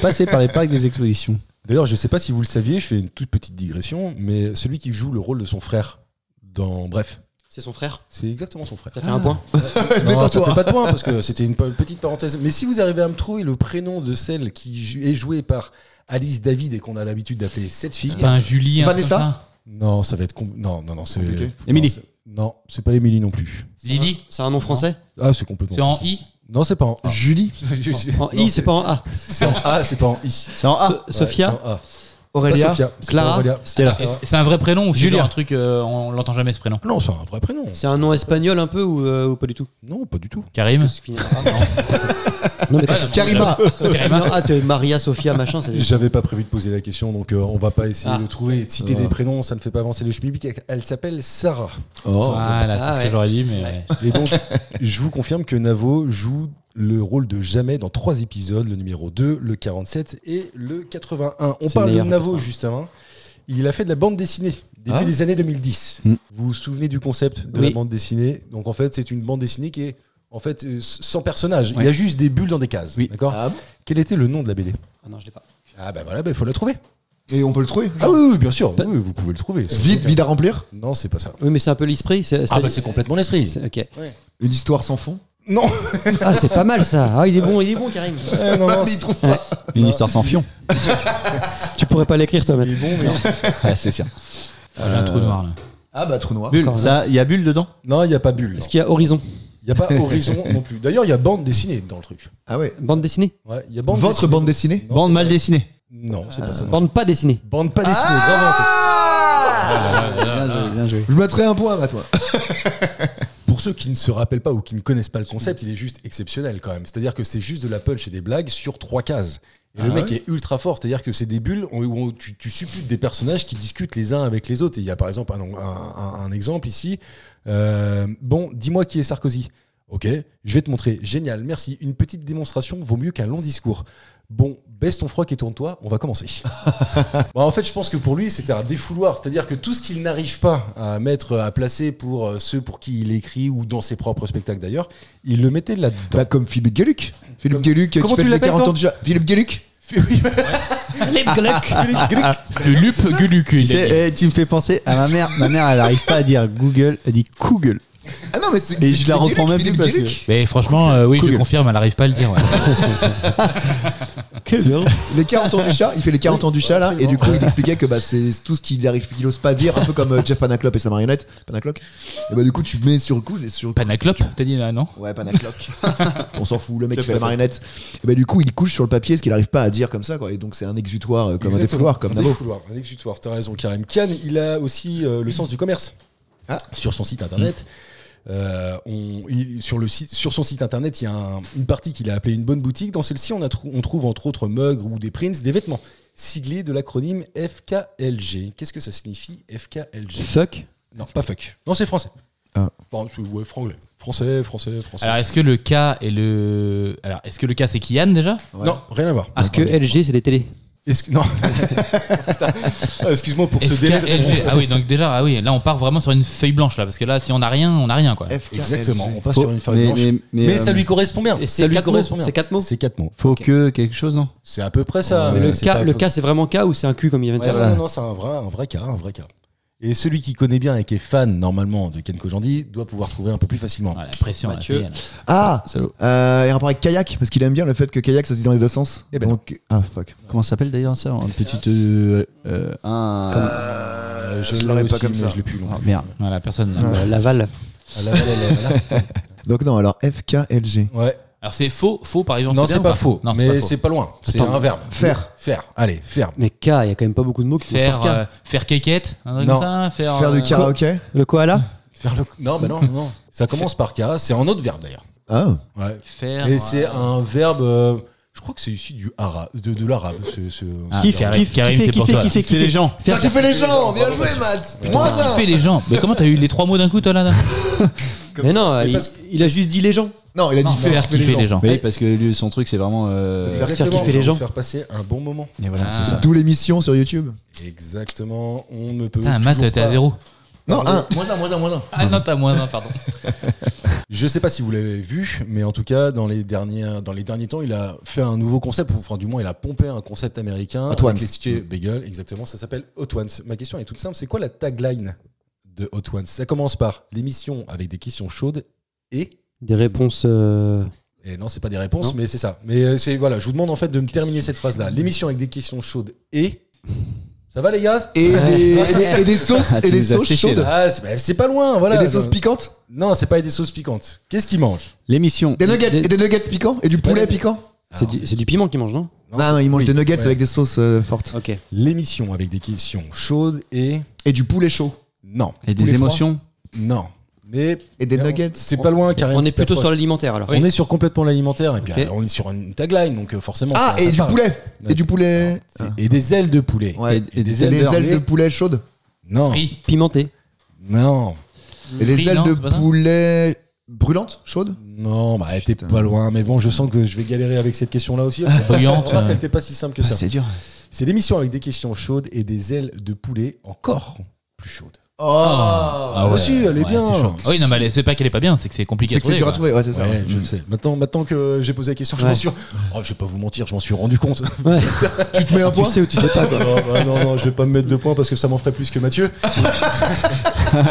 Speaker 7: passé par les parcs des expositions.
Speaker 4: D'ailleurs, je sais pas si vous le saviez, je fais une toute petite digression, mais celui qui joue le rôle de son frère dans Bref,
Speaker 5: C'est son frère.
Speaker 4: c'est exactement son frère.
Speaker 5: Ça fait un point.
Speaker 4: Non, ça
Speaker 3: Détends-toi.
Speaker 4: fait pas de point parce que c'était une pe- petite parenthèse. Mais si vous arrivez à me trouver le prénom de celle qui ju- est jouée par Alice David et qu'on a l'habitude d'appeler cette fille,
Speaker 6: Pas un Julie, un truc comme
Speaker 3: Vanessa
Speaker 6: ça
Speaker 4: non, ça va être com- non, non, non, c'est
Speaker 3: Compliqué.
Speaker 4: non,
Speaker 5: Émilie.
Speaker 4: c'est- Non, c'est pas Émilie non plus.
Speaker 6: Lily
Speaker 5: C'est un nom français.
Speaker 4: Ah, c'est complètement.
Speaker 6: C'est en
Speaker 4: possible.
Speaker 6: I
Speaker 4: Non, c'est pas en A.
Speaker 3: Julie.
Speaker 5: En I, c'est pas en A.
Speaker 4: C'est en A, c'est pas en I.
Speaker 7: C'est en A.
Speaker 5: So- Sophia,
Speaker 4: Ouais, c'est en A.
Speaker 3: Aurélia.
Speaker 4: Pas Sophia, c'est
Speaker 5: Clara,
Speaker 4: pas Aurélia.
Speaker 7: Stella.
Speaker 4: Clara.
Speaker 6: C'est un vrai prénom ou c'est
Speaker 5: Julia.
Speaker 6: genre un truc, euh, on l'entend jamais ce prénom
Speaker 4: Non, c'est un vrai prénom.
Speaker 5: c'est un nom espagnol un peu ou, euh, ou pas du tout
Speaker 4: Non, pas du tout.
Speaker 6: Karim
Speaker 5: Non, mais
Speaker 3: Karima.
Speaker 5: Non, ah, t'es Maria, Sophia, machin. c'est-
Speaker 4: J'avais pas prévu de poser la question, donc euh, on va pas essayer
Speaker 5: Ah.
Speaker 4: de trouver et de citer
Speaker 3: Ah.
Speaker 4: des prénoms, ça ne fait pas avancer le schmilblick. Elle s'appelle Sarah.
Speaker 3: Oh.
Speaker 6: Voilà, c'est
Speaker 5: Ah
Speaker 6: ce
Speaker 5: ouais.
Speaker 6: que j'aurais dit, mais. ouais.
Speaker 4: Et donc, je vous confirme que Navo joue le rôle de Jamais dans trois épisodes, le numéro 2, le 47 et le 81. On
Speaker 5: C'est
Speaker 4: parle de
Speaker 5: meilleur, le
Speaker 4: Navo
Speaker 5: 81.
Speaker 4: juste avant. Il a fait de la bande dessinée début
Speaker 7: Ah.
Speaker 4: des années 2010.
Speaker 7: Hmm.
Speaker 4: Vous vous souvenez du concept de
Speaker 5: Oui.
Speaker 4: la bande dessinée Donc en fait, c'est une bande dessinée qui est en fait euh, sans personnage. Il y a juste des bulles dans des cases.
Speaker 7: Oui.
Speaker 4: D'accord. Quel était le nom de la BD
Speaker 5: Ah non, je l'ai pas.
Speaker 4: Ah bah voilà, il faut la trouver.
Speaker 3: Et on peut le trouver.
Speaker 4: Ah oui, oui, bien sûr. Oui, vous pouvez le trouver.
Speaker 3: Vide, vide à remplir.
Speaker 4: Non, c'est pas ça.
Speaker 5: Oui, mais c'est un peu l'esprit. c'est- c'est-
Speaker 4: Ah, bah, complètement l'esprit.
Speaker 5: c'est- Ok.
Speaker 3: Une histoire sans fond.
Speaker 4: Non,
Speaker 5: Ah, c'est pas mal ça. Ah, il est bon, il est bon, Karim.
Speaker 4: eh, non, non,
Speaker 3: Il trouve pas.
Speaker 7: Une histoire sans fion.
Speaker 5: Tu pourrais pas l'écrire, toi, Matt.
Speaker 7: Ouais, c'est sûr.
Speaker 6: Ah, J'ai un trou noir là.
Speaker 3: Ah bah trou noir.
Speaker 7: Bulle,
Speaker 5: Encore
Speaker 7: ça, il y a bulle dedans
Speaker 4: non, il n'y a pas bulle.
Speaker 5: Est-ce qu'il y a Horizon
Speaker 4: Il n'y a pas horizon non plus. D'ailleurs, il y a bande dessinée dans le truc.
Speaker 3: Ah ouais.
Speaker 5: Bande dessinée
Speaker 4: Ouais, il y a bande
Speaker 3: Votre
Speaker 4: dessinée.
Speaker 3: bande dessinée
Speaker 4: Non,
Speaker 7: Bande
Speaker 4: c'est
Speaker 7: mal
Speaker 4: pas-
Speaker 7: dessinée.
Speaker 4: Non, c'est
Speaker 5: Ah.
Speaker 4: pas ça. non.
Speaker 5: Bande pas dessinée.
Speaker 4: Bande pas dessinée, bravo, Antoine.
Speaker 7: Bien joué.
Speaker 3: Je mettrais un point à toi.
Speaker 4: Pour ceux qui ne se rappellent pas ou qui ne connaissent pas le concept, il est juste exceptionnel quand même. C'est-à-dire que c'est juste de la punch et des blagues sur trois cases. Et le
Speaker 3: Ah
Speaker 4: mec
Speaker 3: ouais
Speaker 4: est ultra fort, c'est-à-dire que c'est des bulles où où tu, tu supputes des personnages qui discutent les uns avec les autres. Et il y a par exemple un, un- un- un exemple ici. Euh, bon, dis-moi qui est Sarkozy. Ok, je vais te montrer. Génial, merci. Une petite démonstration vaut mieux qu'un long discours. Bon, baisse ton froc et tourne-toi, on va commencer. Bah, en fait, je pense que pour lui, c'était un défouloir. C'est-à-dire que tout ce qu'il n'arrive pas à mettre, à placer pour euh, ceux pour qui il écrit ou dans ses propres spectacles d'ailleurs, il le mettait là-dedans.
Speaker 3: Bah comme Philippe Gueluc. Philippe
Speaker 4: Comme-
Speaker 3: Gueluc,
Speaker 4: Comment tu
Speaker 3: fêtes les
Speaker 4: l'appelles,
Speaker 3: 40
Speaker 4: toi
Speaker 3: ans déjà. Philippe Gueluc
Speaker 6: Philippe Gueluc, il a
Speaker 7: Tu,
Speaker 6: dit.
Speaker 7: sais, eh, tu me fais penser à ma mère. Ma mère, elle arrive pas à dire Google, elle dit Google.
Speaker 3: Ah non mais c'est
Speaker 7: Et
Speaker 3: c'est-
Speaker 7: je la
Speaker 3: c'est
Speaker 7: reprends
Speaker 3: Gueluc,
Speaker 7: même plus
Speaker 3: Philippe
Speaker 7: parce que.
Speaker 3: Gueluc.
Speaker 6: Mais franchement, euh, oui, je
Speaker 7: Google.
Speaker 6: confirme, elle arrive pas à le dire. ouais.
Speaker 3: Les 40 ans du chat, il fait les 40 ans du chat là et du coup il expliquait que bah, c'est tout ce qu'il arrive qu'il ose pas dire un peu comme euh, Jeff Panaclop et sa marionnette, Panacloc. Et bah du coup tu mets sur le coup et sur le coup-
Speaker 6: Panaclope, t'as dit là, non
Speaker 3: Ouais, Panacloc. On s'en fout, le mec qui fait la marionnette. Et bah du coup, il couche sur le papier ce qu'il arrive pas à dire comme ça quoi et donc c'est un exutoire euh, comme un
Speaker 4: Exactement.
Speaker 3: défouloir comme
Speaker 4: un
Speaker 3: Navo.
Speaker 4: défouloir, un exutoire. T'as raison, Karim. Kian, il a aussi euh, le sens du commerce
Speaker 3: Ah.
Speaker 4: sur son site internet. euh, on- il- sur, le site, sur son site internet, il y a un- une partie qu'il a appelée une bonne boutique. Dans celle-ci, on, a trou- on trouve entre autres mugs ou des prints, des vêtements, siglés de l'acronyme FKLG. Qu'est-ce que ça signifie FKLG
Speaker 5: Fuck.
Speaker 4: Non, pas fuck. Non, c'est français.
Speaker 3: Ah.
Speaker 4: Bon, je- ouais, franglais. Français, français, français.
Speaker 6: Alors, est-ce que le cas est le. Alors, est-ce que le cas c'est Kian déjà
Speaker 4: Non, rien à voir.
Speaker 6: Ah,
Speaker 5: Parce que LG, c'est les télés.
Speaker 4: Est-ce que- Non. Putain. Ah, Excuse-moi pour ce délai.
Speaker 6: FKLG. Ah oui, donc déjà, ah oui, là on part vraiment sur une feuille blanche là, parce que là, si on n'a rien, on n'a rien quoi.
Speaker 4: Exactement, on
Speaker 3: FKLG.
Speaker 4: passe sur une feuille blanche. Mais, euh, ça lui correspond bien.
Speaker 5: Et
Speaker 4: ça
Speaker 5: c'est
Speaker 4: lui
Speaker 5: quatre mots.
Speaker 4: correspond bien.
Speaker 5: C'est quatre mots.
Speaker 4: C'est quatre mots.
Speaker 7: Faut que quelque chose, non
Speaker 4: C'est à peu près ça.
Speaker 3: Ouais,
Speaker 4: mais
Speaker 3: ouais,
Speaker 4: Ah, le
Speaker 5: K-
Speaker 4: cas,
Speaker 5: le cas, c'est vraiment K ou c'est un Q comme il vient de
Speaker 4: Ouais,
Speaker 5: dire
Speaker 4: non,
Speaker 5: là
Speaker 4: non, non, c'est un vrai, un vrai cas, un vrai cas. Et celui qui connaît bien et qui est fan normalement de Ken Kojandi doit pouvoir trouver un peu plus facilement.
Speaker 6: Ah, la pression, là,
Speaker 5: Mathieu.
Speaker 6: ça y est, là.
Speaker 3: Ah
Speaker 7: Salaud.
Speaker 3: euh, et rapport avec kayak parce qu'il aime bien le fait que kayak ça se dit dans les deux sens.
Speaker 4: Eh ben non.
Speaker 3: donc ah fuck.
Speaker 7: Comment ça s'appelle d'ailleurs ça Un petit. euh, euh, un.
Speaker 4: Euh,
Speaker 3: je
Speaker 4: l'ai
Speaker 3: l'aurais pas
Speaker 4: aussi,
Speaker 3: comme
Speaker 4: mais
Speaker 3: ça.
Speaker 4: Je l'ai plus longtemps.
Speaker 7: Oh, merde.
Speaker 6: Voilà, personne. là.
Speaker 5: Euh, Laval.
Speaker 4: Ah, là, là, là, là, là.
Speaker 3: Donc non, alors FKLG.
Speaker 4: Ouais.
Speaker 6: Alors, c'est faux, faux par exemple
Speaker 4: Non,
Speaker 6: bien
Speaker 4: c'est
Speaker 6: ou
Speaker 4: pas faux.
Speaker 6: Non, c'est pas
Speaker 4: mais
Speaker 6: faux.
Speaker 4: c'est pas loin. C'est un verbe.
Speaker 3: Faire.
Speaker 4: Faire. Allez, faire.
Speaker 5: Mais K, il y a quand même pas beaucoup de mots qui commencent
Speaker 6: Faire,
Speaker 5: par K.
Speaker 6: euh, faire quéquette, un truc
Speaker 4: Non.
Speaker 6: comme ça, faire.
Speaker 3: Faire
Speaker 6: euh,
Speaker 3: du karaoké
Speaker 5: Le koala
Speaker 4: Faire le. Non, bah non, non. Ça commence par cas. C'est un autre verbe d'ailleurs.
Speaker 3: Ah,
Speaker 4: Ouais.
Speaker 6: Faire. euh,
Speaker 4: Et c'est un verbe. euh, je crois que c'est issu du ara... de, de l'arabe. ce- ce-
Speaker 6: Ah,
Speaker 5: Kiff,
Speaker 6: Karim,
Speaker 5: kiff,
Speaker 6: Karim, c'est
Speaker 5: kiffer,
Speaker 6: pour
Speaker 5: kiffer,
Speaker 6: toi.
Speaker 5: kiffer, kiffer.
Speaker 7: les gens.
Speaker 5: Faire
Speaker 3: T'as kiffé les gens, bien joué Matt Moi ça
Speaker 6: Kiffer les gens. Mais comment t'as eu les trois mots d'un coup, toi là, là
Speaker 5: Mais non, il,
Speaker 3: parce
Speaker 5: il a juste dit les gens.
Speaker 3: Non, il a dit
Speaker 6: Faire kiffer les gens.
Speaker 7: Mais oui, parce que lui, son truc, c'est vraiment. euh,
Speaker 5: Faire
Speaker 4: Exactement,
Speaker 5: kiffer les gens.
Speaker 4: Faire passer un bon moment.
Speaker 7: Et voilà,
Speaker 6: Ah.
Speaker 7: c'est ça.
Speaker 3: D'où l'émission sur YouTube
Speaker 4: Exactement. On ne peut.
Speaker 6: Putain,
Speaker 4: toujours
Speaker 6: Matt, t'es à
Speaker 4: pas-
Speaker 6: zéro.
Speaker 3: Non,
Speaker 4: Pardon.
Speaker 3: un Moins un, moins un, moins un
Speaker 6: Ah non, t'as moins un, pardon.
Speaker 4: Je sais pas si vous l'avez vu, mais en tout cas, dans les, derniers, dans les derniers temps, il a fait un nouveau concept, ou enfin, du moins, il a pompé un concept américain.
Speaker 3: Hot Ones.
Speaker 4: Avec les tickets bagel, exactement. Ça s'appelle Hot Ones. Ma question est toute simple c'est quoi la tagline de Hot Ones Ça commence par l'émission avec des questions chaudes et.
Speaker 5: Des réponses. euh,
Speaker 4: Et non, c'est pas des réponses,
Speaker 5: Non.
Speaker 4: mais c'est ça. Mais euh, c'est voilà, je vous demande en fait de me terminer cette phrase-là. L'émission avec des questions chaudes et. Ça va les gars
Speaker 3: et des, et des, et des sauces,
Speaker 7: Ah, tu
Speaker 3: et des
Speaker 7: les as
Speaker 3: sauces
Speaker 7: séchés,
Speaker 3: chaudes
Speaker 7: là.
Speaker 4: Ah, c'est bah, c'est pas loin,
Speaker 3: Et
Speaker 4: voilà.
Speaker 3: des sauces piquantes
Speaker 4: non, c'est pas des sauces piquantes. Qu'est-ce qu'ils mangent
Speaker 7: L'émission.
Speaker 3: Des nuggets, et des nuggets piquants Et du poulet piquant
Speaker 5: C'est du, c'est du piment qu'ils mangent, non
Speaker 3: Non, non, il mange
Speaker 4: oui,
Speaker 3: des nuggets
Speaker 4: ouais.
Speaker 3: avec des sauces euh, fortes.
Speaker 5: Ok.
Speaker 4: L'émission avec des questions chaudes et.
Speaker 3: Et du poulet chaud.
Speaker 4: Non.
Speaker 7: Et
Speaker 4: Poulet
Speaker 7: des
Speaker 4: froid
Speaker 7: émotions.
Speaker 4: Non. Mais.
Speaker 3: Et des
Speaker 4: mais on-
Speaker 3: nuggets.
Speaker 4: C'est pas loin, carrément.
Speaker 5: On est plutôt sur l'alimentaire alors.
Speaker 4: On est sur complètement l'alimentaire. Et puis
Speaker 5: Ok.
Speaker 4: euh, on est sur une tagline, donc euh, forcément.
Speaker 3: Ah,
Speaker 4: ça-
Speaker 3: et
Speaker 4: ça
Speaker 3: du
Speaker 4: parle.
Speaker 3: poulet Et du poulet... Ah.
Speaker 4: C'est- Et des ailes de poulet.
Speaker 3: Ouais.
Speaker 7: Et- et
Speaker 3: Et des ailes de poulet chaudes
Speaker 4: Non.
Speaker 6: Free.
Speaker 5: Pimenté.
Speaker 4: Non.
Speaker 3: Et des
Speaker 6: Free,
Speaker 3: ailes
Speaker 6: non,
Speaker 3: de
Speaker 6: c'est pas ça
Speaker 3: poulet... Brûlantes Chaudes
Speaker 4: Non, bah elle était pas loin, mais bon, je sens que je vais galérer avec cette question-là aussi.
Speaker 6: Bruyante,
Speaker 4: Remarque,
Speaker 6: euh.
Speaker 4: Elle était pas si simple que ça.
Speaker 7: C'est dur.
Speaker 4: Ah, C'est l'émission avec des questions chaudes et des ailes de poulet encore plus chaudes.
Speaker 3: Oh
Speaker 4: Ah,
Speaker 6: ouais.
Speaker 4: si, elle est
Speaker 6: Ouais,
Speaker 4: bien.
Speaker 6: c'est chaud. Ah oui, non, mais c'est pas qu'elle est pas bien, c'est que c'est compliqué
Speaker 3: C'est que c'est dur à
Speaker 6: quoi.
Speaker 3: trouver, ouais, c'est ça.
Speaker 4: Ouais,
Speaker 3: ouais.
Speaker 4: je le sais. Maintenant, maintenant que j'ai posé la question, je
Speaker 5: Ouais.
Speaker 4: m'en suis. Oh, je vais pas vous mentir, je m'en suis rendu compte.
Speaker 5: Ouais.
Speaker 3: Tu te mets un
Speaker 5: tu
Speaker 3: point
Speaker 5: sais où tu sais pas quoi.
Speaker 4: non, bah, non, non, je vais pas me mettre de points parce que ça m'en ferait plus que Mathieu.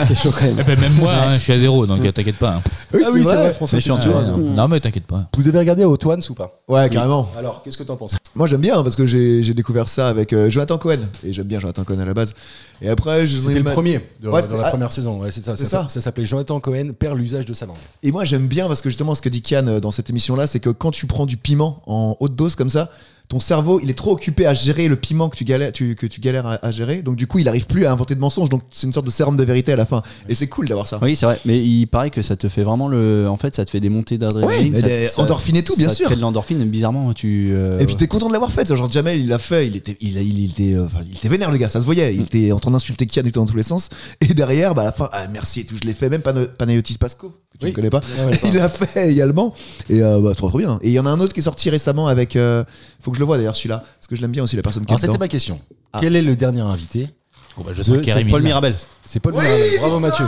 Speaker 5: C'est chaud quand même.
Speaker 6: Eh ben, même moi, hein, Euh, je suis à zéro, donc euh, t'inquiète pas. hein.
Speaker 3: oui,
Speaker 4: Ah oui, c'est vrai,
Speaker 7: Mais
Speaker 4: François.
Speaker 7: je suis en dessous,
Speaker 4: tu as
Speaker 7: hein.
Speaker 4: raison.
Speaker 7: Non, mais t'inquiète pas.
Speaker 4: Vous avez regardé Otwan ou pas
Speaker 3: Ouais, carrément.
Speaker 4: Alors, qu'est-ce que t'en penses
Speaker 3: Moi, j'aime bien hein, parce que j'ai j'ai découvert ça avec euh, Jonathan Cohen. Et j'aime bien Jonathan Cohen à la base. Et après, je
Speaker 4: C'était le premier de,
Speaker 3: Ouais,
Speaker 4: dans
Speaker 3: c'était-
Speaker 4: la
Speaker 3: ah,
Speaker 4: première saison. Ouais, c'est ça.
Speaker 3: c'est
Speaker 4: ça.
Speaker 3: ça.
Speaker 4: ça s'appelait Jonathan Cohen perd l'usage de sa langue.
Speaker 3: Et moi, j'aime bien parce que justement, ce que dit Kian euh, dans cette émission-là, c'est que quand tu prends du piment en haute dose comme ça, ton cerveau, il est trop occupé à gérer le piment que tu galères, tu- que tu galères à, à gérer. Donc, du coup, il arrive plus à inventer de mensonges. Donc, c'est une sorte de sérum de vérité à la fin. Et c'est cool d'avoir ça.
Speaker 7: Oui, c'est vrai, mais il paraît que ça te fait vraiment le. En fait, ça te fait des montées
Speaker 3: Ouais,
Speaker 7: d'adrénaline.
Speaker 3: mais
Speaker 7: ça-
Speaker 3: des
Speaker 7: ça-
Speaker 3: endorphines et tout, bien
Speaker 7: ça te
Speaker 3: sûr.
Speaker 7: crée de l'endorphine, bizarrement. Tu, euh,
Speaker 3: Et puis t'es content de l'avoir fait, ça. genre Jamel il l'a fait, il était, il, a- il, il était, euh, enfin, il était vénère le gars, ça se voyait,
Speaker 4: Mm.
Speaker 3: il était en train d'insulter Kian et tout dans tous les sens, et derrière, bah à la fin, ah merci et tout, je l'ai fait, même Pana- Panayotis Pasco, que tu
Speaker 4: Oui.
Speaker 3: ne connais pas,
Speaker 4: Ouais, ouais,
Speaker 3: il l'a fait également, et euh, bah c'est trop, trop bien. Et il y en a un autre qui est sorti récemment avec, euh, faut que je le vois d'ailleurs celui-là, parce que je l'aime bien aussi la personne qui
Speaker 4: Alors,
Speaker 3: est
Speaker 4: c'était
Speaker 3: dedans.
Speaker 4: ma question.
Speaker 3: Ah.
Speaker 4: Quel est le dernier invité
Speaker 6: Bon, bah, je sais
Speaker 4: De-
Speaker 6: Karim,
Speaker 7: Paul
Speaker 6: il-
Speaker 7: Mirabel.
Speaker 4: C'est Paul Mirabel. Bravo Mathieu.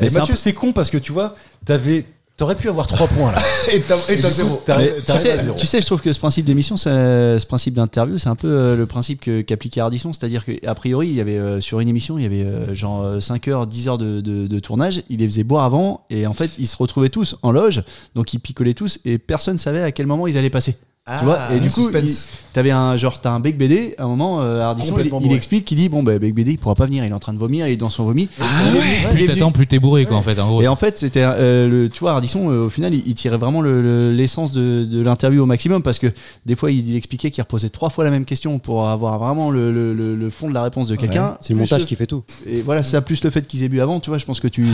Speaker 7: Mais
Speaker 4: Et
Speaker 7: c'est un
Speaker 4: Mathieu,
Speaker 7: peu-
Speaker 4: c'est con parce que tu vois, t'avais, t'aurais pu avoir 3 points là.
Speaker 3: Et t'as- et t'as
Speaker 4: du coup,
Speaker 3: zéro.
Speaker 4: t'arrives-
Speaker 7: Mais tu,
Speaker 4: t'arrives à
Speaker 7: sais,
Speaker 4: zéro.
Speaker 7: tu sais, je trouve que ce principe d'émission, ça- ce principe d'interview, c'est un peu euh, le principe que- qu'appliquait Ardisson. C'est-à-dire qu'a priori, il y avait, euh, sur une émission, il y avait euh, genre euh, 5 heures, 10 heures de, de- de tournage. Il les faisait boire avant et en fait, ils se retrouvaient tous en loge. Donc, ils picolaient tous et personne savait à quel moment ils allaient passer.
Speaker 3: Ah,
Speaker 7: tu vois Et
Speaker 3: le
Speaker 7: du coup, il-
Speaker 3: suspense.
Speaker 7: t'avais un genre, t'as un Bec BD. À un moment, euh, Ardisson, il,
Speaker 4: Complètement
Speaker 7: il
Speaker 4: bourré.
Speaker 7: explique qu'il dit Bon, bah, Bec BD, il pourra pas venir. Il est en train de vomir, il est dans son vomi. Il est venu- il
Speaker 6: Ah Plus
Speaker 7: est venu-
Speaker 6: t'attends, plus t'es bourré, quoi, en fait. En gros.
Speaker 7: et en fait, c'était, euh, le- tu vois, Ardisson, euh, au final, il, il tirait vraiment le- le- l'essence de, de l'interview au maximum parce que des fois, il, il expliquait qu'il reposait trois fois la même question pour avoir vraiment le, le- le- le fond de la réponse de quelqu'un.
Speaker 5: C'est le
Speaker 7: Plus
Speaker 5: montage qui Ah fait tout.
Speaker 7: Et voilà, ça, plus le fait qu'ils aient bu avant, tu vois, je pense que tu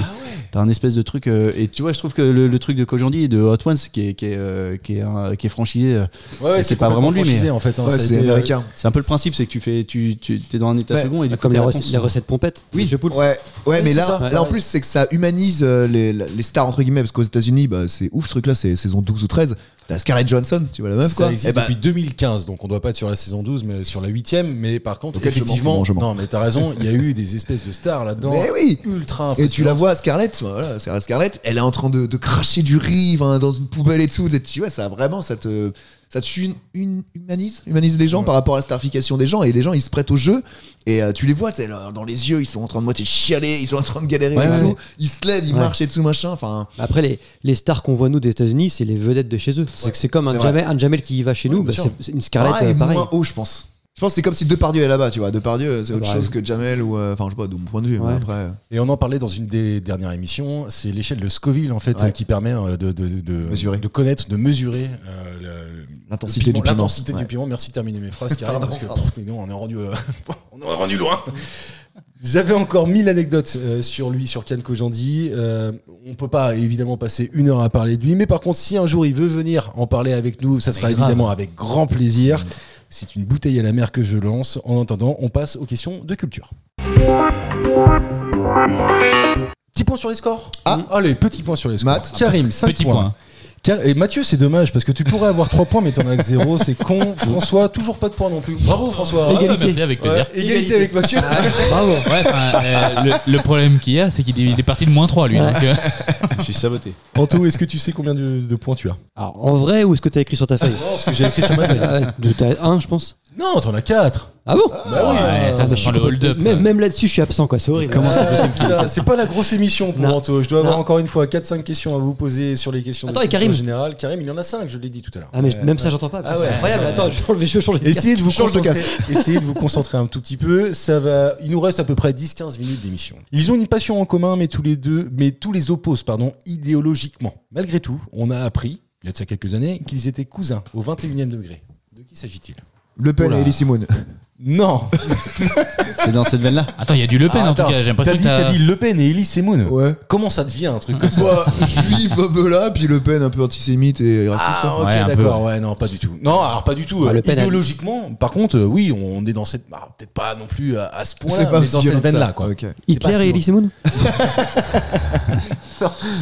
Speaker 7: as un espèce de truc. euh, et tu vois, je trouve que le, le truc de Kojandi et de Hot Ones, qui est, qui est, euh, qui est, un- qui est franchisé, euh,
Speaker 4: Ouais,
Speaker 7: c'est pas vraiment lui, mais-
Speaker 4: franchisé, en fait. hein.
Speaker 3: Ouais,
Speaker 4: Ça a
Speaker 3: c'est
Speaker 4: été, euh,
Speaker 3: américain.
Speaker 7: c'est un peu le principe, c'est que tu fais, tu, tu es dans un état
Speaker 3: Ouais.
Speaker 7: second et du coup,
Speaker 5: ah, Comme
Speaker 7: t'as
Speaker 5: les,
Speaker 7: la
Speaker 5: rec-
Speaker 7: réponse.
Speaker 5: les recettes pompettes. Oui, je poule.
Speaker 3: Ouais, ouais, mais
Speaker 4: c'est
Speaker 3: là,
Speaker 4: ça.
Speaker 3: là en
Speaker 4: Ouais.
Speaker 3: plus, c'est que ça humanise euh, les, les stars, entre guillemets, parce qu'aux États-Unis, bah, c'est ouf ce truc-là, c'est saison 12 ou 13. T'as Scarlett Johnson, tu vois la meuf,
Speaker 4: Ça
Speaker 3: quoi.
Speaker 4: existe
Speaker 3: Eh ben,
Speaker 4: depuis 2015, donc on doit pas être sur la saison 12, mais sur la 8 Mais par contre,
Speaker 3: Ok, je mens, je
Speaker 4: effectivement,
Speaker 3: mens, je mens.
Speaker 4: non, mais t'as raison, il y a eu des espèces de stars là-dedans.
Speaker 3: Mais oui.
Speaker 4: Ultra
Speaker 3: Et tu la
Speaker 4: impressionnantes.
Speaker 3: vois, Scarlett, voilà, c'est la Scarlett, elle est en train de, de cracher du riz enfin, dans une poubelle et tout. Et tu vois, ça vraiment, ça te, ça te une, une- humanise, humanise les gens par rapport à la starification des gens. Et les gens, ils se prêtent au jeu. Et euh, tu les vois, tu sais, leur- dans les yeux, ils sont en train de moitié chialer, ils sont en train de galérer
Speaker 5: Ouais,
Speaker 3: et
Speaker 5: ouais,
Speaker 3: tout.
Speaker 5: ouais.
Speaker 3: Ils se lèvent, ils
Speaker 5: Ouais.
Speaker 3: marchent et tout, machin. Enfin,
Speaker 5: Après, les, les stars qu'on voit nous des États-Unis, c'est les vedettes de chez eux. C'est c'est comme
Speaker 3: c'est
Speaker 5: un
Speaker 3: vrai.
Speaker 5: Jamel, un Jamel qui y va chez nous, bah,
Speaker 4: sûr.
Speaker 5: c'est- c'est une Scarlett
Speaker 3: pareil,
Speaker 5: euh, pareil.
Speaker 3: moins haut, je pense. Je pense que c'est comme si Depardieu est là-bas, tu vois. Depardieu, c'est autre
Speaker 5: bah,
Speaker 3: chose
Speaker 5: oui.
Speaker 3: que Jamel ou. euh, Enfin, je sais pas, de mon point de vue,
Speaker 5: Ouais.
Speaker 3: mais après. euh,
Speaker 4: Et on en parlait dans une des dernières émissions, c'est l'échelle de Scoville en fait
Speaker 3: Ouais.
Speaker 4: euh, qui permet euh, de, de, de- de-
Speaker 3: Mesurer.
Speaker 4: de connaître, de mesurer euh, le-
Speaker 3: L'intensité
Speaker 4: le
Speaker 3: du piment.
Speaker 4: L'intensité du
Speaker 3: Ouais.
Speaker 4: piment. Merci de terminer mes phrases, Karim,
Speaker 3: Pardon,
Speaker 4: parce que
Speaker 3: pardon.
Speaker 4: pff, nous, on est rendu, euh, on est rendu loin. J'avais encore mille anecdotes euh, sur lui, sur Kian Kojandi. Euh, on peut pas évidemment passer une heure à parler de lui, mais par contre, si un jour il veut venir en parler avec nous, ça sera
Speaker 6: grave.
Speaker 4: évidemment avec grand
Speaker 3: Mm.
Speaker 4: plaisir. C'est une bouteille à la mer que je lance. En attendant, on passe aux questions de culture. Petit point sur les scores.
Speaker 3: Ah.
Speaker 4: allez, petit point sur les scores.
Speaker 3: Matt.
Speaker 4: Karim, 5
Speaker 6: Petit
Speaker 4: points.
Speaker 6: point.
Speaker 4: Car- Et Mathieu, c'est dommage parce que tu pourrais avoir 3 points, mais t'en as que 0, c'est con. François, toujours pas de points non plus. Ah, Bravo François.
Speaker 6: Ah, bah, merci, avec
Speaker 4: Ouais,
Speaker 6: plaisir.
Speaker 4: égalité avec Mathieu.
Speaker 6: Bravo. Ouais, enfin, euh, le, le problème qu'il y a, c'est qu'il est, il est parti de moins 3, lui. donc, euh,
Speaker 7: Je suis saboté.
Speaker 4: Anto, est-ce que tu sais combien de, de points tu as
Speaker 5: Alors, en vrai, ou est-ce que t'as écrit sur ta feuille
Speaker 4: Non, ce que j'ai écrit sur ma feuille.
Speaker 5: Ah, ouais, T'as un, je pense.
Speaker 4: Non, t'en as 4.
Speaker 5: Ah bon
Speaker 4: Bah
Speaker 6: ouais, ça, ça
Speaker 5: Je
Speaker 6: prend
Speaker 5: suis
Speaker 6: le hold-up. ça.
Speaker 5: Même, même là-dessus, je suis absent, quoi. C'est horrible. Comment
Speaker 4: Ah, C'est pas la grosse émission pour
Speaker 5: Non.
Speaker 4: Anto. Je dois avoir
Speaker 5: Non.
Speaker 4: encore une fois 4-5 questions à vous poser sur les questions
Speaker 5: Attends,
Speaker 4: de
Speaker 5: et Karim
Speaker 4: en général. Karim, il en a 5, je l'ai dit tout à l'heure.
Speaker 5: Ah, mais je- même ça, j'entends pas.
Speaker 4: Ah
Speaker 5: c'est
Speaker 4: ouais.
Speaker 5: incroyable. Attends, je vais enlever- je vais changer de
Speaker 4: Essayez
Speaker 5: casque.
Speaker 4: de, vous
Speaker 3: Change de
Speaker 4: concentrer, essayez de vous concentrer un tout petit peu. Ça va. Il nous reste à peu près 10-15 minutes d'émission. Ils ont une passion en commun, mais tous les deux, mais tous les opposent, pardon, idéologiquement. Malgré tout, on a appris, il y a de ça quelques années, qu'ils étaient cousins au 21e degré. De qui s'agit-il
Speaker 3: Le Pen
Speaker 4: Oula.
Speaker 3: et Ellie Simone.
Speaker 4: Non.
Speaker 7: C'est dans cette veine-là.
Speaker 6: Attends, il y a du Le Pen,
Speaker 4: Ah,
Speaker 6: en tout
Speaker 4: attends,
Speaker 6: cas. J'ai
Speaker 4: T'as
Speaker 6: l'impression que
Speaker 4: dit,
Speaker 6: t'as-
Speaker 4: t'as dit Le Pen et Elie Semoun.
Speaker 3: Ouais.
Speaker 4: Comment ça devient un truc comme ça
Speaker 3: Bah, juif, là, puis Le Pen un peu antisémite et raciste.
Speaker 4: Ah ok
Speaker 6: Ouais, Ah, un peu,
Speaker 4: d'accord ouais non pas du tout non alors pas du tout
Speaker 5: Bah,
Speaker 4: euh,
Speaker 5: Le Pen a-
Speaker 4: idéologiquement par contre euh, oui on est dans cette bah, peut-être pas non plus à, à ce point
Speaker 3: C'est
Speaker 4: là
Speaker 3: pas
Speaker 4: mais dans cette
Speaker 3: violent que
Speaker 4: veine là
Speaker 3: ça.
Speaker 4: quoi
Speaker 3: Ok.
Speaker 5: Hitler
Speaker 4: si
Speaker 5: et Elie Semoun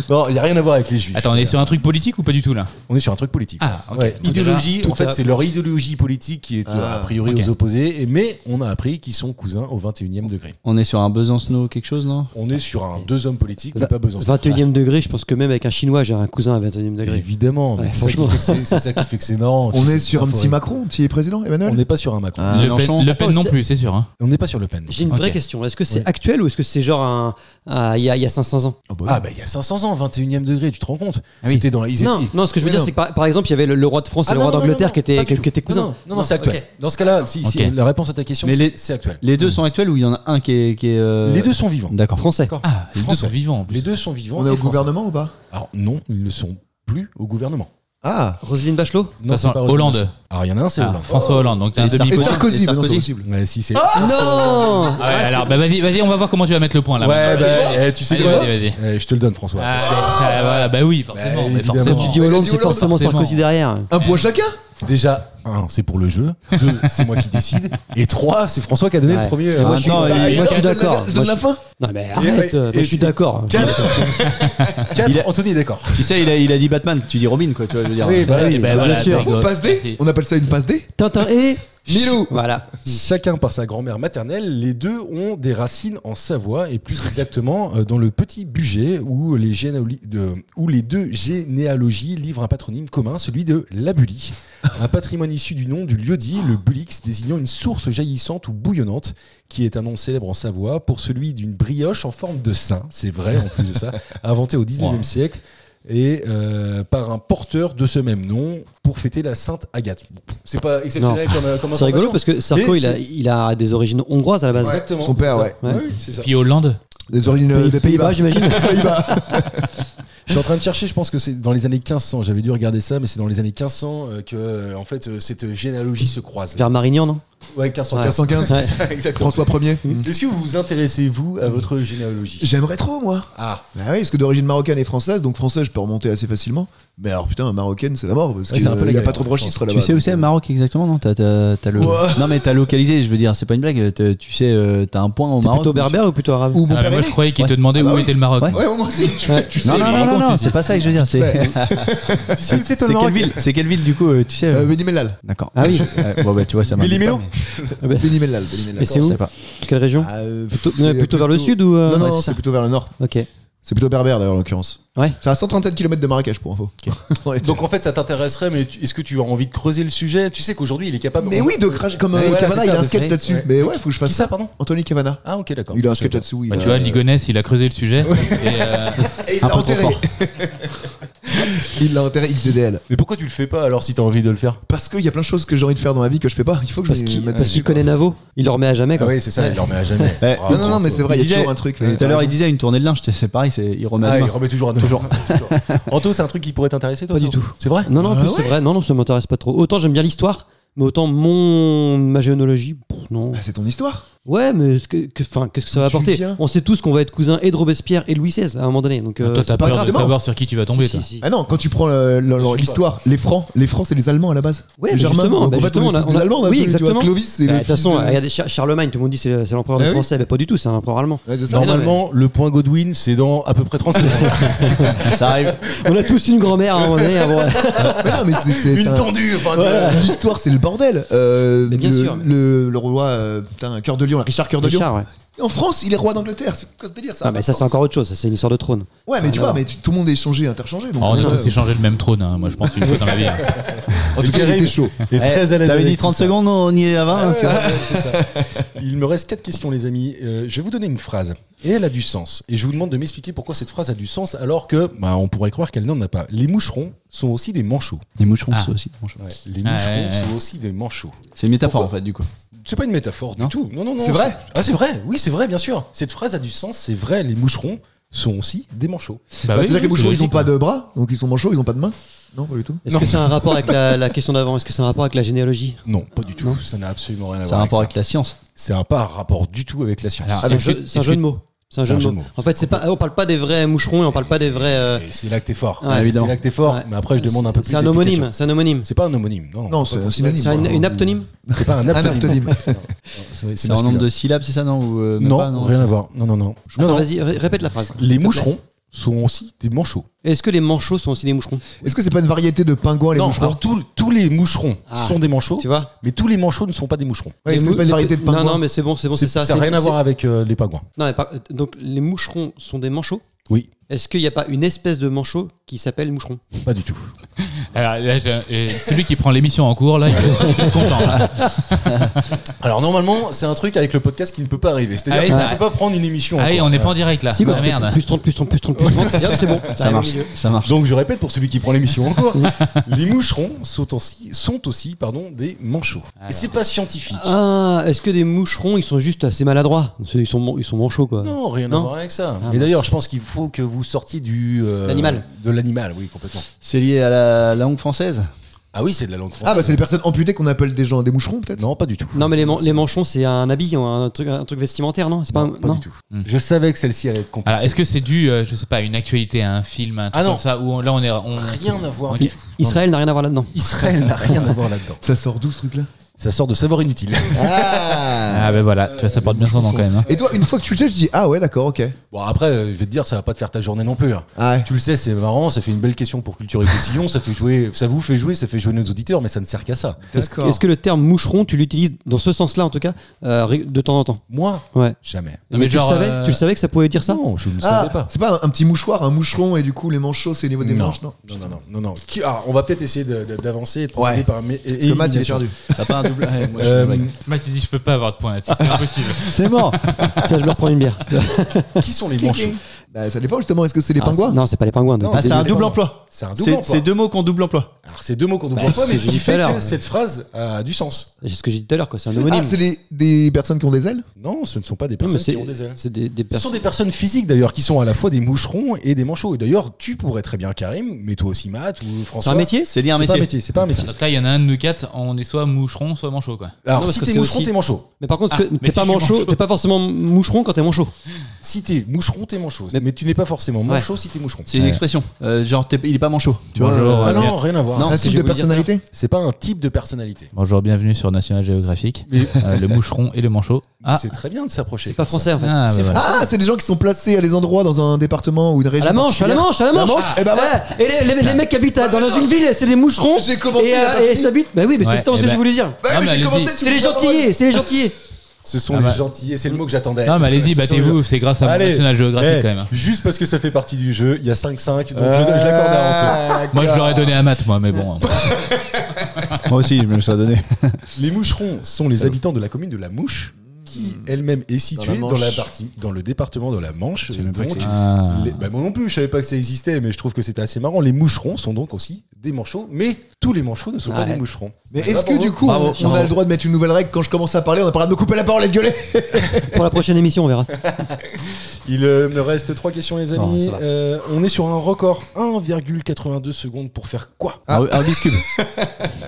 Speaker 4: non il y a rien à voir avec les juifs
Speaker 6: Attends, on est sur un truc politique ou pas du tout, là
Speaker 4: On est sur un truc politique.
Speaker 6: Ah, ok.
Speaker 4: Ouais,
Speaker 6: Donc
Speaker 4: idéologie,
Speaker 5: déjà,
Speaker 4: en fait,
Speaker 5: tout à-
Speaker 4: c'est leur idéologie politique qui est euh,
Speaker 3: Ah,
Speaker 4: a priori
Speaker 6: ok.
Speaker 4: aux opposés, et- mais on a appris qu'ils sont cousins au 21e degré.
Speaker 7: On est sur un Besancenot, quelque chose, non
Speaker 4: On est sur un deux hommes politiques, mais
Speaker 5: Va-
Speaker 4: pas besoin.
Speaker 5: 21e degré, je pense que même avec un chinois, j'ai un cousin à 21e
Speaker 4: Ouais.
Speaker 5: degré.
Speaker 4: Évidemment, mais
Speaker 5: Ouais,
Speaker 4: c'est ça qui
Speaker 5: franchement.
Speaker 4: fait que c'est- c'est ça qui fait que c'est marrant.
Speaker 3: On
Speaker 4: C'est- c'est
Speaker 3: est sur
Speaker 4: pas
Speaker 3: un petit
Speaker 4: forêt.
Speaker 3: Macron, petit président,
Speaker 4: On
Speaker 3: Emmanuel
Speaker 4: n'est pas sur un Macron.
Speaker 3: Ah.
Speaker 6: Le
Speaker 7: Mélenchon.
Speaker 6: Pen, Le Pen
Speaker 5: Attends,
Speaker 6: non
Speaker 5: c'est-
Speaker 6: plus, c'est sûr. hein.
Speaker 4: On n'est pas sur Le Pen.
Speaker 5: J'ai une
Speaker 6: Ok.
Speaker 5: vraie question. Est-ce que c'est
Speaker 4: Ouais.
Speaker 5: actuel ou est-ce que c'est genre un- un- il y, a, il y a 500 ans
Speaker 3: Ah bah oui.
Speaker 4: Ah bah il y a 500 ans, 21 e degré, tu te rends compte
Speaker 7: oui.
Speaker 4: C'était dans, ils
Speaker 5: Non,
Speaker 4: étaient-
Speaker 5: non, ce que je veux
Speaker 4: Mais
Speaker 5: dire,
Speaker 4: non.
Speaker 5: c'est que par, par exemple, il y avait le, le roi de France et
Speaker 4: Ah
Speaker 5: le
Speaker 4: non,
Speaker 5: roi
Speaker 4: non, non,
Speaker 5: d'Angleterre
Speaker 4: non,
Speaker 5: qui étaient,
Speaker 4: pas du
Speaker 5: qui, qui
Speaker 4: tout.
Speaker 5: étaient cousins.
Speaker 4: Non, non, non, c'est actuel.
Speaker 5: Ah, ok.
Speaker 4: Dans ce cas-là, si, si,
Speaker 6: Ok.
Speaker 4: la réponse à ta question,
Speaker 7: Mais
Speaker 4: c'est-
Speaker 7: les-
Speaker 4: c'est actuel.
Speaker 7: Les deux sont actuels ou il y en a un qui est. qui est, euh,
Speaker 4: Les deux sont vivants.
Speaker 7: D'accord.
Speaker 5: Français.
Speaker 4: D'accord.
Speaker 6: Ah, les deux
Speaker 4: Français.
Speaker 6: sont vivants en plus.
Speaker 4: Les deux sont vivants.
Speaker 3: On est
Speaker 4: et
Speaker 3: au
Speaker 4: français.
Speaker 3: gouvernement ou pas
Speaker 4: Alors non, ils ne sont plus au gouvernement.
Speaker 3: Ah
Speaker 5: Roselyne Bachelot
Speaker 4: Non,
Speaker 6: ça
Speaker 4: c'est
Speaker 6: sent
Speaker 4: pas
Speaker 6: Hollande.
Speaker 4: Alors il y en a un, c'est
Speaker 6: Ah,
Speaker 4: Hollande.
Speaker 6: François Hollande, donc t'as un
Speaker 7: Et
Speaker 6: demi
Speaker 3: Et
Speaker 7: Sarkozy.
Speaker 6: point.
Speaker 3: Sarkozy,
Speaker 7: Et
Speaker 3: mais non, c'est
Speaker 7: Sarkozy.
Speaker 3: possible.
Speaker 4: Ouais, si Ah, c'est.
Speaker 5: Non
Speaker 6: Ah ouais, alors bah, vas-y, vas-y, on va voir comment tu vas mettre le point là.
Speaker 4: ouais,
Speaker 6: maintenant.
Speaker 4: bah, eh, tu sais
Speaker 6: Allez,
Speaker 4: quoi
Speaker 6: vas-y, vas-y.
Speaker 4: Eh, Je te le donne, François.
Speaker 6: Ah, bah, voilà, bah oui, forcément.
Speaker 4: Bah,
Speaker 6: mais
Speaker 4: évidemment.
Speaker 6: forcément.
Speaker 5: Tu dis
Speaker 3: Elle a
Speaker 5: Hollande,
Speaker 3: dit
Speaker 5: c'est
Speaker 3: Hollande,
Speaker 5: forcément
Speaker 6: forcément.
Speaker 5: Sarkozy derrière.
Speaker 3: Un point chacun
Speaker 6: Ah.
Speaker 4: Déjà, un, c'est pour le jeu. Deux, c'est moi qui décide. Et trois, c'est François qui a donné
Speaker 5: Ouais.
Speaker 4: le premier.
Speaker 5: Et moi,
Speaker 4: euh,
Speaker 5: je suis-
Speaker 7: attends,
Speaker 5: bah,
Speaker 7: et-
Speaker 5: moi, je suis
Speaker 3: Ah, donne la-
Speaker 5: d'accord.
Speaker 3: Je
Speaker 5: Moi,
Speaker 3: donne
Speaker 5: je
Speaker 3: la
Speaker 5: suis-
Speaker 3: fin
Speaker 5: Non, mais arrête, euh, je suis d'accord.
Speaker 4: quatre, Anthony est d'accord.
Speaker 7: Tu sais, il a, il a dit Batman, tu dis Robin, quoi, tu vois, je veux dire.
Speaker 4: Oui, bah oui.
Speaker 6: Bah, voilà,
Speaker 5: bien sûr.
Speaker 6: bah,
Speaker 3: Faut
Speaker 6: bah,
Speaker 3: passe D
Speaker 6: c'est-
Speaker 3: On appelle ça une passe D
Speaker 5: Tintin et
Speaker 3: Milou.
Speaker 5: Voilà.
Speaker 4: Chacun par sa grand-mère maternelle, les deux ont des racines en Savoie et plus exactement euh, dans le petit budget où les, généali- de- où les deux généalogies livrent un patronyme commun, celui de la Bully. Un patrimoine issu du nom du lieu-dit, le Bulix, désignant une source jaillissante ou bouillonnante, qui est un nom célèbre en Savoie pour celui d'une brioche en forme de sein, c'est vrai en plus de ça, inventée au 19e
Speaker 6: Wow.
Speaker 4: siècle et euh, par un porteur de ce même nom pour fêter la Sainte Agathe. Bon, C'est pas exceptionnel comme, euh, comme
Speaker 5: C'est rigolo
Speaker 4: information.
Speaker 5: parce que Sarko,
Speaker 4: Mais
Speaker 5: il a,
Speaker 4: c'est-
Speaker 5: il a des origines hongroises à la base.
Speaker 4: Exactement.
Speaker 3: Son père,
Speaker 4: c'est
Speaker 3: ouais.
Speaker 4: ça.
Speaker 5: Ouais.
Speaker 4: Oui, c'est ça.
Speaker 6: Puis Hollande. Ah,
Speaker 3: Des origines euh,
Speaker 5: Pays-
Speaker 3: des Pays-Bas.
Speaker 5: j'imagine.
Speaker 4: Je suis en train de chercher, je pense que c'est dans les années 1500. J'avais dû regarder ça, mais c'est dans les années 1500 euh, que euh, en fait euh, cette généalogie se croise.
Speaker 5: Vers Marignan, non
Speaker 4: Ouais, 1500.
Speaker 5: Ouais.
Speaker 3: 1515,
Speaker 5: Ouais.
Speaker 4: Exactement.
Speaker 3: François Mm. 1er.
Speaker 4: Est-ce que vous vous intéressez vous à votre généalogie
Speaker 3: J'aimerais trop, moi.
Speaker 4: Ah,
Speaker 3: Bah oui, parce que d'origine marocaine et française, donc français, je peux remonter assez facilement. Mais alors, putain, marocaine, c'est la mort. Parce
Speaker 4: Ouais,
Speaker 3: qu'il
Speaker 4: c'est un peu la
Speaker 3: n'y a
Speaker 4: galère,
Speaker 3: pas trop de
Speaker 4: je pense.
Speaker 3: registres
Speaker 7: Tu
Speaker 3: là-bas.
Speaker 7: sais où c'est,
Speaker 3: Donc, euh,
Speaker 7: Maroc exactement Non, t'as, t'as- t'as le.
Speaker 3: Ouah.
Speaker 7: Non, mais t'as localisé, je veux dire, c'est pas une blague. t'as- Tu sais, euh, t'as un point au
Speaker 5: T'es
Speaker 7: Maroc.
Speaker 5: plutôt berbère ou plutôt arabe
Speaker 3: Où mon
Speaker 6: Ah, mais
Speaker 3: père
Speaker 6: moi
Speaker 3: est
Speaker 6: je
Speaker 3: né.
Speaker 6: croyais qu'il te demandait
Speaker 3: Ah, bah
Speaker 6: où
Speaker 3: oui.
Speaker 6: était le Maroc.
Speaker 3: Ouais, au moins, si. Tu- Tu sais,
Speaker 7: Non, non,
Speaker 6: mais
Speaker 7: non,
Speaker 6: raconte,
Speaker 7: non, non,
Speaker 6: tu
Speaker 7: c'est pas ça que je veux dire. C'est,
Speaker 3: fait. Ah,
Speaker 7: c'est,
Speaker 4: où c'est, toi,
Speaker 7: c'est
Speaker 4: le
Speaker 7: quelle
Speaker 4: Maroc
Speaker 7: ville C'est quelle ville du coup euh, Tu sais.
Speaker 3: Euh,
Speaker 7: euh,
Speaker 3: Benny Mellal.
Speaker 7: D'accord. Ah oui. bon bah tu vois ça m'a.
Speaker 4: Billy Mello
Speaker 3: Benny Mellal. Benny Mellal.
Speaker 5: Mais c'est où Quelle région
Speaker 3: Ah, euh,
Speaker 5: Plutôt-
Speaker 3: c'est
Speaker 5: euh, plutôt vers le sud ou, euh,
Speaker 3: Non, non,
Speaker 5: ouais,
Speaker 3: non,
Speaker 5: c'est
Speaker 3: c'est
Speaker 5: ça.
Speaker 3: plutôt vers le nord.
Speaker 5: Ok.
Speaker 3: C'est plutôt berbère d'ailleurs, en l'occurrence.
Speaker 5: Ouais.
Speaker 3: C'est à 137 km de Marrakech, pour info. On était-
Speaker 4: Donc en fait, ça t'intéresserait, mais tu- est-ce que tu as envie de creuser le sujet Tu sais qu'aujourd'hui, il est capable.
Speaker 3: Mais
Speaker 4: on-
Speaker 3: oui, de cracher comme
Speaker 4: Ouais,
Speaker 3: euh,
Speaker 4: voilà,
Speaker 3: Cavana,
Speaker 4: c'est
Speaker 3: il
Speaker 4: ça,
Speaker 3: a un
Speaker 4: mais
Speaker 3: sketch
Speaker 4: c'est-
Speaker 3: là-dessus.
Speaker 4: ouais.
Speaker 3: Mais ouais, faut que je fasse
Speaker 4: Qui ça, pardon
Speaker 3: Anthony Cavana.
Speaker 4: Ah ok, d'accord.
Speaker 3: Il a un sketch là-dessous. il
Speaker 6: Bah,
Speaker 3: a-
Speaker 6: tu vois,
Speaker 5: Euh,
Speaker 6: Ligonès, il a creusé le sujet. et, euh,
Speaker 3: Et il l'a
Speaker 5: peu trop
Speaker 3: enterré.
Speaker 5: fort.
Speaker 3: Il l'a enterré XDDL.
Speaker 4: Mais pourquoi tu le fais pas alors si t'as envie de le faire
Speaker 3: Parce qu'il y a plein de choses que j'ai envie de faire dans ma vie que je fais pas. Il faut que
Speaker 5: Parce
Speaker 3: je
Speaker 5: qu'il
Speaker 3: me mette
Speaker 5: parce qu'il
Speaker 3: dessus, quoi.
Speaker 5: connaît Navo. Il le remet à jamais.
Speaker 4: Ah
Speaker 5: Quoi.
Speaker 4: oui, c'est ça. Il en met à jamais.
Speaker 7: Ouais.
Speaker 4: Ah,
Speaker 3: Non, non, non, mais c'est vrai, il y a
Speaker 7: disait-
Speaker 3: toujours un truc. mais Ah,
Speaker 7: Tout à l'heure, il disait une tournée de linge, c'est pareil, c'est il remet. à
Speaker 4: Ah, il
Speaker 7: demain.
Speaker 4: remet toujours à toujours. Anto, c'est un truc qui pourrait t'intéresser toi
Speaker 5: Pas du
Speaker 4: ça
Speaker 5: tout.
Speaker 4: C'est vrai
Speaker 5: Non, non, en
Speaker 3: Ah
Speaker 5: plus,
Speaker 3: ouais
Speaker 5: c'est vrai. Non, non, ça m'intéresse pas trop. Autant j'aime bien l'histoire, mais autant mon ma généalogie, pff, non.
Speaker 3: Bah, c'est ton histoire.
Speaker 5: Ouais, mais ce que- que- 'fin, qu'est-ce que ça va
Speaker 3: Tu
Speaker 5: apporter
Speaker 3: viens
Speaker 5: On sait tous qu'on va être cousin et de Robespierre et de Louis XVI à un moment donné. Donc, euh,
Speaker 6: Ah, toi, t'as
Speaker 5: c'est pas
Speaker 6: peur de
Speaker 5: grave.
Speaker 3: forcément.
Speaker 6: savoir sur qui tu vas tomber,
Speaker 5: Si,
Speaker 6: toi.
Speaker 5: si, si.
Speaker 3: Ah non, quand tu prends le- le- le- l'histoire, les Francs, les Francs, c'est les Allemands à la base.
Speaker 5: Ouais,
Speaker 3: Les
Speaker 5: mais
Speaker 3: Germains.
Speaker 5: justement,
Speaker 3: Donc
Speaker 5: bah
Speaker 3: en fait,
Speaker 5: justement,
Speaker 3: on est
Speaker 5: on a-
Speaker 3: tous des
Speaker 5: on a-
Speaker 3: Allemands. là,
Speaker 5: oui,
Speaker 3: tu vois,
Speaker 5: exactement.
Speaker 3: Clovis, c'est
Speaker 5: Bah,
Speaker 3: le
Speaker 5: De toute
Speaker 3: fils
Speaker 5: façon,
Speaker 3: de-
Speaker 5: regardez, Char- Charlemagne, tout le monde dit c'est c'est l'empereur
Speaker 3: Ah
Speaker 5: des
Speaker 3: oui.
Speaker 5: Français, mais pas du tout, c'est un empereur allemand.
Speaker 3: Ouais, c'est ça.
Speaker 4: Normalement, le point Godwin, c'est dans à peu près 30 secondes.
Speaker 7: Ça arrive.
Speaker 5: On a tous une grand-mère à un moment donné. avant-
Speaker 3: Mais non, mais c'est- c'est- c'est un-
Speaker 4: tendue. enfin,
Speaker 3: L'histoire, c'est le bordel. Euh,
Speaker 5: Mais bien
Speaker 3: le,
Speaker 5: sûr, mais-
Speaker 3: le, le roi, euh, putain, cœur de lion, là, Richard cœur de lion.
Speaker 5: Richard, ouais.
Speaker 3: En France, il est roi d'Angleterre. C'est quoi ce délire ça a
Speaker 5: Ah,
Speaker 3: pas
Speaker 5: mais
Speaker 3: de
Speaker 5: ça, c'est
Speaker 3: sens.
Speaker 5: encore autre chose. Ça, c'est une histoire de trône.
Speaker 3: Ouais, mais tu
Speaker 5: Ah,
Speaker 3: vois,
Speaker 5: non.
Speaker 3: mais tu- tout le monde est changé, interchangé. donc,
Speaker 6: Alors, on a
Speaker 3: euh,
Speaker 6: tous échangé le même trône, hein, moi je pense, une fois dans la vie.
Speaker 5: Bah
Speaker 6: hein.
Speaker 3: en tout cas, il était chaud. Bah,
Speaker 4: Et
Speaker 7: Eh,
Speaker 4: très à l'aise
Speaker 7: T'avais
Speaker 4: avec
Speaker 7: dit
Speaker 4: tout
Speaker 7: 30
Speaker 4: ça.
Speaker 7: secondes, on y est à 20. tu vois.
Speaker 4: Il me reste quatre questions, les amis. Euh, je vais vous donner une phrase. Et elle a du sens. Et je vous demande de m'expliquer pourquoi cette phrase a du sens alors que bah, on pourrait croire qu'elle n'en a pas. Les moucherons sont aussi des manchots.
Speaker 7: Les moucherons,
Speaker 6: Ah.
Speaker 7: ça aussi. franchement.
Speaker 4: Les
Speaker 6: Ah,
Speaker 4: moucherons
Speaker 6: ouais, ouais.
Speaker 4: sont aussi des manchots.
Speaker 7: C'est une métaphore en fait, du coup.
Speaker 4: C'est pas une métaphore du tout. Non, non, non.
Speaker 3: C'est vrai
Speaker 4: Ah, c'est vrai. Oui, c'est vrai, bien sûr. Cette phrase a du sens. C'est vrai. Les moucherons sont aussi des manchots.
Speaker 6: Bah
Speaker 3: Bah,
Speaker 6: oui,
Speaker 3: C'est-à-dire que les bouchons, ils ont
Speaker 6: logique,
Speaker 3: pas de bras, donc ils sont manchots, ils ont pas de mains. Non, pas du tout.
Speaker 5: Est-ce que c'est un rapport avec la, la question d'avant Est-ce que c'est un rapport avec la généalogie
Speaker 4: Non, pas du tout. Ça n'a absolument rien à
Speaker 7: Ah Ça a
Speaker 4: voir.
Speaker 7: un rapport
Speaker 4: avec
Speaker 7: avec la science.
Speaker 4: ça. C'est un pas rapport du tout avec la science. Ah,
Speaker 6: Alors,
Speaker 5: Ah, C'est un
Speaker 6: Est-ce
Speaker 5: jeu-
Speaker 6: que-
Speaker 5: c'est un
Speaker 6: est-ce
Speaker 5: jeu
Speaker 6: que-
Speaker 5: de mots. C'est un jeu de mots. En fait, c'est pas. On parle pas des vrais moucherons et on parle pas des vrais. euh,
Speaker 4: Et c'est là que t'es fort.
Speaker 5: Ouais,
Speaker 4: c'est
Speaker 5: évidemment.
Speaker 4: là que t'es fort.
Speaker 5: Ouais.
Speaker 4: Mais après, je demande un peu plus.
Speaker 5: C'est un homonyme.
Speaker 4: d'explications.
Speaker 5: C'est un homonyme.
Speaker 4: C'est pas un homonyme. Non,
Speaker 3: Non, c'est un synonyme. hein.
Speaker 5: C'est un- hein. une aptonyme.
Speaker 4: C'est pas un
Speaker 3: Un
Speaker 4: aptonyme.
Speaker 3: aptonyme.
Speaker 7: C'est en nombre de syllabes, c'est ça, non Ou, euh, même
Speaker 4: Non,
Speaker 7: pas,
Speaker 4: rien
Speaker 7: c'est-
Speaker 4: à voir. Non, non, non. Non,
Speaker 5: Attends,
Speaker 4: non.
Speaker 5: Vas-y, ré- répète la phrase.
Speaker 4: Les moucherons sont aussi des manchots.
Speaker 5: Est-ce que les manchots sont aussi des moucherons
Speaker 3: Est-ce que c'est pas une variété de pingouins, les
Speaker 4: non,
Speaker 3: moucherons
Speaker 4: alors tous- tous les moucherons
Speaker 5: Ah.
Speaker 4: sont des manchots,
Speaker 5: Tu vois
Speaker 4: mais tous les manchots ne sont pas des moucherons.
Speaker 3: Ouais, Est-ce
Speaker 5: Les
Speaker 3: que c'est pas une
Speaker 5: mou-
Speaker 3: variété de pingouins
Speaker 5: Non, non, mais c'est bon, c'est bon, c'est ça.
Speaker 4: Ça n'a
Speaker 5: c'est-
Speaker 4: rien à
Speaker 5: c'est-
Speaker 4: voir avec euh, les pingouins.
Speaker 5: Non, mais par- donc les moucherons sont des manchots
Speaker 4: Oui,
Speaker 5: Est-ce qu'il n'y a pas une espèce de manchot qui s'appelle moucheron
Speaker 4: pas du tout.
Speaker 6: hein. Alors là, j'ai- euh, celui qui prend l'émission en cours, là, il est, il est content. Ah là.
Speaker 4: Alors normalement, c'est un truc avec le podcast qui ne peut pas arriver.
Speaker 6: Ah oui,
Speaker 4: C'est-à-dire qu'on
Speaker 6: ça-
Speaker 4: ne peut pas prendre une émission.
Speaker 6: Ah oui,
Speaker 4: encore.
Speaker 6: on n'est pas en direct là.
Speaker 5: Si,
Speaker 6: Ah,
Speaker 5: bah,
Speaker 6: merde.
Speaker 5: Plus 30, plus 30, plus 30, plus 30.
Speaker 4: Ah,
Speaker 5: Regarde, c'est bon.
Speaker 7: Ça marche, ça marche.
Speaker 4: Donc je répète pour celui qui prend l'émission en cours, les moucherons sont aussi, sont aussi pardon, des manchots. Et c'est pas scientifique.
Speaker 5: Ah, est-ce que des moucherons, ils sont juste assez maladroits Ils sont, ils sont manchots, quoi.
Speaker 4: Non, rien à
Speaker 5: Non.
Speaker 4: voir avec ça.
Speaker 5: Ah,
Speaker 4: Mais
Speaker 5: mince.
Speaker 4: d'ailleurs, je pense qu'il faut que vous sortiez du euh,
Speaker 5: L'animal.
Speaker 4: de l'animal, oui, complètement.
Speaker 7: C'est lié à la, la langue française
Speaker 4: Ah oui, c'est de la langue française.
Speaker 3: Ah, bah c'est les personnes amputées qu'on appelle des gens, des moucherons peut-être
Speaker 4: Non, pas du tout.
Speaker 5: Ah. Non, mais les, man- les manchons, c'est un habit, un truc, un truc vestimentaire, non C'est pas,
Speaker 4: Pas du tout. Mm. Je savais que celle-ci allait être compliquée.
Speaker 6: Alors, est-ce que c'est dû, euh, je sais pas, à une actualité, à un film, un truc
Speaker 4: Ah non.
Speaker 6: comme ça, où on- là on est. On...
Speaker 4: Ah. Rien à voir.
Speaker 6: Ok.
Speaker 4: du tout.
Speaker 5: Israël n'a rien à voir là-dedans.
Speaker 4: Israël n'a rien à voir là-dedans.
Speaker 3: Ça sort d'où ce truc-là
Speaker 4: Ça sort de savoir inutile.
Speaker 3: Ah
Speaker 6: Ah ben voilà, tu vois, ça porte bien son nom quand même. hein.
Speaker 3: Et toi, une fois que tu le sais, tu dis Ah ouais, d'accord, ok.
Speaker 4: Bon, après, euh, je vais te dire, ça va pas te faire ta journée non plus. hein.
Speaker 3: Ah ouais.
Speaker 4: Tu le sais, c'est marrant, ça fait une belle question pour Culture et Poussillon, ça fait jouer, ça vous fait jouer, ça fait jouer nos auditeurs, mais ça ne sert qu'à ça.
Speaker 5: Est-ce que, est-ce que le terme moucheron, tu l'utilises dans ce sens-là, en tout cas, euh, ré- de temps en temps
Speaker 4: Moi,
Speaker 5: Ouais.
Speaker 4: jamais.
Speaker 6: Non,
Speaker 5: mais
Speaker 6: mais
Speaker 5: tu,
Speaker 6: genre,
Speaker 5: le savais,
Speaker 6: euh,
Speaker 5: tu le savais que ça pouvait dire ça
Speaker 4: Non, je ne
Speaker 3: Ah,
Speaker 4: savais pas.
Speaker 3: c'est pas un, un petit mouchoir, un moucheron, et du coup, les manchots, c'est au niveau des
Speaker 4: non.
Speaker 3: manches, non
Speaker 4: non, non, non, non, non. Qui- ah, on va peut-être essayer de- de- d'avancer et de procéder
Speaker 3: Ouais.
Speaker 4: par. mais- et-
Speaker 3: Parce que
Speaker 4: et-
Speaker 3: Matt, il
Speaker 4: et-
Speaker 3: est perdu.
Speaker 7: T'as pas un double Ouais, moi, je suis
Speaker 4: Euh,
Speaker 7: blague.
Speaker 6: Max il dit je peux pas avoir de point là-dessus, c'est impossible.
Speaker 5: C'est mort Tiens, je me reprends une bière.
Speaker 4: qui sont les manchots
Speaker 3: Bah, ça dépend justement, est-ce que c'est les
Speaker 5: Ah,
Speaker 3: pingouins
Speaker 5: c'est- Non, c'est pas les pingouins. de-
Speaker 4: Non,
Speaker 7: Ah, c'est un double
Speaker 4: Pardon.
Speaker 7: emploi.
Speaker 4: Bah, C'est un double
Speaker 7: C'est
Speaker 4: emploi.
Speaker 7: c'est deux mots qu'on double emploi.
Speaker 4: Alors, c'est deux mots qu'on double
Speaker 5: Bah,
Speaker 4: emploi,
Speaker 5: c'est
Speaker 4: mais
Speaker 5: ce que
Speaker 4: qui
Speaker 5: j'ai fait
Speaker 4: fait
Speaker 5: là.
Speaker 4: que cette phrase a du sens.
Speaker 5: C'est ce que j'ai dit tout à l'heure, quoi. C'est un homonyme.
Speaker 3: Ah, c'est les- des personnes qui ont des ailes
Speaker 4: Non, ce ne sont pas des
Speaker 5: Non, mais
Speaker 4: personnes
Speaker 5: c'est
Speaker 4: qui ont des ailes.
Speaker 5: c'est des,
Speaker 4: Ce
Speaker 5: des
Speaker 4: sont
Speaker 5: personnes.
Speaker 4: des personnes physiques d'ailleurs qui sont à la fois des moucherons et des manchots. Et d'ailleurs, tu pourrais très bien Karim, mais toi aussi Matt ou
Speaker 7: C'est
Speaker 4: François.
Speaker 7: un métier C'est lié à un
Speaker 4: C'est pas un
Speaker 7: métier.
Speaker 4: métier, c'est pas un métier.
Speaker 6: Donc là, il y en a un de nous quatre, on est soit moucheron, soit manchot quoi.
Speaker 4: Alors,
Speaker 5: Non, parce
Speaker 4: si
Speaker 5: que
Speaker 4: t'es
Speaker 5: c'est
Speaker 4: moucheron,
Speaker 5: aussi-
Speaker 4: t'es manchot.
Speaker 5: Mais par contre,
Speaker 6: Ah,
Speaker 5: ce que-
Speaker 6: mais
Speaker 5: t'es
Speaker 6: si
Speaker 5: pas
Speaker 6: je suis
Speaker 5: manchot,
Speaker 6: manchot.
Speaker 5: t'es pas forcément moucheron quand t'es manchot.
Speaker 4: Si t'es moucheron, t'es manchot. Mais,
Speaker 5: Mais-
Speaker 4: tu n'es pas forcément manchot si t'es moucheron.
Speaker 7: C'est une expression. Euh, genre, t'es- il est pas manchot. Tu vois,
Speaker 3: Bonjour.
Speaker 7: genre,
Speaker 4: Ah
Speaker 7: euh,
Speaker 4: non, rien à voir.
Speaker 7: Non.
Speaker 3: Un
Speaker 7: c'est
Speaker 3: type
Speaker 7: que
Speaker 3: de
Speaker 7: je voulais dire tout à l'heure.
Speaker 3: personnalité
Speaker 4: C'est pas un type de personnalité.
Speaker 6: Bonjour, bienvenue sur National Geographic. Euh, le moucheron et le manchot. Ah,
Speaker 4: C'est très bien de s'approcher.
Speaker 5: C'est pas
Speaker 4: comme ça.
Speaker 5: français en fait.
Speaker 6: Ah, bah voilà.
Speaker 3: Ah, c'est des gens qui sont placés à des endroits dans un département ou une
Speaker 5: À
Speaker 3: région.
Speaker 5: la manche, à la
Speaker 3: particulière.
Speaker 5: manche, à la manche.
Speaker 3: eh ben voilà.
Speaker 5: Eh, et les, les- les mecs qui habitent à- dans dans une ville, c'est des moucherons.
Speaker 3: J'ai commencé,
Speaker 5: Et,
Speaker 3: il a
Speaker 5: euh,
Speaker 3: pas
Speaker 5: et
Speaker 3: fini.
Speaker 5: s'habitent. Bah oui, mais c'est
Speaker 6: Ouais,
Speaker 5: justement
Speaker 6: eh
Speaker 5: ce que
Speaker 6: ben-
Speaker 5: je voulais dire.
Speaker 6: Ah,
Speaker 3: Bah, mais
Speaker 6: mais
Speaker 3: j'ai
Speaker 6: allez-y.
Speaker 3: commencé, tu
Speaker 5: C'est les
Speaker 3: me prends-
Speaker 5: gentillés, c'est les gentillés.
Speaker 4: Ce sont
Speaker 6: Ah
Speaker 4: les
Speaker 6: bah.
Speaker 4: gentillés, c'est le mot que j'attendais.
Speaker 6: Non, mais allez-y,
Speaker 4: Ce sont les-
Speaker 6: battez-vous, c'est grâce à
Speaker 4: Allez,
Speaker 6: National Geographic
Speaker 4: eh,
Speaker 6: quand même.
Speaker 4: Juste parce que ça fait partie du jeu, il y a 5-5, donc je, je l'accorde à Antoine.
Speaker 3: Ah,
Speaker 6: Moi, je
Speaker 3: d'accord.
Speaker 6: l'aurais donné à Matt, moi, mais bon. hein.
Speaker 7: Moi aussi, je me le serais donné.
Speaker 4: Les moucherons sont les habitants de la commune de La Mouche, qui elle-même est située
Speaker 3: la
Speaker 4: dans,
Speaker 3: Manche.
Speaker 4: la partie, dans le département de la Manche.
Speaker 7: savais même pas
Speaker 4: Donc,
Speaker 7: que ça
Speaker 6: Ah.
Speaker 4: les- bah, moi non plus, je savais pas que ça existait, mais je trouve que c'était assez marrant. Les moucherons sont donc aussi des manchots, mais tous les manchots ne sont pas
Speaker 5: Ouais.
Speaker 4: des moucherons.
Speaker 3: Mais
Speaker 4: Ah,
Speaker 3: est-ce que
Speaker 4: bravo.
Speaker 3: du coup,
Speaker 7: Bravo,
Speaker 3: on
Speaker 7: bravo.
Speaker 3: a le droit de mettre une nouvelle règle quand je commence à parler On a pas le droit de me couper la parole et de gueuler
Speaker 5: Pour la prochaine émission, on verra.
Speaker 4: Il euh, me reste trois questions, les
Speaker 5: Non,
Speaker 4: amis.
Speaker 5: ça va.
Speaker 4: Euh, on est sur un record 1,82 secondes pour faire quoi
Speaker 7: Un Un Rubik's Cube.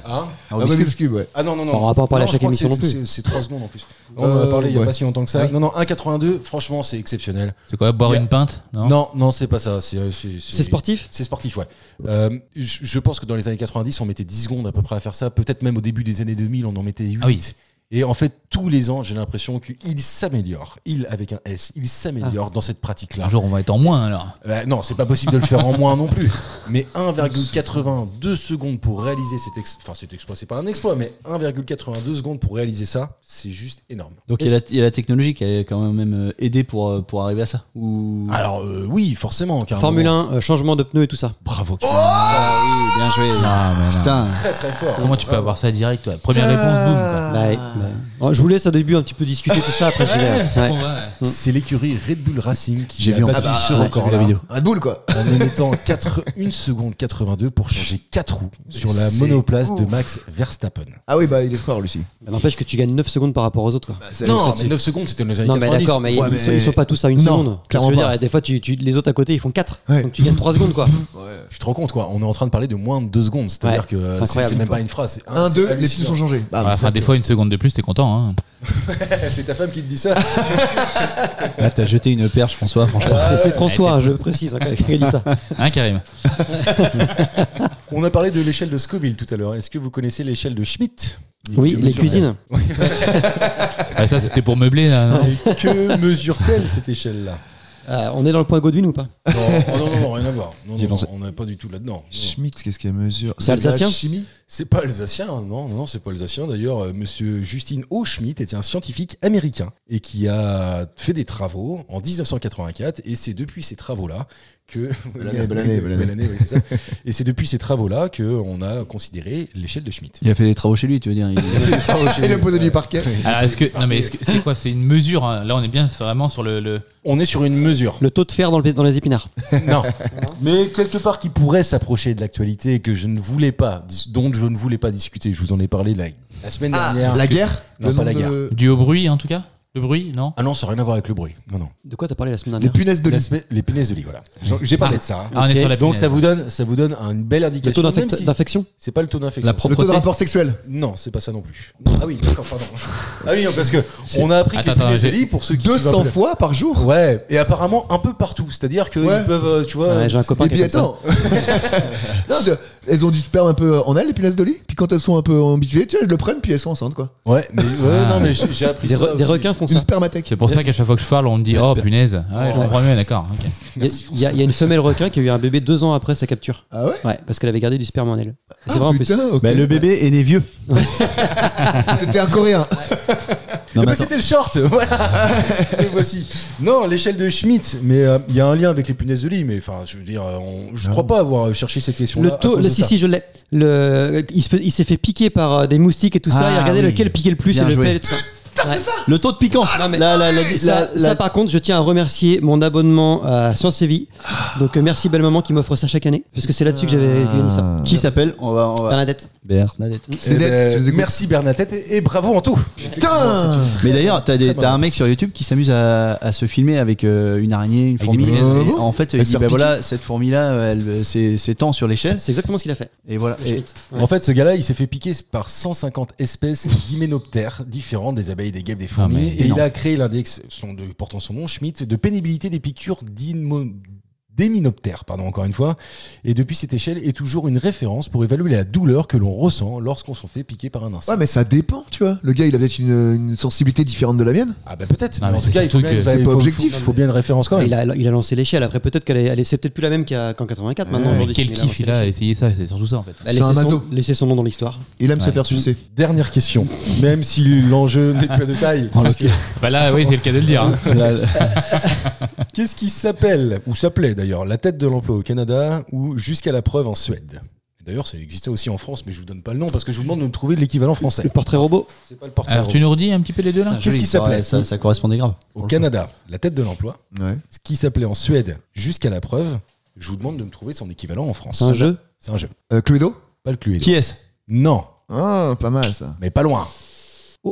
Speaker 4: Hein
Speaker 7: Un Rubik's Cube.
Speaker 3: Cube, ouais.
Speaker 4: Ah non, non, non.
Speaker 5: On va pas en parler à
Speaker 4: je
Speaker 5: chaque
Speaker 4: crois que
Speaker 5: émission
Speaker 4: c'est-
Speaker 5: non
Speaker 4: c'est- C'est 3 secondes en plus. On en a
Speaker 3: Euh,
Speaker 4: parlé il y a
Speaker 3: ouais.
Speaker 4: pas si longtemps que ça. Non, non, 1,82, franchement, c'est exceptionnel.
Speaker 6: C'est quoi, boire
Speaker 4: Y a-
Speaker 6: une pinte Non.
Speaker 4: Non, non, c'est pas ça. C'est euh, c'est-
Speaker 5: C'est
Speaker 4: c'est-
Speaker 5: sportif
Speaker 4: C'est sportif, ouais. Euh, je, je pense que dans les années 90, on mettait 10 secondes à peu près à faire ça. Peut-être même au début des années 2000, on en mettait 8.
Speaker 6: Ah oui.
Speaker 4: Et en fait, tous les ans, j'ai l'impression qu'il s'améliore. Il, avec un S, il s'améliore dans cette pratique-là.
Speaker 6: Un jour, on va être en moins alors.
Speaker 4: Euh, non, c'est pas possible de le faire en moins non plus. Mais 1,82 secondes pour réaliser cet exploit. Enfin, cet exploit, c'est pas un exploit, mais 1,82 secondes pour réaliser ça, c'est juste énorme.
Speaker 7: Donc, il y, a la- il y a la technologie qui a quand même euh, aidé pour, euh, pour arriver à ça. Ou...
Speaker 5: Ah.
Speaker 4: Alors, euh, oui, forcément. car
Speaker 5: Formule
Speaker 4: bon,
Speaker 5: 1, euh, changement de pneus et tout ça.
Speaker 4: Bravo. Kim.
Speaker 7: Ah oui, bien joué. Putain.
Speaker 4: Très, très fort.
Speaker 6: Ah, Comment tu peux avoir ça direct, toi Première réponse, boum.
Speaker 4: Ah.
Speaker 6: quoi.
Speaker 5: Bah, ouais, bah. Oh, Je vous laisse au début un petit peu discuter tout ça, après j'y vais.
Speaker 6: Ouais, c'est ce
Speaker 5: Ouais.
Speaker 6: qu'on va, ouais.
Speaker 4: C'est l'écurie Red Bull Racing qui
Speaker 7: J'ai
Speaker 4: a
Speaker 7: vu en-
Speaker 4: battu
Speaker 7: Ah bah,
Speaker 4: ce
Speaker 7: ouais,
Speaker 4: record
Speaker 7: j'ai vu la
Speaker 4: vidéo.
Speaker 7: vidéo.
Speaker 3: Red Bull, quoi.
Speaker 4: en émettant 4, 1 seconde 82 pour changer 4 roues sur la
Speaker 3: C'est
Speaker 4: monoplace de
Speaker 3: ouf.
Speaker 4: Max Verstappen.
Speaker 3: Ah oui, bah il est fort, Lucie.
Speaker 5: Bah, N'empêche que tu gagnes 9 secondes par rapport aux autres. Quoi.
Speaker 3: Ah,
Speaker 4: Non, mais 9 secondes, c'était dans les années
Speaker 5: non, mais
Speaker 4: 90.
Speaker 5: d'accord, mais,
Speaker 3: Ouais,
Speaker 5: ils,
Speaker 3: mais-
Speaker 5: Sont, ils sont pas tous à une
Speaker 3: Non,
Speaker 5: seconde. Parce que
Speaker 3: clairement
Speaker 5: je veux dire,
Speaker 3: pas.
Speaker 5: des fois, tu, tu- les autres à côté, ils font 4.
Speaker 3: Ouais.
Speaker 5: Donc tu gagnes 3 secondes, quoi.
Speaker 4: Tu te rends compte, quoi. On est en train de parler de moins de 2 secondes. C'est-à-dire
Speaker 5: Ouais,
Speaker 4: que euh,
Speaker 5: c'est
Speaker 4: c'est-
Speaker 5: incroyable.
Speaker 4: c'est même pas une phrase. c'est
Speaker 3: Un,
Speaker 4: c'est
Speaker 3: deux, les
Speaker 4: hallucinant. Ah,
Speaker 3: filles sont changées. Bah,
Speaker 6: Voilà, enfin, Ah, des fois, une seconde de plus, t'es content. Hein.
Speaker 4: C'est ta femme qui te dit ça.
Speaker 7: Là, t'as jeté une perche, François, franchement.
Speaker 5: C'est- C'est François, hein, je précise, hein, quand il dit ça.
Speaker 6: Hein, Karim
Speaker 4: On a parlé de l'échelle de Scoville tout à l'heure. Est-ce que vous connaissez l'échelle de Schmidt
Speaker 5: Oui,
Speaker 4: Que
Speaker 5: les
Speaker 4: mesure-t-elle
Speaker 5: cuisines.
Speaker 6: Ah, Ça, c'était pour meubler. là, non
Speaker 4: Et que mesure-t-elle cette échelle-là
Speaker 5: Euh, on est dans le point Godwin ou pas
Speaker 4: Non, oh, non, non, non, rien à voir. Non,
Speaker 5: J'y
Speaker 4: non,
Speaker 5: pensais.
Speaker 4: non, on n'est pas du tout là-dedans. Non.
Speaker 3: Schmitz, qu'est-ce qu'elle mesure
Speaker 5: C'est
Speaker 3: de la
Speaker 5: alsacien
Speaker 3: chimie
Speaker 4: C'est pas alsacien, hein. non, non, c'est pas alsacien. D'ailleurs, euh, monsieur Justin O. Schmidt était un scientifique américain et qui a fait des travaux en 1984. Et c'est depuis ces travaux-là que.
Speaker 3: Belle année, belle année, belle année.
Speaker 4: oui, c'est ça. Et c'est depuis ces travaaux-là qu'on a considéré l'échelle de Schmidt.
Speaker 7: Il a fait des travaux chez lui, tu veux dire. il-
Speaker 3: Il a posé du parquet.
Speaker 6: Alors, est-ce que. Non, mais est-ce que- c'est quoi C'est une mesure. hein. Là, on est bien vraiment sur le. le-
Speaker 4: On est sur une mesure.
Speaker 5: Le taux de fer dans, le, dans les épinards.
Speaker 4: Non. Mais quelque part qui pourrait s'approcher de l'actualité et que je ne voulais pas, dont je ne voulais pas discuter. Je vous en ai parlé la, la semaine
Speaker 3: Ah,
Speaker 4: dernière.
Speaker 3: la guerre
Speaker 4: Non,
Speaker 3: Le
Speaker 4: pas
Speaker 3: nombre
Speaker 4: la guerre.
Speaker 3: de-
Speaker 6: Dû au bruit, en tout cas Le bruit, non
Speaker 4: Ah non, ça n'a rien à voir avec le bruit. Non, non.
Speaker 5: De quoi t'as parlé la semaine
Speaker 3: Les
Speaker 5: dernière
Speaker 3: punaises de lit.
Speaker 4: L'aspect- Les punaises de lit, voilà. J'en- J'ai parlé de ça. hein.
Speaker 6: Ah, on est
Speaker 5: Ok.
Speaker 6: sur la
Speaker 4: Donc
Speaker 6: punaise.
Speaker 4: ça vous donne, ça vous donne une belle
Speaker 5: Le taux
Speaker 4: indication.
Speaker 5: d'infect-
Speaker 4: Même si
Speaker 5: d'infection
Speaker 4: c'est pas le taux d'infection.
Speaker 5: La pro-
Speaker 3: Le taux de
Speaker 5: Propreté.
Speaker 3: rapport sexuel.
Speaker 4: Non, c'est pas ça non plus. Ah oui, d'accord, pardon. Ah oui, non, parce que on a appris que
Speaker 6: Attends,
Speaker 4: les punaises de
Speaker 6: attends,
Speaker 4: lit pour ceux qui suivent un
Speaker 3: 200
Speaker 4: peu la-
Speaker 3: fois par jour
Speaker 4: Ouais, et apparemment un peu partout. C'est-à-dire qu'ils
Speaker 3: Ouais.
Speaker 4: peuvent, euh, tu vois.
Speaker 5: Ouais, J'ai un copain
Speaker 3: Et
Speaker 5: qui
Speaker 3: puis
Speaker 5: est comme ça.
Speaker 3: attends Non, de- Elles ont du sperme un peu en elles, les punaises de lit Puis quand elles sont un peu habituées, tu sais, elles le prennent, puis elles sont enceintes, quoi.
Speaker 4: Ouais, mais, ouais,
Speaker 3: Ah.
Speaker 4: non, mais j'ai j'ai appris
Speaker 5: Des,
Speaker 4: ça.
Speaker 5: re- des
Speaker 4: aussi.
Speaker 5: requins font
Speaker 3: Une
Speaker 5: ça.
Speaker 3: spermathèque.
Speaker 6: C'est pour ça qu'à chaque fois que je parle, on me dit Oh punaise. Ah ouais, je comprends mieux, d'accord. ok.
Speaker 5: Il y, a- il y a- il y a une femelle requin qui a eu un bébé deux ans après sa capture.
Speaker 3: Ah ouais
Speaker 5: Ouais, parce qu'elle avait gardé du sperme en elle. Et
Speaker 3: Ah,
Speaker 5: C'est vrai en plus.
Speaker 3: putain, ok.
Speaker 7: Bah, le bébé est né vieux.
Speaker 3: C'était un coréen.
Speaker 7: Non,
Speaker 4: Eh
Speaker 7: mais
Speaker 4: ben,
Speaker 7: attends.
Speaker 4: c'était le short, voilà. Et voici. Non, l'échelle de Schmitt, mais euh, il y a un lien avec les punaises de lit, mais enfin, je veux dire, euh, on- je crois pas avoir cherché cette question-là.
Speaker 5: Le
Speaker 4: à
Speaker 5: taux,
Speaker 4: cause
Speaker 5: le-
Speaker 4: de
Speaker 5: si,
Speaker 4: ça.
Speaker 5: si, je l'ai. Le, il se- il s'est fait piquer par euh, des moustiques et tout ça.
Speaker 7: Ah,
Speaker 5: il regardait
Speaker 7: oui.
Speaker 5: lequel piquait le plus
Speaker 7: Bien
Speaker 5: et
Speaker 7: joué.
Speaker 5: lequel. tout ça. Ouais.
Speaker 7: Le taux de piquance.
Speaker 5: Non, mais-
Speaker 7: Là, la- la- la-
Speaker 5: ça,
Speaker 7: la-
Speaker 5: ça, par contre, je tiens à remercier mon abonnement à Science et Vie. Donc, euh, merci, belle maman, qui m'offre ça chaque année. Parce que c'est là-dessus que j'avais gagné ça.
Speaker 7: Qui s'appelle On va. On va...
Speaker 5: Bernadette.
Speaker 7: Bernadette.
Speaker 4: Eh
Speaker 3: Bernadette,
Speaker 4: ben,
Speaker 3: je les écoute.
Speaker 4: merci Bernadette et, et bravo Anto.
Speaker 3: Putain
Speaker 7: Mais d'ailleurs, t'as, des-
Speaker 4: Très
Speaker 7: t'as un mec sur YouTube qui s'amuse à, à se filmer avec euh, une araignée, une fourmi.
Speaker 3: punaises.
Speaker 7: et
Speaker 3: Ah bon
Speaker 7: en fait,
Speaker 3: Elle
Speaker 7: il
Speaker 3: se
Speaker 7: dit
Speaker 3: fait
Speaker 7: bah
Speaker 3: piquer.
Speaker 7: voilà, cette fourmi-là, euh, elle, euh, c'est, c'est tant sur l'échelle.
Speaker 5: C'est exactement ce qu'il a fait.
Speaker 7: Et voilà.
Speaker 5: Le
Speaker 7: Et-
Speaker 5: Schmitt. Ouais.
Speaker 4: En fait, ce gars-là, il s'est fait piquer par 150 espèces d'hyménoptères différentes, des abeilles, des guêpes, des fourmis,
Speaker 6: mais
Speaker 4: et il
Speaker 7: énorme.
Speaker 4: a créé l'index son- de- portant son nom, Schmitt, de pénibilité des piqûres d'hymo- d'hyménoptères, pardon, encore une fois. Et depuis cette échelle est toujours une référence pour évaluer la douleur que l'on ressent lorsqu'on s'en fait piquer par un insecte.
Speaker 3: Ouais, mais ça dépend, tu vois. Le gars, il a peut-être une, une sensibilité différente de la mienne.
Speaker 4: Ah bah peut-être.
Speaker 6: Non,
Speaker 4: mais
Speaker 6: mais
Speaker 4: en tout
Speaker 6: c'est
Speaker 4: cas, il faut
Speaker 6: surtout
Speaker 4: bien,
Speaker 6: que
Speaker 4: il
Speaker 3: c'est
Speaker 4: faut-
Speaker 3: pas
Speaker 4: faut-
Speaker 3: objectif.
Speaker 4: faut bien une référence quand
Speaker 5: Ah,
Speaker 4: même.
Speaker 5: Il a, il a lancé l'échelle. Après, peut-être qu'elle est, elle est- c'est peut-être plus la même qu'à- qu'en 84 maintenant.
Speaker 6: Mais
Speaker 5: aujourd'hui.
Speaker 6: Quel
Speaker 5: Mais
Speaker 6: kiff
Speaker 5: lancé
Speaker 6: il a
Speaker 5: l'échelle.
Speaker 6: essayé ça, c'est surtout ça en fait.
Speaker 5: Bah,
Speaker 3: C'est
Speaker 5: laissez
Speaker 3: un
Speaker 5: son-
Speaker 3: maso.
Speaker 5: laissez son nom dans l'histoire.
Speaker 3: Il aime se faire sucer.
Speaker 4: Dernière question, même si l'enjeu n'est pas de taille. parce que-
Speaker 6: Bah là, oui, c'est le cas de le dire. hein.
Speaker 4: Qu'est-ce qui s'appelle, ou s'appelait d'ailleurs, la tête de l'emploi au Canada ou jusqu'à la preuve en Suède D'ailleurs, ça existait aussi en France, mais je vous donne pas le nom parce que je vous demande de me trouver l'équivalent
Speaker 5: Le
Speaker 4: français.
Speaker 5: portrait robot. Ah,
Speaker 4: C'est pas le portrait.
Speaker 6: Alors, Ah, tu nous redis un petit peu les deux là
Speaker 4: Qu'est-ce qui s'appelait
Speaker 7: Ouais, ça, ça correspondait grave.
Speaker 4: au Canada La tête de l'emploi.
Speaker 3: Ouais.
Speaker 4: Ce qui s'appelait en Suède jusqu'à la preuve. Je vous demande de me trouver son équivalent en France.
Speaker 5: C'est un jeu.
Speaker 4: C'est un jeu.
Speaker 3: Euh, Cluedo
Speaker 4: Pas le Cluedo.
Speaker 7: Qui est-ce
Speaker 4: Non,
Speaker 3: Ah, pas mal ça.
Speaker 4: mais pas loin.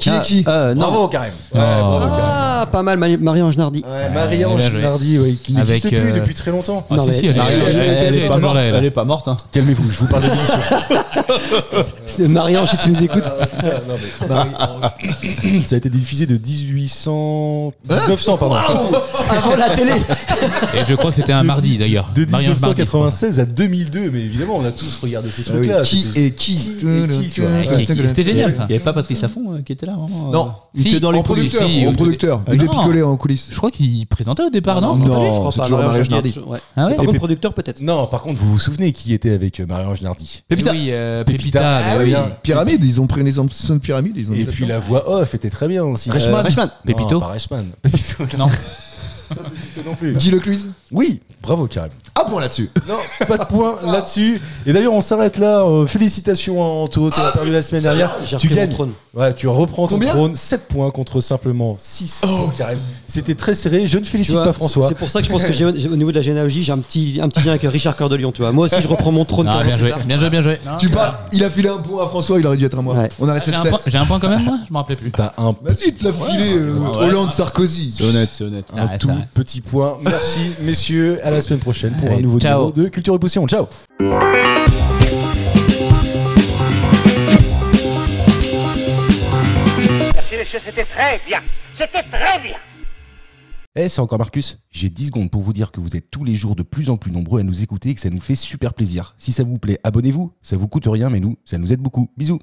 Speaker 3: Qui est qui
Speaker 7: euh, Non.
Speaker 4: Bravo, Karim.
Speaker 6: Oh.
Speaker 4: Ouais, bravo, Karim.
Speaker 5: Ah, pas mal, Mani- Marie-Ange Nardi.
Speaker 6: bien
Speaker 3: Ouais.
Speaker 4: Marie-Ange
Speaker 6: joué.
Speaker 4: Nardi, ouais, qui n'existe
Speaker 6: Avec,
Speaker 4: plus
Speaker 6: euh,
Speaker 4: depuis très longtemps.
Speaker 6: Ah,
Speaker 5: Non,
Speaker 6: si,
Speaker 5: mais-
Speaker 6: si, elle est-
Speaker 7: Elle,
Speaker 6: elle-
Speaker 7: elle-
Speaker 6: elle-
Speaker 7: elle
Speaker 6: elle
Speaker 7: est
Speaker 6: est
Speaker 7: pas
Speaker 6: toujours
Speaker 7: morte.
Speaker 6: là,
Speaker 7: Elle
Speaker 6: elle.
Speaker 7: est pas morte. hein.
Speaker 4: Calmez-vous, je vous parle de l'émission.
Speaker 5: C'est Marie-Ange, si tu nous écoutes.
Speaker 4: Ça a été diffusé de 1800. 1900, pardon.
Speaker 5: Avant la télé.
Speaker 6: Et je crois que c'était un mardi d'ailleurs.
Speaker 4: De
Speaker 6: Mariage mardi, je crois.
Speaker 4: 1996 à 2002, mais évidemment, on a tous regardé ces
Speaker 3: Ah oui,
Speaker 4: trucs-là.
Speaker 3: Qui
Speaker 4: C'était-
Speaker 3: est qui
Speaker 4: Qui est qui, tu vois.
Speaker 6: Ouais, qui- qui- C'était génial ça.
Speaker 7: Il y avait pas Patrice Laffont euh, qui était là vraiment. euh,
Speaker 3: Non.
Speaker 7: Il
Speaker 6: Si,
Speaker 7: était dans les
Speaker 3: En producteur,
Speaker 6: coulisses, si,
Speaker 3: en
Speaker 6: ou-
Speaker 3: producteur.
Speaker 6: Ah,
Speaker 3: Il devait
Speaker 6: non.
Speaker 3: picoler en coulisses.
Speaker 6: Je crois qu'il présentait au départ, non
Speaker 3: Non.
Speaker 5: je crois
Speaker 3: c'est
Speaker 5: pas.
Speaker 3: toujours
Speaker 5: Marie-Ange
Speaker 3: Marie-Ange Nardi.
Speaker 5: toujours- ouais.
Speaker 6: Ah ouais
Speaker 5: Par contre, producteur peut-être.
Speaker 4: Non, par contre, vous vous souvenez qui était avec euh, Marie-Ange Nardi
Speaker 6: Pépita. Oui, euh, Pépita.
Speaker 4: Ah
Speaker 6: bah
Speaker 4: oui.
Speaker 6: oui.
Speaker 3: Pyramide, ils ont pris les ambitions de pyramide. Ils ont
Speaker 4: Et
Speaker 3: mis
Speaker 4: puis
Speaker 3: là-dedans.
Speaker 4: la voix off était très bien
Speaker 5: Euh,
Speaker 4: aussi. Euh,
Speaker 7: Reichmann.
Speaker 4: Non,
Speaker 6: Pépito.
Speaker 4: pas Reichmann. Pépito
Speaker 6: Non.
Speaker 4: non plus.
Speaker 3: Dis le quiz.
Speaker 4: Oui, bravo Karim.
Speaker 3: Ah, bon là-dessus.
Speaker 4: Pas de point là-dessus. Et d'ailleurs, on s'arrête là. Euh, Félicitations à Anto, tu as perdu la semaine dernière.
Speaker 5: J'ai
Speaker 4: Tu
Speaker 5: repris mon
Speaker 4: gagnes.
Speaker 5: trône.
Speaker 4: Ouais, tu reprends ton
Speaker 3: Combien
Speaker 4: trône. 7 points contre simplement 6. Oh, Karim. C'était très serré. Je ne
Speaker 5: Tu
Speaker 4: félicite
Speaker 5: vois,
Speaker 4: pas François.
Speaker 5: C'est pour ça que je pense que j'ai- j'ai- au niveau de la généalogie, j'ai un petit, un petit lien avec Richard Cœur de Lion, tu vois. Moi aussi, je reprends mon trône.
Speaker 6: Non,
Speaker 5: quinze ans
Speaker 6: bien
Speaker 5: plus
Speaker 6: joué,
Speaker 5: tard.
Speaker 6: bien joué, bien joué.
Speaker 3: Tu parles, il a filé un point à François, il aurait dû être à moi.
Speaker 5: Ouais.
Speaker 3: On a
Speaker 6: Ah,
Speaker 3: resté
Speaker 6: J'ai
Speaker 3: de
Speaker 6: un,
Speaker 3: 7.
Speaker 6: point, j'ai un point quand même, moi Je me rappelais plus.
Speaker 4: T'as un
Speaker 3: Vas-y, tu l'as filé euh,
Speaker 4: Ah
Speaker 3: Hollande, Sarkozy.
Speaker 7: C'est honnête, c'est honnête.
Speaker 6: Ah,
Speaker 4: tout
Speaker 6: ça va.
Speaker 4: petit point. Merci, messieurs. À la semaine prochaine pour un
Speaker 6: Allez,
Speaker 4: nouveau
Speaker 6: ciao.
Speaker 4: numéro de Culture et Poussière. Ciao.
Speaker 2: Merci messieurs, c'était très bien. C'était très bien.
Speaker 4: Eh, c'est encore Marcus. J'ai 10 secondes pour vous dire que vous êtes tous les jours de plus en plus nombreux à nous écouter et que ça nous fait super plaisir. Si ça vous plaît, abonnez-vous. Ça vous coûte rien, mais nous, ça nous aide beaucoup. Bisous.